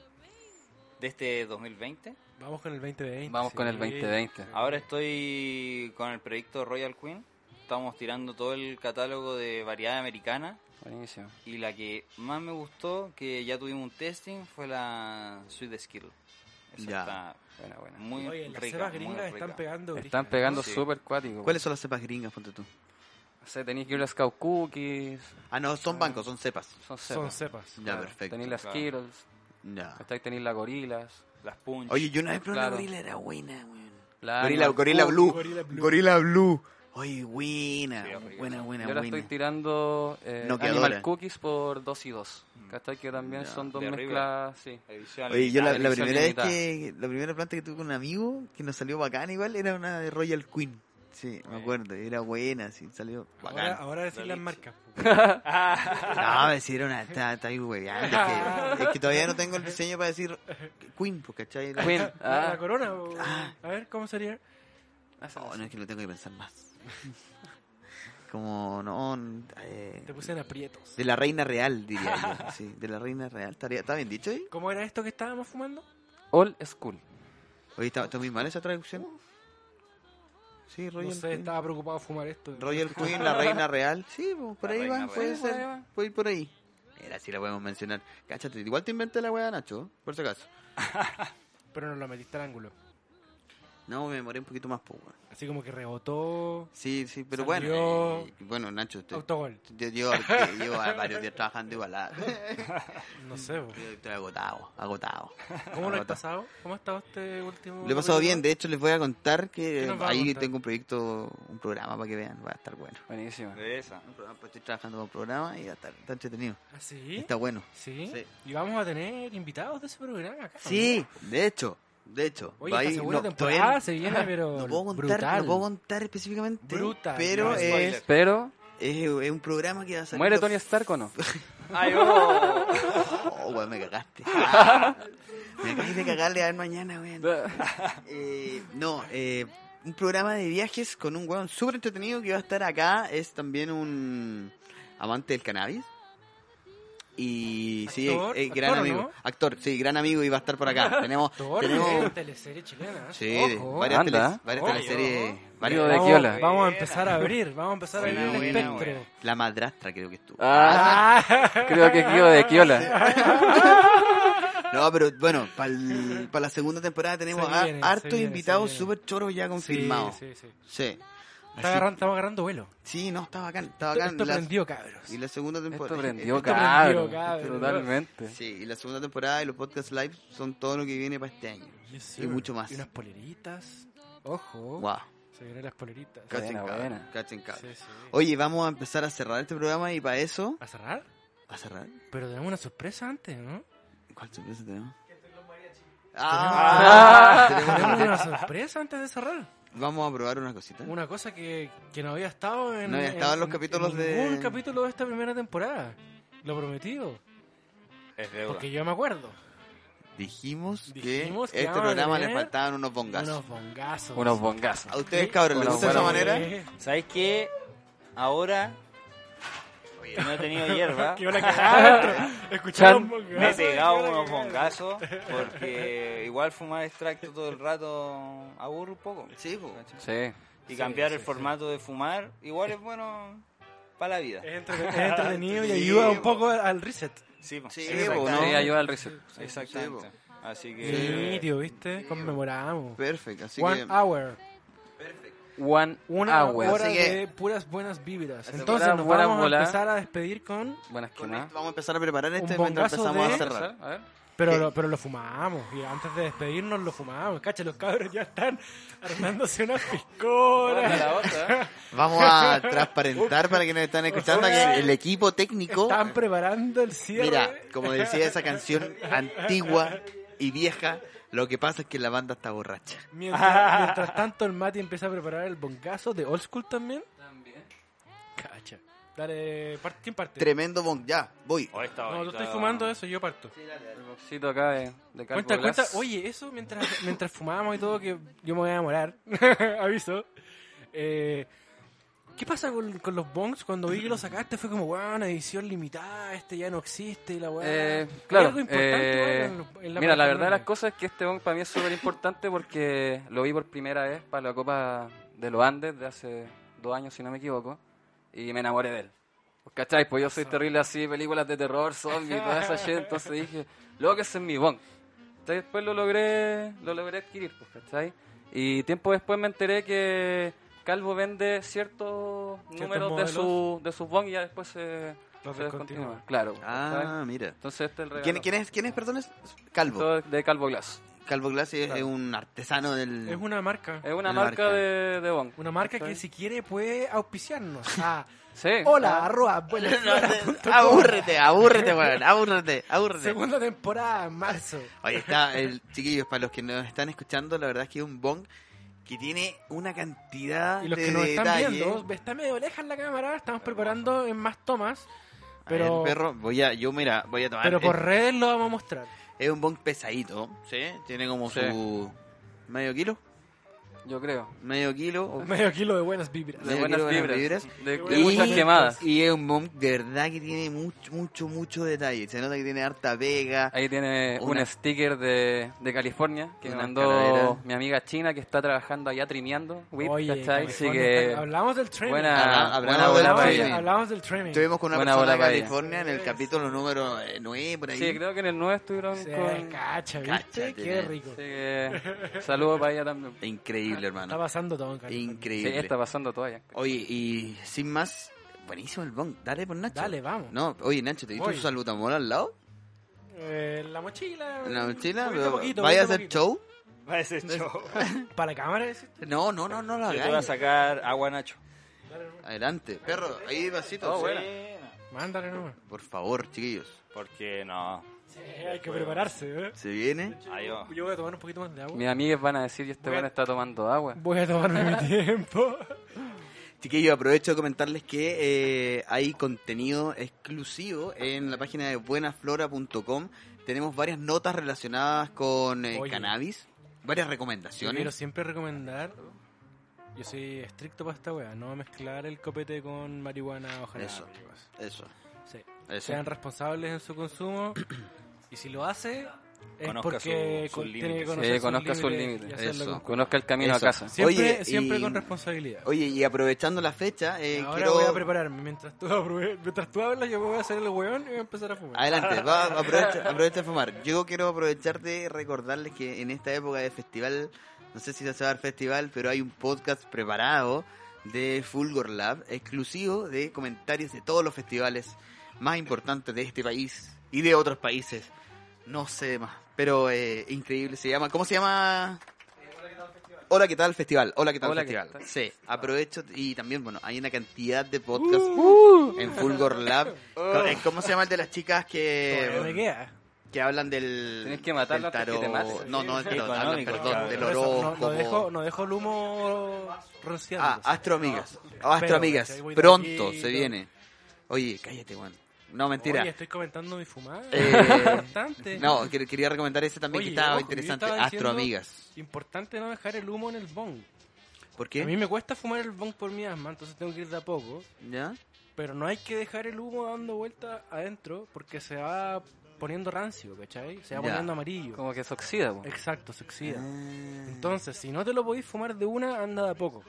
Speaker 1: de este 2020.
Speaker 2: Vamos con el 2020.
Speaker 4: Vamos con el Ah,
Speaker 2: sí.
Speaker 4: 2020.
Speaker 1: Ahora estoy con el proyecto Royal Queen. Estamos tirando todo el catálogo de variedad americana.
Speaker 4: Buenísimo.
Speaker 1: Y la que más me gustó, que ya tuvimos un testing, fue la Sweet Skill. Esa
Speaker 3: Ya.
Speaker 1: está
Speaker 4: Buena, buena.
Speaker 1: muy
Speaker 2: Oye, las
Speaker 1: rica,
Speaker 2: cepas
Speaker 1: muy
Speaker 2: gringas
Speaker 1: rica.
Speaker 2: están pegando.
Speaker 4: Están
Speaker 2: brígido,
Speaker 4: pegando
Speaker 1: Sí.
Speaker 4: súper cuáticos.
Speaker 3: ¿Cuáles son las cepas gringas, ponte tú?
Speaker 4: O sea, tenéis Girl Scout Cookies,
Speaker 3: Ah, no, son bancos, son cepas.
Speaker 4: son
Speaker 2: ¿no? Son
Speaker 4: cepas.
Speaker 2: cepas.
Speaker 3: Ya,
Speaker 4: Claro,
Speaker 3: perfecto.
Speaker 4: Tenéis las
Speaker 1: Claro.
Speaker 4: Skittles,
Speaker 3: Ya.
Speaker 4: estáis tenéis las Gorilas.
Speaker 1: Las Punch.
Speaker 3: Oye, yo una vez probé una
Speaker 4: Claro. Ah,
Speaker 3: gorila, era buena, weón.
Speaker 4: La
Speaker 3: Gorila,
Speaker 4: Animal
Speaker 3: gorila
Speaker 4: Food.
Speaker 3: blue.
Speaker 2: Gorilla Blue.
Speaker 3: Gorila blue. Oye, buena,
Speaker 1: Sí, horrible.
Speaker 3: buena, buena,
Speaker 4: Yo ahora
Speaker 3: buena.
Speaker 4: estoy tirando eh,
Speaker 3: Noqueadora.
Speaker 4: Animal Cookies por 2 y 2. ¿Cachai? Que también
Speaker 3: Ya,
Speaker 4: son dos
Speaker 1: de arriba.
Speaker 4: mezclas. Sí.
Speaker 1: Edición
Speaker 3: Oye, yo la, la
Speaker 1: limitada.
Speaker 4: edición
Speaker 3: primera vez
Speaker 4: limitada.
Speaker 3: que la primera planta que tuve con un amigo que nos salió bacán igual era una de Royal Queen. Sí, me
Speaker 1: Buena.
Speaker 3: acuerdo, era buena, sí, salió
Speaker 6: Ahora,
Speaker 3: bacán.
Speaker 6: ahora decir
Speaker 1: La
Speaker 6: las
Speaker 1: leche.
Speaker 6: marcas. po.
Speaker 3: No, me hicieron una está, está ahí hueveando, Es que, es que todavía no tengo el diseño para decir Queen, pues, ¿cachai? Era-
Speaker 4: Queen.
Speaker 2: La-
Speaker 4: Ah,
Speaker 2: La corona. o-
Speaker 3: Ah.
Speaker 2: A ver, ¿cómo sería?
Speaker 4: esa
Speaker 3: No,
Speaker 4: es
Speaker 3: no es que lo tengo que pensar más. Como, no, eh,
Speaker 2: Te puse en aprietos.
Speaker 3: de la reina real, diría yo. Sí, de la reina real. ¿Estaría- ¿Está bien dicho ahí?
Speaker 2: ¿Cómo era esto que estábamos fumando?
Speaker 4: Old School.
Speaker 3: Oye, ¿está, está muy mal esa traducción? Sí, Royal
Speaker 2: No sé,
Speaker 3: Queen.
Speaker 2: estaba preocupado de fumar esto.
Speaker 3: Royal Queen, la reina real. Sí, po, por
Speaker 1: La
Speaker 3: ahí
Speaker 1: reina
Speaker 3: va,
Speaker 1: real.
Speaker 3: puede
Speaker 4: Sí, por ahí
Speaker 3: ser.
Speaker 4: va.
Speaker 3: Puede ir por ahí. Mira, si la podemos mencionar. Cáchate, igual te inventé la weá, Nacho, por si acaso.
Speaker 2: Pero no lo metiste al ángulo.
Speaker 3: No, me demoré un poquito más, pues, weón.
Speaker 2: Así como que rebotó.
Speaker 3: Sí, sí, pero
Speaker 2: Salió-
Speaker 3: bueno. eh, bueno, Nacho, te-
Speaker 2: Autogol.
Speaker 3: yo llevo, que llevo varios días trabajando igual. ah.
Speaker 2: No sé. po.
Speaker 3: Estoy agotado, agotado.
Speaker 2: ¿Cómo lo has
Speaker 3: Agotado.
Speaker 2: pasado? ¿Cómo ha estado este último?
Speaker 3: Lo he
Speaker 2: capítulo?
Speaker 3: pasado bien, de hecho les voy a contar que
Speaker 2: ¿Qué nos va a
Speaker 3: ahí
Speaker 2: contar?
Speaker 3: tengo un proyecto, un programa para que vean, va a estar bueno.
Speaker 4: Buenísima.
Speaker 1: Ah, De esa.
Speaker 3: Un programa, pues, estoy trabajando con un programa y va a estar, está entretenido,
Speaker 2: ¿Ah, sí?
Speaker 3: está bueno.
Speaker 2: sí?
Speaker 3: Sí.
Speaker 2: Y vamos a tener invitados de ese programa acá. ¿no?
Speaker 3: Sí, de hecho, de hecho.
Speaker 2: Oye,
Speaker 3: va
Speaker 2: esta
Speaker 3: ahí-
Speaker 2: segunda
Speaker 3: no, todavía
Speaker 2: temporada se viene, pero.
Speaker 3: no puedo contar,
Speaker 2: brutal.
Speaker 3: no puedo contar específicamente.
Speaker 2: Brutal,
Speaker 3: Pero
Speaker 2: no,
Speaker 3: es,
Speaker 1: spoiler.
Speaker 4: Pero,
Speaker 3: es, es un programa que va a salir.
Speaker 4: ¿muere
Speaker 3: los-
Speaker 4: Tony Stark o no?
Speaker 1: Ay, oh.
Speaker 3: Oh, weón, me cagaste. me acabas de cagarle a ver mañana, weón. Eh, no, eh, un programa de viajes con un weón súper entretenido que va a estar acá. Es también un amante del cannabis. Y sí,
Speaker 2: Actor,
Speaker 3: es, es gran
Speaker 2: actor, ¿o
Speaker 3: amigo.
Speaker 2: no?
Speaker 3: Actor, sí, gran amigo y va a estar por acá. Tenemos,
Speaker 2: Actor de
Speaker 3: tenemos
Speaker 2: teleserie chilena. ¿eh?
Speaker 3: sí, de
Speaker 2: Ojo.
Speaker 3: varias,
Speaker 4: anda,
Speaker 3: teles-
Speaker 4: ¿eh?
Speaker 3: varias
Speaker 2: Ojo.
Speaker 3: teleseries. varias-
Speaker 4: Río de
Speaker 2: Vamos,
Speaker 4: Quiola.
Speaker 2: vamos a empezar a abrir, vamos a empezar
Speaker 1: Buena,
Speaker 2: a abrir el
Speaker 1: buena,
Speaker 2: espectro.
Speaker 1: buena.
Speaker 3: La madrastra creo que estuvo.
Speaker 4: Ah, creo que Kio de Kiola.
Speaker 3: No, pero bueno, para la segunda temporada tenemos
Speaker 2: Se
Speaker 3: a-
Speaker 2: viene, se
Speaker 3: hartos
Speaker 2: viene, se
Speaker 3: invitados
Speaker 2: viene.
Speaker 3: súper choros ya confirmados.
Speaker 2: Sí,
Speaker 3: Sí.
Speaker 2: sí, sí.
Speaker 3: Así-
Speaker 2: Está agarrando, estamos agarrando vuelo.
Speaker 3: sí, no, está bacán. Está
Speaker 2: Esto,
Speaker 3: bacán.
Speaker 2: esto
Speaker 3: La-
Speaker 2: prendió, cabros.
Speaker 3: y la segunda temporada. eh,
Speaker 4: Esto prendió
Speaker 2: Esto
Speaker 4: cabrón.
Speaker 2: prendió, cabrón.
Speaker 4: Totalmente.
Speaker 3: Sí, y la segunda temporada y los podcast live son todo lo que viene para este año.
Speaker 2: Yes,
Speaker 3: y
Speaker 2: sir.
Speaker 3: mucho más.
Speaker 2: Y unas poleritas. Ojo.
Speaker 3: Wow.
Speaker 2: Se vienen las poleritas.
Speaker 3: Cachen
Speaker 4: Buena,
Speaker 3: cabros,
Speaker 4: buena.
Speaker 3: cachen cabros.
Speaker 2: Uh, Sí, sí.
Speaker 3: Oye, vamos a empezar a cerrar este programa y para eso.
Speaker 2: ¿A cerrar?
Speaker 3: ¿A cerrar?
Speaker 2: Pero tenemos una sorpresa antes, ¿no?
Speaker 3: ¿Cuál sorpresa tenemos?
Speaker 2: Ah.
Speaker 3: Ah, tenemos
Speaker 2: Tenemos
Speaker 3: una-
Speaker 2: una sorpresa antes de cerrar.
Speaker 3: Vamos a probar una cosita.
Speaker 2: Una cosa que, que no había estado en.
Speaker 3: No había estado en los capítulos de-
Speaker 2: Ningún capítulo de esta primera temporada. Lo prometido.
Speaker 1: Es deuda.
Speaker 2: Porque yo me acuerdo.
Speaker 3: Dijimos que
Speaker 2: Dijimos que
Speaker 3: este
Speaker 2: vamos a
Speaker 3: programa le
Speaker 2: tener
Speaker 3: faltaban unos bongazos.
Speaker 2: Unos bongazos.
Speaker 4: Unos bongazos.
Speaker 3: ¿A ustedes, cabros, les
Speaker 4: Unos
Speaker 3: gusta esa
Speaker 4: buenos-
Speaker 3: manera?
Speaker 2: Eh,
Speaker 1: ¿Sabes qué? Ahora que no he tenido hierba.
Speaker 2: Que una cagada. Escucharon bongazos.
Speaker 1: Me he pegado
Speaker 2: que una
Speaker 1: unos
Speaker 2: cagada.
Speaker 1: bongazos porque igual fumar extracto todo el rato aburre un poco.
Speaker 3: Sí, po.
Speaker 1: ¿cachai?
Speaker 4: Sí.
Speaker 1: Y
Speaker 2: Sí,
Speaker 1: cambiar
Speaker 2: sí, Eh,
Speaker 1: el
Speaker 2: sí.
Speaker 1: formato de fumar igual es bueno para la vida.
Speaker 2: Es entrete- es entretenido y
Speaker 3: Sí,
Speaker 2: ayuda un
Speaker 3: bo.
Speaker 2: poco al- al reset.
Speaker 1: Sí, po.
Speaker 3: Sí,
Speaker 1: Exactamente.
Speaker 3: po,
Speaker 4: Sí,
Speaker 3: ¿no?
Speaker 4: ayuda al reset. Sí.
Speaker 1: Exactamente.
Speaker 3: Sí,
Speaker 1: Así que
Speaker 2: Sí, tío, ¿viste? Conmemoramos.
Speaker 3: Perfecto, así
Speaker 2: One
Speaker 3: que... Ah,
Speaker 2: hour.
Speaker 4: One
Speaker 2: Una
Speaker 4: hour.
Speaker 2: hora
Speaker 3: Así que-
Speaker 2: de puras buenas vibras.
Speaker 3: Así que
Speaker 2: Entonces
Speaker 4: buenas,
Speaker 2: nos
Speaker 4: buenas
Speaker 2: vamos a
Speaker 4: bolas.
Speaker 2: empezar a despedir con...
Speaker 4: Buenas
Speaker 3: Con
Speaker 4: quemadas.
Speaker 3: esto vamos a empezar a preparar
Speaker 2: Un
Speaker 3: este
Speaker 2: bongazo
Speaker 3: mientras empezamos
Speaker 2: de-
Speaker 3: a cerrar.
Speaker 4: A ver.
Speaker 2: Pero
Speaker 3: Sí.
Speaker 2: lo, pero lo fumamos. Y antes de despedirnos lo fumamos. Cacha, los cabros ya están armándose unas
Speaker 4: Una
Speaker 2: piscolas.
Speaker 4: la otra.
Speaker 3: Vamos a transparentar para quienes están escuchando que el equipo técnico...
Speaker 2: Están preparando el cierre.
Speaker 3: Mira, como decía esa canción antigua y vieja, lo que pasa es que la banda está borracha.
Speaker 2: Mientras, mientras tanto el Mati empieza a preparar el bongazo de Old School también. Cacha. Dale, par- ¿quién parte?
Speaker 3: Tremendo bong... Ya, voy.
Speaker 1: Oh, está
Speaker 2: No, yo estoy
Speaker 1: bonito.
Speaker 2: fumando eso, yo parto.
Speaker 4: El boxito acá de, de Carbo
Speaker 2: Cuenta, cuenta,
Speaker 4: Glass.
Speaker 2: oye, eso mientras, mientras fumábamos y todo, que yo me voy a enamorar, aviso. Eh, ¿Qué pasa con, con los bongs? Cuando vi que lo sacaste fue como, weón, edición limitada, este ya no existe y la weá.
Speaker 4: Eh,
Speaker 2: ¿Hay
Speaker 4: claro.
Speaker 2: algo importante,
Speaker 4: eh,
Speaker 2: weón, en los- en
Speaker 4: mira, la verdad de
Speaker 2: plataforma?
Speaker 4: las cosas es que este bong para mí es súper importante porque lo vi por primera vez para la Copa de los Andes de hace dos años, si no me equivoco, y me enamoré de él. Pues, ¿Cachai? Pues yo soy terrible así, películas de terror, zombies, toda esa shit, entonces dije, lo que es en mi bong. Entonces, después lo logré, lo logré adquirir, pues, ¿cachai? Y tiempo después me enteré que Calvo vende ciertos, números de,
Speaker 2: modelos.
Speaker 4: su, de sus bong y ya después se,
Speaker 2: Los
Speaker 4: se
Speaker 2: descontinúa.
Speaker 4: Claro. ¿cachai?
Speaker 3: Ah, mira.
Speaker 4: Entonces este es el regalo.
Speaker 3: ¿Quién, quién es, quién es, perdón? es? Calvo.
Speaker 4: Esto es de Calvo Glass.
Speaker 3: Calvo Glass es,
Speaker 2: Claro.
Speaker 3: es un artesano del...
Speaker 2: Es una marca.
Speaker 4: Es una
Speaker 3: Una
Speaker 4: marca,
Speaker 3: marca.
Speaker 4: de, de Bong.
Speaker 2: Una marca que
Speaker 4: ¿Cachai?
Speaker 2: si quiere puede auspiciarnos. Ah,
Speaker 4: Sí.
Speaker 2: hola,
Speaker 4: Ah,
Speaker 2: arroba,
Speaker 3: No,
Speaker 2: buena flora punto
Speaker 3: no,
Speaker 2: com.
Speaker 3: abúrrete, abúrrete, weón, abúrrete, abúrrete.
Speaker 2: Segunda temporada en marzo.
Speaker 3: Oye, está el chiquillos, para los que nos están escuchando, la verdad es que es un bong que tiene una cantidad
Speaker 2: Y los
Speaker 3: de
Speaker 2: que nos están
Speaker 3: detalles.
Speaker 2: viendo, está medio lejos la cámara, estamos preparando en más tomas,
Speaker 3: A ver,
Speaker 2: pero,
Speaker 3: perro, voy a, yo mira, voy a tomar.
Speaker 2: pero
Speaker 3: es-
Speaker 2: por redes lo vamos a mostrar.
Speaker 3: es, un bong pesadito, ¿sí? Tiene como
Speaker 4: Sí.
Speaker 3: su medio kilo,
Speaker 4: Yo creo.
Speaker 3: medio kilo. o-
Speaker 2: Medio kilo de buenas vibras.
Speaker 4: De
Speaker 3: Yo
Speaker 4: buenas
Speaker 3: creo buenas
Speaker 4: vibras.
Speaker 3: vibras.
Speaker 4: De, de
Speaker 2: Y-
Speaker 4: muchas quemadas.
Speaker 3: Y es un bong de verdad que tiene mucho, mucho, mucho detalle. Se nota que tiene harta pega.
Speaker 4: Ahí tiene
Speaker 3: Una-
Speaker 4: un sticker de, de California que me
Speaker 3: Una
Speaker 4: mandó
Speaker 3: calavera.
Speaker 4: mi amiga china que está trabajando allá trimeando. Whip,
Speaker 2: Oye,
Speaker 4: ¿cachai?
Speaker 2: California
Speaker 4: Así que.
Speaker 2: está- hablamos del training.
Speaker 4: Buena,
Speaker 3: Habla- hablamos
Speaker 4: buena bola
Speaker 3: del
Speaker 4: para
Speaker 2: hablamos,
Speaker 3: training.
Speaker 4: ella.
Speaker 2: hablamos del training.
Speaker 3: Estuvimos con una
Speaker 4: Buena
Speaker 3: persona
Speaker 4: bola para
Speaker 3: de
Speaker 4: ella.
Speaker 3: California en el capítulo número 9, por ahí.
Speaker 4: Sí, creo que en el 9 estuvieron
Speaker 2: Sí,
Speaker 4: con.
Speaker 2: cacha, ¿viste?
Speaker 3: Cacha,
Speaker 2: Qué
Speaker 3: tiene-
Speaker 2: rico.
Speaker 4: Así que. Saludos para ella también.
Speaker 3: Increíble, hermano.
Speaker 2: Está pasando todo en California.
Speaker 4: Sí,
Speaker 3: Increíble.
Speaker 4: está pasando todo allá.
Speaker 3: Oye, y sin más, buenísimo el bong. Dale por Nacho.
Speaker 2: Dale, vamos.
Speaker 3: No, oye, Nacho, ¿te diste
Speaker 2: Voy.
Speaker 3: un salutamola al lado?
Speaker 2: Eh, la mochila.
Speaker 3: ¿En la mochila?
Speaker 2: poquito a poquito,
Speaker 3: ¿Vaya a
Speaker 2: poquito a
Speaker 3: hacer
Speaker 2: poquito.
Speaker 3: show?
Speaker 1: Va a ser show.
Speaker 2: ¿Para la cámara? decís tú?
Speaker 3: No, no, no, no lo
Speaker 1: Yo te voy a
Speaker 3: hagas.
Speaker 1: sacar agua, Nacho.
Speaker 3: Adelante. Perro, ahí vasito.
Speaker 4: Oh,
Speaker 3: sí.
Speaker 4: buena.
Speaker 2: Mándale nomás.
Speaker 3: Por favor, chiquillos.
Speaker 1: Porque no.
Speaker 2: Sí, hay que prepararse, ¿eh?
Speaker 3: ¿Se viene?
Speaker 1: Adiós.
Speaker 2: Yo voy a tomar un poquito más de agua.
Speaker 4: Mis amigas van a decir: "Y Este
Speaker 2: Voy a-
Speaker 4: bueno está tomando agua.
Speaker 2: Voy a tomarme mi tiempo.
Speaker 3: Chiquillos, aprovecho de comentarles que eh, hay contenido exclusivo en la página de buenaflora.com. Tenemos varias notas relacionadas con eh,
Speaker 2: Oye.
Speaker 3: cannabis, varias
Speaker 2: Yo quiero
Speaker 3: recomendaciones.
Speaker 2: siempre recomendar. Yo soy estricto para esta wea, no mezclar el copete con marihuana, ojalá.
Speaker 3: Eso.
Speaker 2: amigos.
Speaker 3: Eso,
Speaker 2: Sí.
Speaker 3: eso.
Speaker 2: Sean responsables en su consumo. y si lo hace, es
Speaker 1: Conozca
Speaker 2: porque
Speaker 1: su- sus
Speaker 2: con- tiene que
Speaker 1: límites.
Speaker 2: conocer
Speaker 4: Sí, conozca sus
Speaker 2: y
Speaker 4: límites,
Speaker 2: hacerlo
Speaker 3: eso.
Speaker 2: con cu-
Speaker 4: Conozca el camino
Speaker 3: Eso.
Speaker 4: a casa.
Speaker 3: Sí.
Speaker 2: Siempre,
Speaker 3: Oye,
Speaker 2: siempre
Speaker 3: y-
Speaker 2: con responsabilidad.
Speaker 3: Oye, y aprovechando la fecha, eh,
Speaker 2: Ahora
Speaker 3: quiero...
Speaker 2: voy a prepararme. Mientras tú, aprove- mientras tú hablas, yo me voy a hacer el weón y voy a empezar a fumar.
Speaker 3: Adelante, va, aprovecha, aprovecha de fumar. Yo quiero aprovechar de recordarles que en esta época de festival, no sé si se va a dar festival, pero hay un podcast preparado de Fulgor Lab, exclusivo de comentarios de todos los festivales más importantes de este país y de otros países. No sé más, pero eh, increíble. Se llama, ¿cómo se llama? Hola, ¿qué tal festival? Hola, ¿qué tal
Speaker 4: Hola, Uh, ¿qué
Speaker 3: festival?
Speaker 4: tal?
Speaker 3: Sí, aprovecho y también, bueno, hay una cantidad de podcasts en Fulgor Lab.
Speaker 1: Oh.
Speaker 3: Co- eh, ¿Cómo se llama el de las chicas
Speaker 2: Todavía me
Speaker 3: que,
Speaker 2: queda.
Speaker 3: que hablan del.
Speaker 4: Tenés que matarlo
Speaker 3: del
Speaker 4: antes que te
Speaker 3: tarot?
Speaker 4: mate.
Speaker 3: No, no, del tarot, hablan,
Speaker 1: Económico,
Speaker 3: perdón,
Speaker 1: cabrón.
Speaker 3: del
Speaker 2: Por eso, no,
Speaker 3: horóscopo.
Speaker 2: no dejo, no dejo el humo rociando.
Speaker 3: Ah, astroamigas. Ah,
Speaker 2: Pero,
Speaker 3: astroamigas.
Speaker 2: ¿cachai? Voy
Speaker 3: Pronto
Speaker 2: tranquilo.
Speaker 3: se viene. Oye, cállate, Juan. No, mentira.
Speaker 2: Oye, este- estoy comentando mi fumada.
Speaker 3: Eh,
Speaker 2: importante.
Speaker 3: No, quer- quería recomendar ese también
Speaker 2: Oye,
Speaker 3: que estaba
Speaker 2: ojo, yo
Speaker 3: interesante.
Speaker 2: estaba diciendo-
Speaker 3: Astroamigas.
Speaker 2: Importante no dejar el humo en el bong.
Speaker 3: ¿Por
Speaker 2: A mí
Speaker 3: qué?
Speaker 2: me cuesta fumar el bong por mi asma, entonces tengo que ir de a poco.
Speaker 3: ¿Ya?
Speaker 2: Pero no hay que dejar el humo dando vuelta adentro porque se va poniendo rancio, ¿cachai? Se va
Speaker 3: Ya.
Speaker 2: poniendo amarillo.
Speaker 4: Como que se oxida, po.
Speaker 2: Exacto, se oxida.
Speaker 3: Ah,
Speaker 2: Entonces, si no te lo podéis fumar de una, anda de a poco,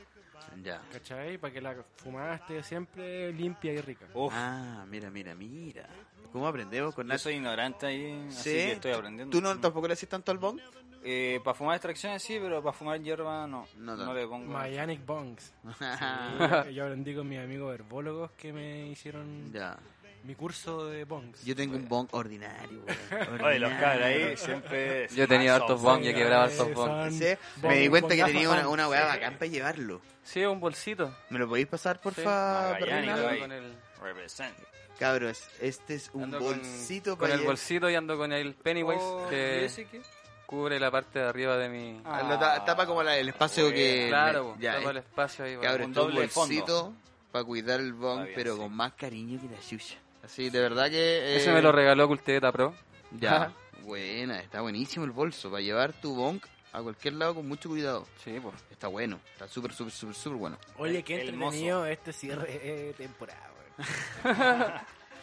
Speaker 3: Ya.
Speaker 2: ¿cachai? Para que la fumada esté siempre limpia y rica.
Speaker 1: Uf,
Speaker 3: Ah, mira, mira, mira. ¿Cómo aprendemos con
Speaker 1: yo
Speaker 3: Nacho?
Speaker 1: soy ignorante ahí, así
Speaker 3: Sí.
Speaker 1: que estoy aprendiendo. Mm.
Speaker 3: ¿Tú no, tampoco le haces tanto al bong?
Speaker 1: Eh, para fumar extracciones sí, pero para fumar hierba no.
Speaker 3: No,
Speaker 1: No,
Speaker 3: no.
Speaker 1: le pongo.
Speaker 2: Mayanic bongs. Yo- Yo aprendí con mis amigos herbólogos que me hicieron
Speaker 3: ya.
Speaker 2: mi curso de bongs.
Speaker 3: Yo tengo un bong ordinario, weón.
Speaker 1: Oye, los cabros
Speaker 3: Ordinario.
Speaker 1: ahí siempre.
Speaker 4: Yo he tenido
Speaker 1: son-
Speaker 4: hartos
Speaker 1: son-
Speaker 4: bong y he quebrado hartos
Speaker 2: Eh,
Speaker 4: bong.
Speaker 2: son-
Speaker 3: Sí,
Speaker 2: Bong,
Speaker 3: me di cuenta que
Speaker 2: bongazo,
Speaker 3: tenía una,
Speaker 2: bong.
Speaker 3: una weá bacán para llevarlo.
Speaker 4: Sí, un bolsito.
Speaker 3: ¿Me lo podéis pasar, porfa?
Speaker 1: Sí. Magallanes,
Speaker 3: Bernardo?
Speaker 1: ahí.
Speaker 4: Con el-
Speaker 1: Represent.
Speaker 3: Cabros, este es un
Speaker 4: ando con-
Speaker 3: bolsito
Speaker 4: con,
Speaker 3: para
Speaker 4: el
Speaker 3: llevar-
Speaker 4: bolsito y ando con el Pennywise
Speaker 1: Oh, ¿y
Speaker 4: que
Speaker 1: ese qué?
Speaker 4: cubre la parte de arriba de mi
Speaker 1: Ah,
Speaker 3: Ah, lo ta- tapa como la- el espacio
Speaker 1: Buena.
Speaker 3: que...
Speaker 4: claro po,
Speaker 3: ya,
Speaker 4: tapa
Speaker 3: eh,
Speaker 4: el espacio ahí
Speaker 3: cabros,
Speaker 1: un
Speaker 3: este es un
Speaker 1: doble fondo.
Speaker 3: bolsito para cuidar el bong,
Speaker 1: Está bien,
Speaker 3: pero
Speaker 1: sí.
Speaker 3: con más cariño que la suya. Así, de verdad que... eh,
Speaker 4: ese me lo regaló Culteta Pro
Speaker 3: Ya, buena, está buenísimo el bolso para llevar tu bong a cualquier lado con mucho cuidado.
Speaker 4: sí pues
Speaker 3: Está bueno, está súper, súper, súper, súper bueno.
Speaker 2: Oye, qué
Speaker 1: El mozo.
Speaker 2: entretenido este cierre de temporada, weón.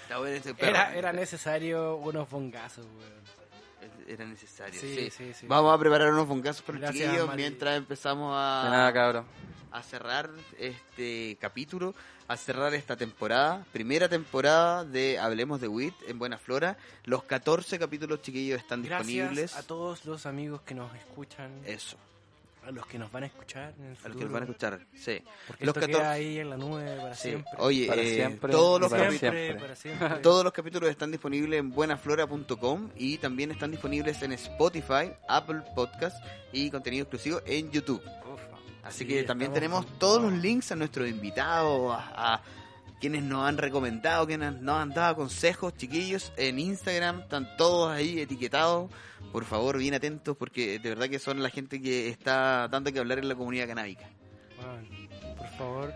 Speaker 3: Está bueno este perro.
Speaker 2: Era, era necesario unos bongazos, weón.
Speaker 3: Era necesario.
Speaker 2: Sí,
Speaker 3: Sí,
Speaker 2: sí, sí.
Speaker 3: Vamos a preparar unos fongazos por el
Speaker 2: Gracias,
Speaker 3: chiquillos
Speaker 2: Mari.
Speaker 3: mientras empezamos
Speaker 4: de nada
Speaker 3: a,
Speaker 4: cabrón
Speaker 3: a cerrar este capítulo, a cerrar esta temporada, primera temporada de Hablemos de WIT en Buena Flora. Los 14 capítulos chiquillos están
Speaker 2: Gracias
Speaker 3: disponibles.
Speaker 2: a todos los amigos que nos escuchan.
Speaker 3: Eso.
Speaker 2: a los que nos van a escuchar en el
Speaker 3: Eh. a
Speaker 2: futuro.
Speaker 3: los que nos van a escuchar. Sí.
Speaker 2: Porque
Speaker 3: Los
Speaker 2: esto
Speaker 3: 14.
Speaker 2: queda ahí en la nube para
Speaker 3: Sí.
Speaker 2: siempre.
Speaker 3: Oye,
Speaker 4: Para
Speaker 3: eh,
Speaker 4: siempre
Speaker 3: todos
Speaker 4: y
Speaker 3: los
Speaker 4: para
Speaker 3: capítulos.
Speaker 2: siempre,
Speaker 4: siempre.
Speaker 2: para siempre.
Speaker 3: Todos los capítulos están disponibles en buenaflora.com y también están disponibles en Spotify, Apple Podcast y contenido exclusivo en YouTube. Así
Speaker 2: Sí,
Speaker 3: que también
Speaker 2: estamos-
Speaker 3: tenemos todos los links a nuestros invitados, a, a quienes nos han recomendado, quienes nos han dado consejos, chiquillos, en Instagram, están todos ahí etiquetados. Por favor, bien atentos porque de verdad que son la gente que está dando que hablar en la comunidad canábica.
Speaker 2: Weón, por favor,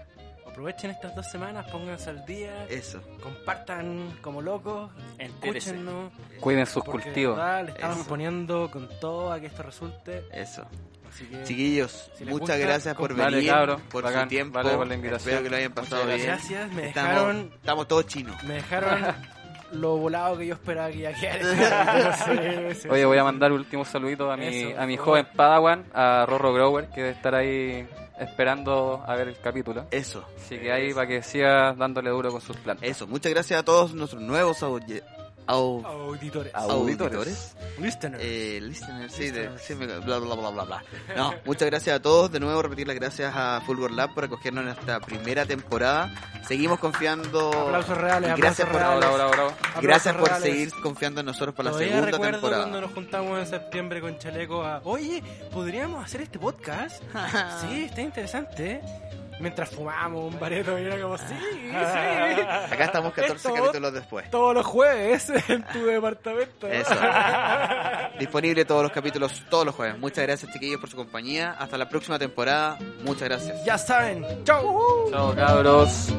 Speaker 2: aprovechen estas dos semanas, pónganse al día,
Speaker 3: Eso.
Speaker 2: compartan como locos,
Speaker 1: Entérese.
Speaker 2: escúchennos.
Speaker 4: Cuiden sus
Speaker 2: porque de
Speaker 4: cultivos.
Speaker 2: verdad le estamos
Speaker 3: Eso.
Speaker 2: poniendo con todo a que esto resulte.
Speaker 3: Eso.
Speaker 2: Así que
Speaker 3: Chiquillos,
Speaker 2: Si les
Speaker 3: muchas
Speaker 2: gusta,
Speaker 3: gracias por
Speaker 4: Vale,
Speaker 3: venir,
Speaker 4: cabros,
Speaker 3: por
Speaker 4: bacán,
Speaker 3: su tiempo.
Speaker 4: vale por la invitación.
Speaker 3: Espero que lo hayan pasado
Speaker 4: Muchas
Speaker 3: bien.
Speaker 2: gracias, me
Speaker 3: estamos,
Speaker 2: dejaron,
Speaker 3: estamos todos chinos.
Speaker 2: me dejaron lo volado que yo esperaba que ya quedara. Sí, sí,
Speaker 4: Oye,
Speaker 2: sí,
Speaker 4: voy a
Speaker 2: sí.
Speaker 4: mandar último saludito a mi,
Speaker 2: Eso, por
Speaker 4: a mi
Speaker 2: favor.
Speaker 4: joven Padawan, a Rorro Grower, que debe estar ahí esperando a ver el capítulo.
Speaker 3: Eso,
Speaker 4: Así que ahí para que siga dándole duro con sus plantas.
Speaker 3: eso. Muchas gracias a todos nuestros nuevos auye- au-
Speaker 2: Auditores.
Speaker 3: auditores.
Speaker 2: Listeners.
Speaker 3: Eh, listeners, sí, de-
Speaker 2: Listeners.
Speaker 3: sí, me- bla, bla, bla, bla, bla. No, muchas gracias a todos. De nuevo, repetir las gracias a Fulgor Lab por acogernos en esta primera temporada. Seguimos confiando.
Speaker 2: Aplausos reales, aplausos
Speaker 3: Gracias por-
Speaker 4: Bravo,
Speaker 2: reales.
Speaker 4: bravo, bravo, bravo.
Speaker 2: Aplausos
Speaker 3: Gracias por
Speaker 2: reales.
Speaker 3: seguir confiando en nosotros para la
Speaker 2: Todavía
Speaker 3: segunda
Speaker 2: recuerdo
Speaker 3: temporada.
Speaker 2: cuando nos juntamos en septiembre con Chaleco a, oye, ¿podríamos hacer este podcast? sí, está interesante. Mientras fumábamos un bareto y era como, sí, sí.
Speaker 3: Acá estamos 14
Speaker 2: Esto-
Speaker 3: capítulos después.
Speaker 2: Todos los jueves en tu departamento.
Speaker 3: Eso. Disponible todos los capítulos, todos los jueves. Muchas gracias, chiquillos, por su compañía. Hasta la próxima temporada. Muchas gracias.
Speaker 2: Ya saben, chau.
Speaker 4: Chao, cabros.